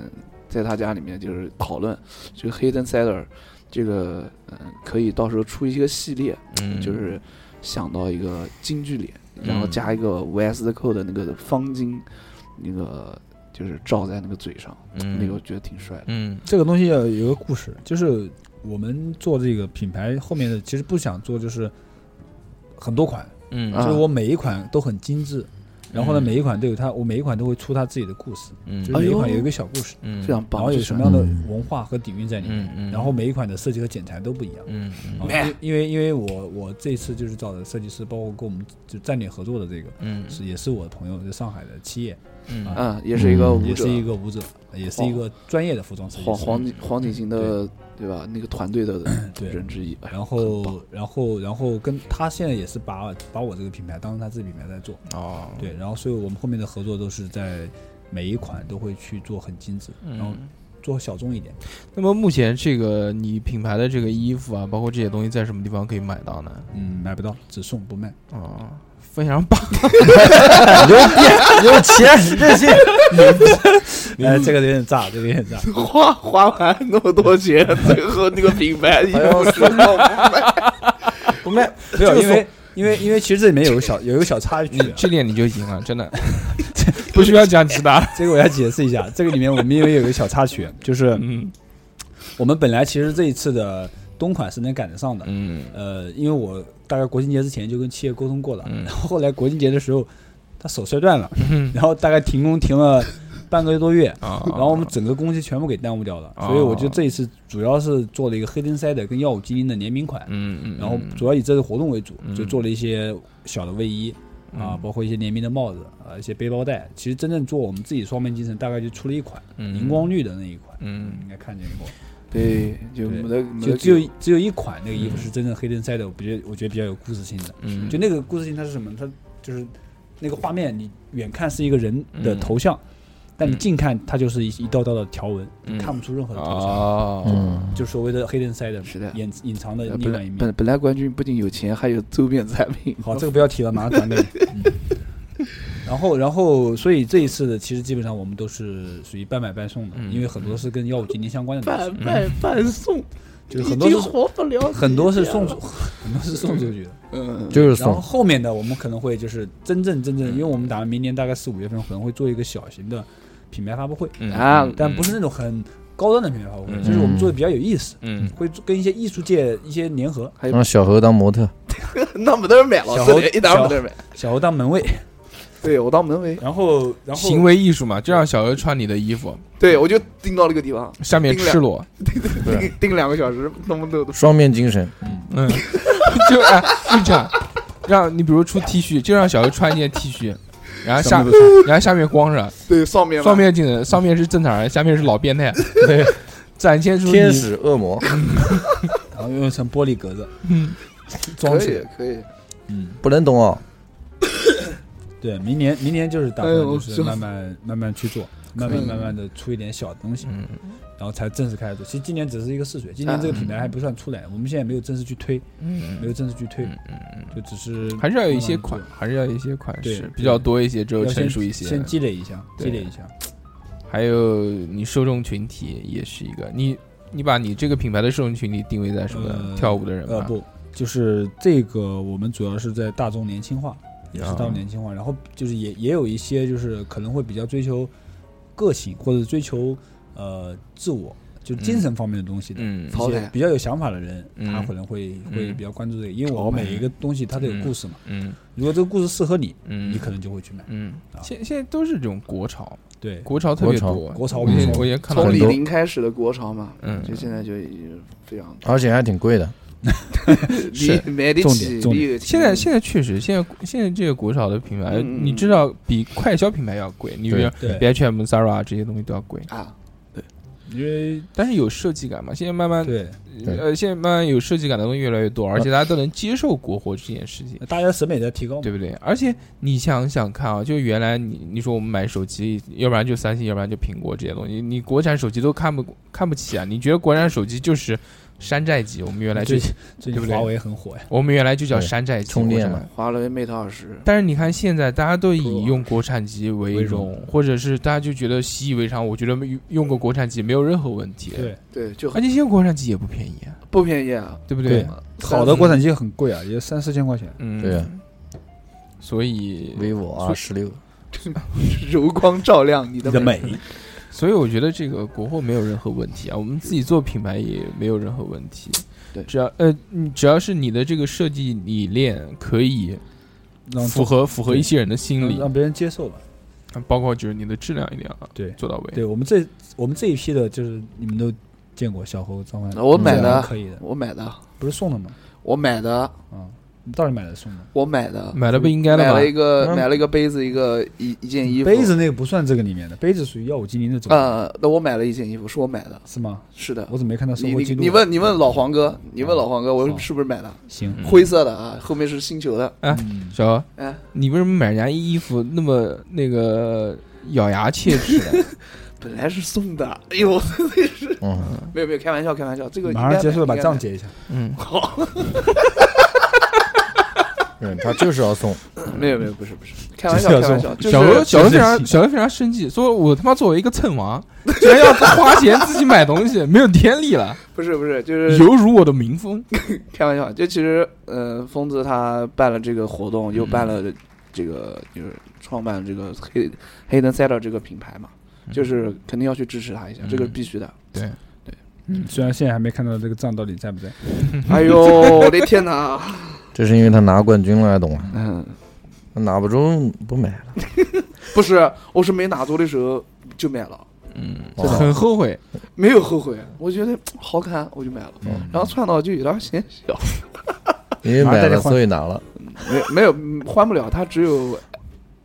C: 在他家里面就是讨论这个 Hidden Cider，这个嗯、呃可以到时候出一个系列，
B: 嗯，
C: 就是想到一个京剧脸，然后
B: 嗯
C: 加一个 VS 的扣的那个方巾，那个就是罩在那个嘴上，那
E: 嗯
B: 那
C: 个我，觉得挺帅的。
B: 嗯
E: 这个东西要有一个故事，就是我们做这个品牌后面的，其实不想做就是很多款，
B: 嗯
E: 就是
C: 啊
E: 我每一款都很精致，然后呢，
B: 嗯
E: 每一款都有它，我每一款都会出它自己的故事，
B: 嗯
E: 就
C: 哎
E: 是每一款
C: 呦
E: 有一个小故事，
B: 嗯，
C: 非常棒，
E: 然后有
C: 这帅
E: 什么样的
D: 嗯
E: 文化和底蕴在里面，
B: 嗯嗯，
E: 然后每一款的设计和剪裁都不一样。
B: 嗯
E: 啊
B: 嗯
E: 因因为因为我我这次就是找的设计师，包括跟我们就站点合作的这个
B: 嗯
E: 是也是我的朋友，就上海的七叶，
B: 嗯
E: 啊
C: 嗯，也是一个
D: 嗯
C: 舞
E: 也
C: 者哦
E: 是，一个舞者，也是一个专业的服装设计
C: 黄
E: 师。
C: 黄景黄景行的对吧？那个团队的
E: 对，
C: 人之一。哎
E: 然
C: 很棒
E: 后，然后，然后跟他现在也是把把我这个品牌当成他自己品牌在做，
B: 哦，
E: 对，然后所以我们后面的合作都是在每一款都会去做很精致，然后
B: 嗯。
E: 做小众一点。
B: 那么目前这个你品牌的这个衣服啊，包括这些东西，在什么地方可以买到呢？
E: 嗯，买不到，只送不卖。
B: 哦，非常 棒，
D: 牛逼，哎有钱任性，
E: 哎，这个有点炸，这个有 点炸。
C: 花花完那么多钱，最后那个品牌衣
D: 要
C: 服是吧？
D: 不 卖，
E: 没有，
D: 就
E: 因为因为因为其实这里面有个 小有一个小插曲啊
B: 你，这点你就赢了， 真的，不需要讲其他。
E: 这个我要解释一下。这个里面我们因为有一个小插曲，啊 就是
B: 嗯
E: 我们本来其实这一次的冬款是能赶得上的，
B: 嗯
E: 呃，因为我大概国庆节之前就跟企业沟通过了，
B: 嗯
E: 然后后来国庆节的时候，他手摔断了，
B: 嗯
E: 然后大概停工停了半个多月，
B: 啊，
E: 然后我们整个工期全部给耽误掉了，
B: 哦
E: 所以我就这一次主要是做了一个黑灯塞的跟耀武精灵的联名款，
B: 嗯嗯，
E: 然后主要以这次活动为主，
B: 嗯
E: 就做了一些小的卫衣。啊，包括一些联名的帽子，啊，一些背包带，其实真正做我们自己双面精神，大概就出了一款荧光绿的那一款，
B: 嗯
E: 你应该看见过。
C: 对，就没得没
E: 就
C: 得
E: 只有
C: 给
E: 一只有一款那个衣服是真正黑灯塞的，我觉得我觉得比较有故事性的。
B: 嗯
E: 就那个故事性它是什么？它就是那个画面，你远看是一个人的
B: 嗯
E: 头像，但你
B: 嗯
E: 近看它就是一一道道的条纹，
B: 嗯
E: 看不出任何的头像，
B: 哦，
D: 嗯，
E: 就所谓的黑灯塞的
C: 是的
E: 隐隐藏的
C: 呃
E: 另
C: 本
E: 外一
C: 来
E: 面
C: 本。本来冠军不仅有钱，还有周边产品。
E: 好，这个不要提了，马上传给你。嗯然后，然后，所以这一次的其实基本上我们都是属于半买半送的，
B: 嗯
E: 因为很多是跟药物精灵相关的东西
C: 半，卖半送，
E: 嗯就是
C: 已
E: 很多
C: 经
E: 是
C: 活不了。
E: 很多是送出，很多是送出去的。
C: 嗯，
D: 就是
E: 然后
D: 送，
E: 后面的我们可能会就是真正真正，
B: 嗯
E: 因为我们打算明年大概四五月份可能会做一个小型的品牌发布会，啊但不是那种很高端的品牌发布会，
B: 嗯
E: 就是我们做的比较有意思，
B: 嗯
E: 会做跟一些艺术界一些联合，
C: 有
D: 让小何当模特，
C: 那没得人买了，
E: 小
C: 这
E: 猴
C: 里一点没得人买。
E: 小猴当门卫，
C: 对我当门卫，
E: 然后，然
B: 嗯
E: 后
B: 行为艺术嘛，就让小何穿你的衣服，
C: 对我就盯到那个地方，
B: 下面赤裸，
C: 盯盯两个小时，弄不弄都
D: 双面精神，
B: 嗯， 就哎就这样，让你比如出 T 恤，就让小何穿一件 T 恤，然后下
E: 什么都看
B: 然后下面光着，
C: 对上面嘛
B: 上面镜上面是正常人，下面是老变态，
D: 对，
B: 展现出你
D: 天使恶魔
E: 然后用成玻璃格子
B: 嗯
E: 装
C: 可
E: 起
C: 以
E: 来。
C: 可以，
E: 嗯，
D: 不能懂哦。
E: 对，明年明年就是打
C: 哎
E: 算
C: 呦
E: 就
C: 我
E: 是
C: 笑
E: 慢慢慢慢去做，慢慢慢慢的出一点小东西，
B: 嗯，啊
E: 然后才正式开始做。其实今年只是一个试水，今年这个品牌还不算出来，我们现在没有正式去推，
B: 嗯
E: 没有正式去推，就只是
B: 还是要有一些
E: 慢慢
B: 款
E: 地，
B: 还是要有一些款式
E: 嗯对
B: 比较多一些，之后
E: 做，要
B: 成
E: 先
B: 熟一些，
E: 先积累一下，积
B: 对
E: 累一下。
B: 还有你受众群体也是一个，你你把你这个品牌的受众群体定位在什么呢？
E: 呃
B: 跳舞的人
E: 呃，
B: 吗？
E: 不，就是这个，我们主要是在大众年轻
B: 啊
E: 化，也是大众年轻化，然后就是也也有一些就是可能会比较追求个性或者追求呃自我，就精神方面的东西的。
B: 嗯，
C: 嗯
E: 一些比较有想法的人，
B: 嗯
E: 他可能会会
B: 嗯
E: 比较关注这个，因为我
B: 哦
E: 每一个东西它都有故事嘛。
B: 嗯
E: 如果这个故事适合你，
B: 嗯，
E: 你可能就会去买。
B: 嗯，现现在都是这种国潮，
E: 对，
B: 国潮特别
D: 国
B: 多，
E: 潮国潮
B: 我也
E: 国潮
B: 我也看到
C: 从
B: 很
C: 李
B: 多，
C: 宁开始的国潮嘛，
B: 嗯
C: 就现在就已经非常
D: 而且还挺贵的，
B: 是
C: 你买得
E: 重
C: 起，
E: 点重
C: 你
E: 点
C: 有钱
B: 现在现在确实，现在现在这个国潮的品牌，
C: 嗯嗯
B: 你知道比快消品牌要贵，你比如
E: 对，
B: H&M、Zara 这些东西都要贵，
C: 啊，
E: 因为
B: 但是有设计感嘛。现在慢慢
E: 对
D: 对
B: 呃，现在慢慢有设计感的东西越来越多，而且大家都能接受国货这件事情。
E: 大家审美在提高嘛。
B: 对不对？而且你想想看啊，就原来你你说我们买手机，要不然就三星，要不然就苹果这些东西，你国产手机都看不看不起啊？你觉得国产手机就是山寨机？我们原来就
E: 最近最
B: 对不
E: 近
B: 对
E: 华为很火呀，
B: 我们原来就叫山寨机
D: 充电
B: 国产
D: 嘛
C: 华为 Mate 二十，
B: 但是你看现在大家都以用国产机为
E: 为
B: 荣
E: 荣，
B: 或者是大家就觉得习以为常。我觉得用用过国产机没有任何问题，
E: 对，
C: 对，就
B: 而
C: 很
B: 且现在国产机也不便宜啊，
C: 哎不便宜啊，
B: 对不
E: 对好的国产机很贵啊，也三四千块钱。
B: 嗯，
D: 对啊。
B: 所以
D: vivo
B: 所以
D: 二十六，
C: 柔光照亮你的美，
E: 美，
B: 所以我觉得这个国货没有任何问题啊，我们自己做品牌也没有任何问题。
C: 对
B: 只要呃，你只要是你的这个设计理念可以
E: 让
B: 符合符合一些人的心
E: 让
B: 理，
E: 让别人接受吧。
B: 包括就是你的质量一定要
E: 对
B: 做到位。
E: 对我们这我们这一批的，就是你们都见过小猴张
C: 那
E: 帆，
C: 我买的
E: 可以的，
C: 我买的，
E: 不是送的吗？
C: 我买的，
E: 啊，你到底买的送的？
C: 我买的，
B: 买了不应该
C: 买
B: 了
C: 了
B: 吧
C: 一？个
D: 嗯
C: 买了一个杯子，一个一一件衣服，
E: 杯子那个不算这个里面的，杯子属于耀武金陵的种类，
C: 呃，那我买了一件衣服，是我买的，
E: 是吗？
C: 是的。
E: 我怎么没看到收
C: 你
E: 货
C: 你
E: 记录？
C: 你问你问老黄哥，你问老黄哥，
E: 好
C: 我是不是买的
E: 行，
B: 嗯
C: 灰色的啊？后面是星球的，
E: 嗯
B: 啊小何，
C: 哎，
B: 你为什么买人家衣服那么那个咬牙切齿的？
C: 本来是送的，哎呦，
D: 嗯，
C: 没有没有，开玩笑开玩笑，这个
E: 马上结束了，把账
C: 结。
E: 结一下。
B: 嗯，
D: 对，嗯他就是要送，
C: 没有没有，不是不是，开玩笑
E: 就是要
C: 开玩
E: 送
C: 笑，就
B: 小何
C: 是
B: 小何非
E: 就是
B: 常小何非常生气，说我他妈作为一个蹭王， 居然要花钱自己买东西，没有天理了，
C: 不是不是，就是
B: 犹如我的民风。
C: 开玩笑，就其实，呃，疯子他办了这个活动，又办了这个，就是创办这个黑黑灯赛道这个品牌嘛，就是肯定要去支持他一下，
B: 嗯
C: 这个是必须 的。
E: 嗯，虽然现在还没看到这个账到底在不在，
C: 哎呦，我的天哪！
D: 这是因为他拿冠军了，懂吗？
C: 嗯，
D: 拿不中不买了，
C: 不是，我是没拿多的时候就买了，
B: 嗯，
D: 哦
B: 很后悔。
C: 没有后悔，我觉得好看我就买了，
D: 嗯
C: 然后穿到就有点显小，
D: 因为
E: 马
D: 买
E: 上带
D: 了
E: 着换
D: 所以拿了，
C: 没有没有换不了，它只有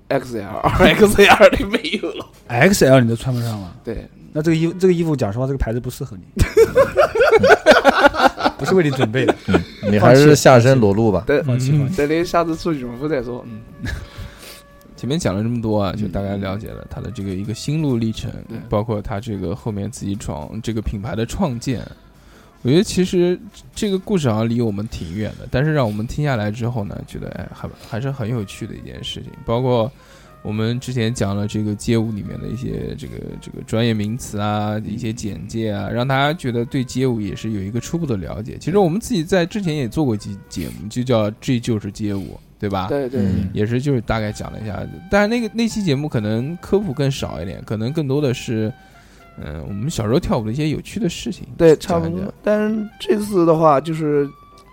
C: XL、2XL 的没有了。
E: ，XL 你都穿不上了。
C: 对，
E: 那这个衣服，这个衣服，讲实话，这个牌子不适合你，不是为你准备的。
D: 你还是下身裸露吧，
C: 等
E: 放弃，放弃。
C: 等你下次出羽绒服再说。嗯，
B: 前面讲了这么多啊，就大概了解了他的这个一个心路历程，
C: 对
B: 包括他这个后面自己创这个品牌的创建。我觉得其实这个故事好像离我们挺远的，但是让我们听下来之后呢，觉得哎，还还是很有趣的一件事情。包括我们之前讲了这个街舞里面的一些这个这个专业名词啊，一些简介啊，让大家觉得对街舞也是有一个初步的了解。其实我们自己在之前也做过一期节目，就叫《这就是街舞》，对吧？
C: 对对。
D: 嗯，
B: 也是就是大概讲了一下，但是那个那期节目可能科普更少一点，可能更多的是，嗯、我们小时候跳舞的一些有趣的事情。
C: 对，差不
B: 讲一
C: 多
B: 讲。
C: 但是这次的话，就是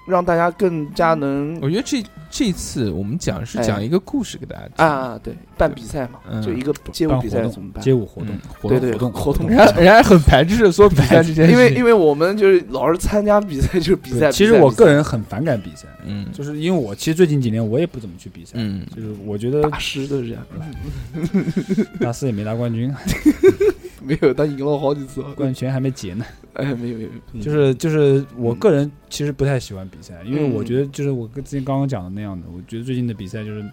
C: 让大家更加能
B: 我觉得这这次我们讲是
C: 哎
B: 讲一个故事给大家听，
C: 啊，对，办比赛嘛，
B: 嗯
C: 就一个街舞
E: 办
C: 比
E: 活
C: 赛
E: 动
C: 怎么办？
E: 街舞活动
B: 嗯，
E: 活
C: 对
E: 动
C: 对
E: 活动
C: 活动
B: 人 家人家很排斥说比赛这件事情，
C: 因为因为我们就是老是参加比赛，就是比赛。
E: 对其实
C: 比赛
E: 我
C: 比赛
E: 个人很反感比赛，
B: 嗯
E: 就是因为我其实最近几年我也不怎么去比赛，
B: 嗯，
E: 就是我觉得
C: 大师都是这样，
E: 大四也没拿冠 军，
C: 没有他赢了好几次啊。
E: 冠军还没结呢。
C: 哎，没有没有，没有
E: 就是就是我个人其实不太喜欢比赛，因为
C: 嗯
E: 我觉得就是我跟之前刚刚讲的那样的，我觉得最近的比赛就是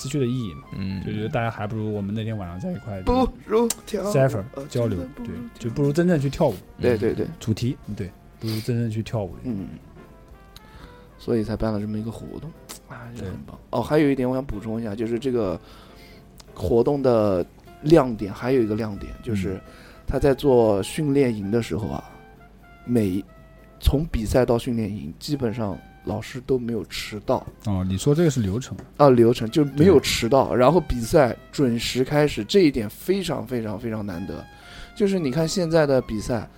E: 失去了意义嘛，
B: 嗯
E: 就觉得大家还不如我们那天晚上在一块
C: 不如跳
E: cipher
C: 呃
E: 交
C: 真
E: 流
C: 的，不
E: 对
C: 如，
E: 就
C: 跳
E: 不如嗯真正去跳舞，
B: 嗯
C: 对对对，
E: 主题对，不如真正去跳舞。
C: 嗯，所以才办了这么一个活动，啊，也
E: 对
C: 很棒。哦，还有一点我想补充一下，就是这个活动的亮点，还有一个亮点就是他在做训练营的时候啊，每从比赛到训练营，基本上老师都没有迟到
E: 哦，你说这个是流程，
C: 啊，流程就没有
E: 对
C: 迟到，然后比赛准时开始，这一点非常非常非常难得。就是你看现在的比赛，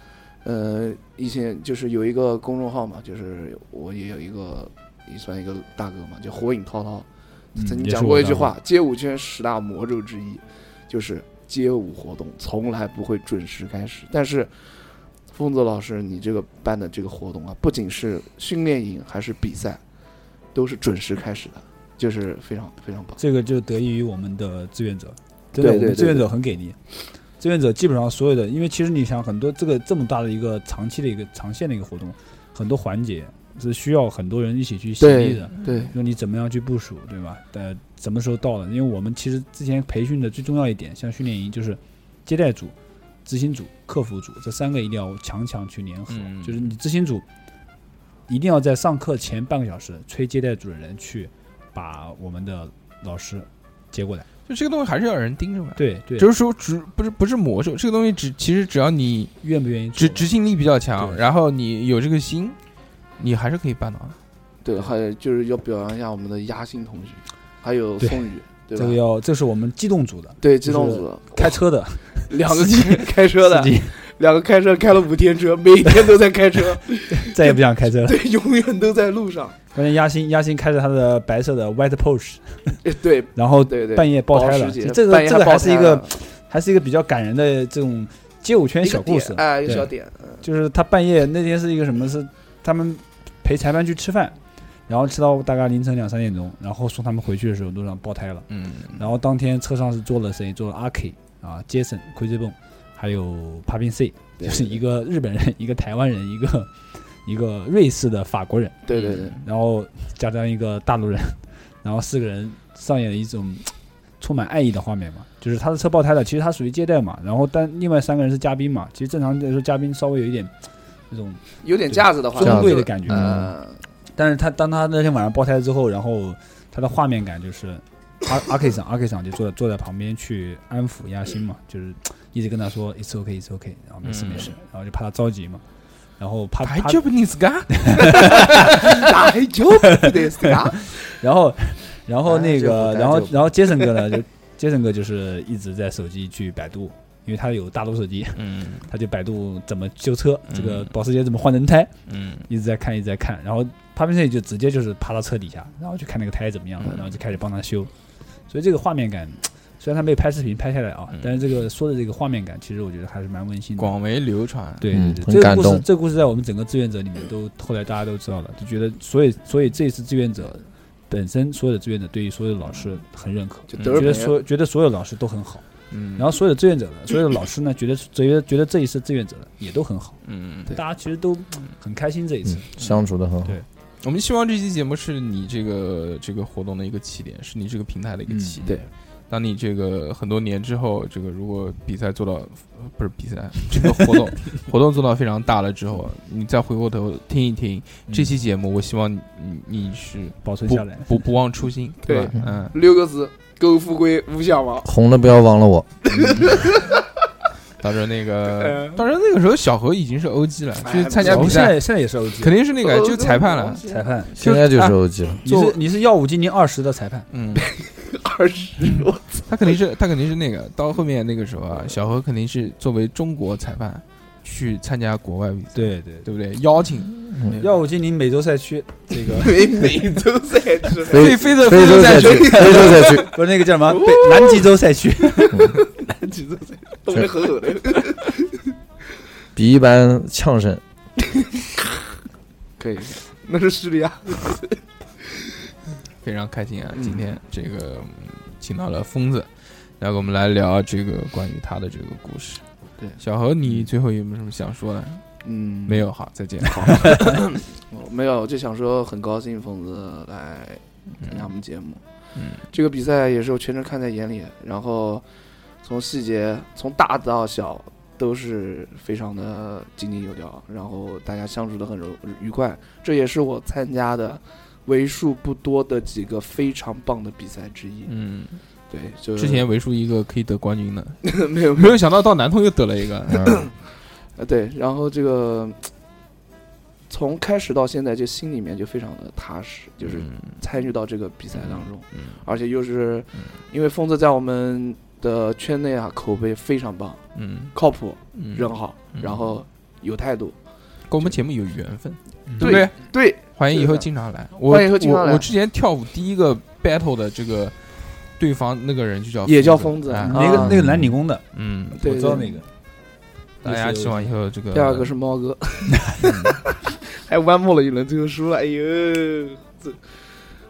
C: 呃，以前就是有一个公众号嘛，就是我也有一个也算一个大哥嘛，就火影涛涛，
E: 嗯
C: 曾经
E: 也
C: 讲
E: 是
C: 过
E: 我
C: 一句
E: 干的
C: 话，街舞圈十大魔咒之一就是街舞活动从来不会准时开始。但是，疯子老师，你这个办的这个活动啊，不仅是训练营，还是比赛，都是准时开始的，就是非常非常棒。
E: 这个就得益于我们的志愿者，真
C: 对
E: 的，
C: 对
E: 我们
C: 对
E: 志愿者很给力。志愿者基本上所有的，因为其实你想，很多这个这么大的一个长期的一个长线的一个活动，很多环节是需要很多人一起去协力的。
C: 对，
E: 说你怎么样去部署，对吧？呃，什么时候到了？因为我们其实之前培训的最重要一点，像训练营就是接待组、执行组、客服组这三个一定要强强去联合。
B: 嗯
E: 就是你执行组一定要在上课前半个小时催接待组的人去把我们的老师接过来。
B: 就这个东西还是要有人盯着嘛，
E: 对对，
B: 就是说只不是不是魔术，这个东西只其实只要你
E: 愿不愿意
B: 执
E: 做
B: 执行力比较强，
E: 对
B: 然后你有这个心，你还是可以办到的。
C: 对，还有就是要表扬一下我们的压心同学，还有
E: 对
C: 宋宇，对
E: 这个
C: 吧？
E: 要，这是我们机动组的
C: 对，机动
E: 就是
C: 组
E: 开车的
C: 两个开车的
E: 司，机，
C: 两个开车开了五天车，每天都在开车，
E: 再也不想开车了。
C: 对，永远都在路上。
E: 关键压心压心开着他的白色的 white Porsche，
C: 哎对，
E: 然后
C: 对对，
E: 半夜爆胎
C: 保时
E: 了，
C: 捷
E: 这这
C: 半
E: 个
C: 夜
E: 这个
C: 爆
E: 还是
C: 胎
E: 一个
C: 了
E: 还是一个比较感人的这种街舞圈
C: 一个
E: 小故
C: 点
E: 事，
C: 哎，一个
E: 对
C: 小点，嗯
E: 就是他半夜那天是一个什么是他们陪裁判去吃饭，然后吃到大概凌晨两三点钟，然后送他们回去的时候路上爆胎了，
B: 嗯，
E: 然后当天车上是坐了谁？坐了阿 K 啊、Jason、Crazy Bone，还有 Papin C，
C: 对
E: 就是一个日本人、一个台湾人、一个一个瑞士的法国人。
C: 对对对，
E: 然后加上一个大陆人， 然后四个人上演了一种充满爱意的画面嘛，就是他的车爆胎了，其实他属于接待嘛，然后但另外三个人是嘉宾嘛，其实正常来说嘉宾稍微有一点那种，
C: 有点架子的话，
E: 尊贵
C: 就
E: 的感觉
C: 呃，
E: 但是他当他那天晚上爆胎之后，然后他的画面感就是阿阿 K 桑阿 K 桑就坐在坐在旁边去安抚压心嘛，就是一直跟他说 It's OK It's OK，然后没事没事，然后就怕他着急嘛，然后怕
B: 还
E: 怕
B: 就不你自个，
C: 大舅对是吧？
E: 嗯然后，然后那
C: 哎这
E: 个，
C: 不
E: 然后
C: 该就
E: 然后杰森哥 呢，就杰森哥就是一直在手机去百度，因为他有大陆手机，
B: 嗯
E: 他就百度怎么修车，这个
B: 嗯
E: 保时捷怎么换轮胎，
B: 嗯
E: 一直在看，一直在看。然后帕宾森就直接就是趴到车底下，然后去看那个胎怎么样了，
B: 嗯
E: 然后就开始帮他修。所以这个画面感，虽然他没有拍视频拍下来啊
B: 嗯，
E: 但是这个说的这个画面感，其实我觉得还是蛮温馨的。
B: 广为流传，
E: 对
D: 嗯
E: 对
D: 很
E: 对，这个
D: 感
E: 故事
D: 动
E: 这个故事在我们整个志愿者里面都后来大家都知道了，就觉得所以所以这一次志愿者本身所有的志愿者对于所有的老师很认可，
C: 就
B: 嗯
C: 德
E: 觉
C: 尔
E: 得
C: 培
E: 所觉得所有老师都很好，
B: 嗯，
E: 然后所有的志愿者呢，所有的老师呢，觉得觉得觉得这一次志愿者呢也都很好，
B: 嗯，
C: 对
E: 大家其实都很开心这一次
D: 嗯，相处的很好
E: 对。
B: 我们希望这期节目是你这个这个活动的一个起点，是你这个平台的一个起点。
C: 对，
B: 当你这个很多年之后，这个如果比赛做到呃不是比赛，这个活动活动做到非常大了之后，你再回过头听一听这期节目，我希望你你你是
E: 保存
B: 不
E: 下来。
B: 不不忘初心，对吧
C: 对？
B: 嗯，
C: 六个字，苟富贵，勿相忘。
D: 红了不要忘了我，
B: 到时候那
E: 呃
B: 个
C: 嗯
B: 到时候那个时候小何已经是 OG 了，
C: 哎
B: 就是参加
D: 哦
E: 我
B: 比
E: 们现
B: 赛
E: 在现在也是 OG
B: 肯定是那
C: 呃
B: 个就裁判了，
E: 裁判，
B: 就
D: 现在就是
B: 哎
D: OG 了。
E: 你是你是耀武今年二十的裁判，
B: 嗯。
C: 二十，我
B: 他肯定是他肯定是那个到后面那个时候啊，小何肯定是作为中国裁判去参加国外比赛，
E: 对对，
B: 对不对？邀请
E: 要我进你美洲赛区，这个
C: 每每周赛制，
B: 非非洲
D: 非洲
B: 赛
D: 赛区，非洲赛区，
E: 不是那个叫什么北南极洲赛区，
C: 南极洲赛，冻得狠狠的。
D: 比一般呛声。
C: 可以，那是叙利亚。
B: 非常开心啊！
C: 嗯
B: 今天这个嗯请到了疯子，然后我们来聊这个关于他的这个故事。
C: 对
B: 小何，你最后有没有什么想说的？
C: 嗯，
B: 没有，好，再见。
C: 哦，没有，就想说很高兴疯子来参加我们节目。
B: 嗯，
C: 这个比赛也是我全程看在眼里，然后从细节从大到小都是非常的井井有条，然后大家相处的很融愉快，这也是我参加的为数不多的几个非常棒的比赛之一。
B: 嗯，
C: 对，就
B: 之前为数一个可以得冠军的，
C: 没有
B: 没有想到到南通又得了一 个。
D: 嗯，
C: 呃，对，然后这个从开始到现在，就心里面就非常的踏实，就是
B: 嗯
C: 参与到这个比赛当中，
B: 嗯
C: 而且又是因为疯子在我们的圈内啊口碑非常棒，
B: 嗯
C: 靠谱，
B: 嗯，
C: 人好，然后有态度，
B: 跟我们节目有缘分，
E: 嗯
B: 对不对？
C: 对，
B: 欢迎以后经常来，我
C: 欢迎以后经常来
B: 我我之前跳舞第一个 battle 的这个对方那个人就叫
C: 也叫
B: 疯
C: 疯子
B: 哎
C: 啊
E: 那个那个南理工的，
B: 嗯，
C: 对
E: 我知道
C: 对
E: 那个，
B: 大家希望以后这个
C: 第二个是猫哥， 还弯摸了一轮，最后输了，哎呦，这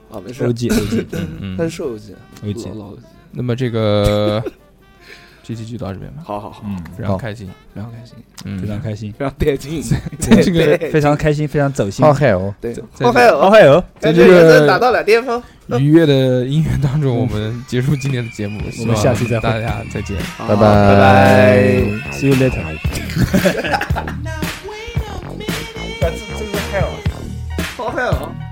C: 啊没
E: 欧
C: 事，
E: 记欧记
B: 嗯
C: 他是瘦子，
E: 欧记
C: 老，老欧记，
B: 那么这 个这期就到这边吧，
C: 好好好，
E: 嗯，
B: 非常
D: 好
B: 开心，
C: 非常开心，
B: 嗯，
E: 非常开心，
C: 非常带劲，
B: 这个
E: 非常开心，非常走心
D: 好。嗨哦，
C: 对，
B: 在
C: 还有
E: 哦，还有，
B: 在
C: 感
B: 这
C: 觉人生达
B: 个
C: 到了巅峰。
B: 愉悦的音乐当中，我们结束今天的 节目，希望
E: 下期再会
B: 大家再见。
C: 好
D: 拜
C: 拜
D: 拜
C: 拜。
E: ，see you later。
C: 好狠哦！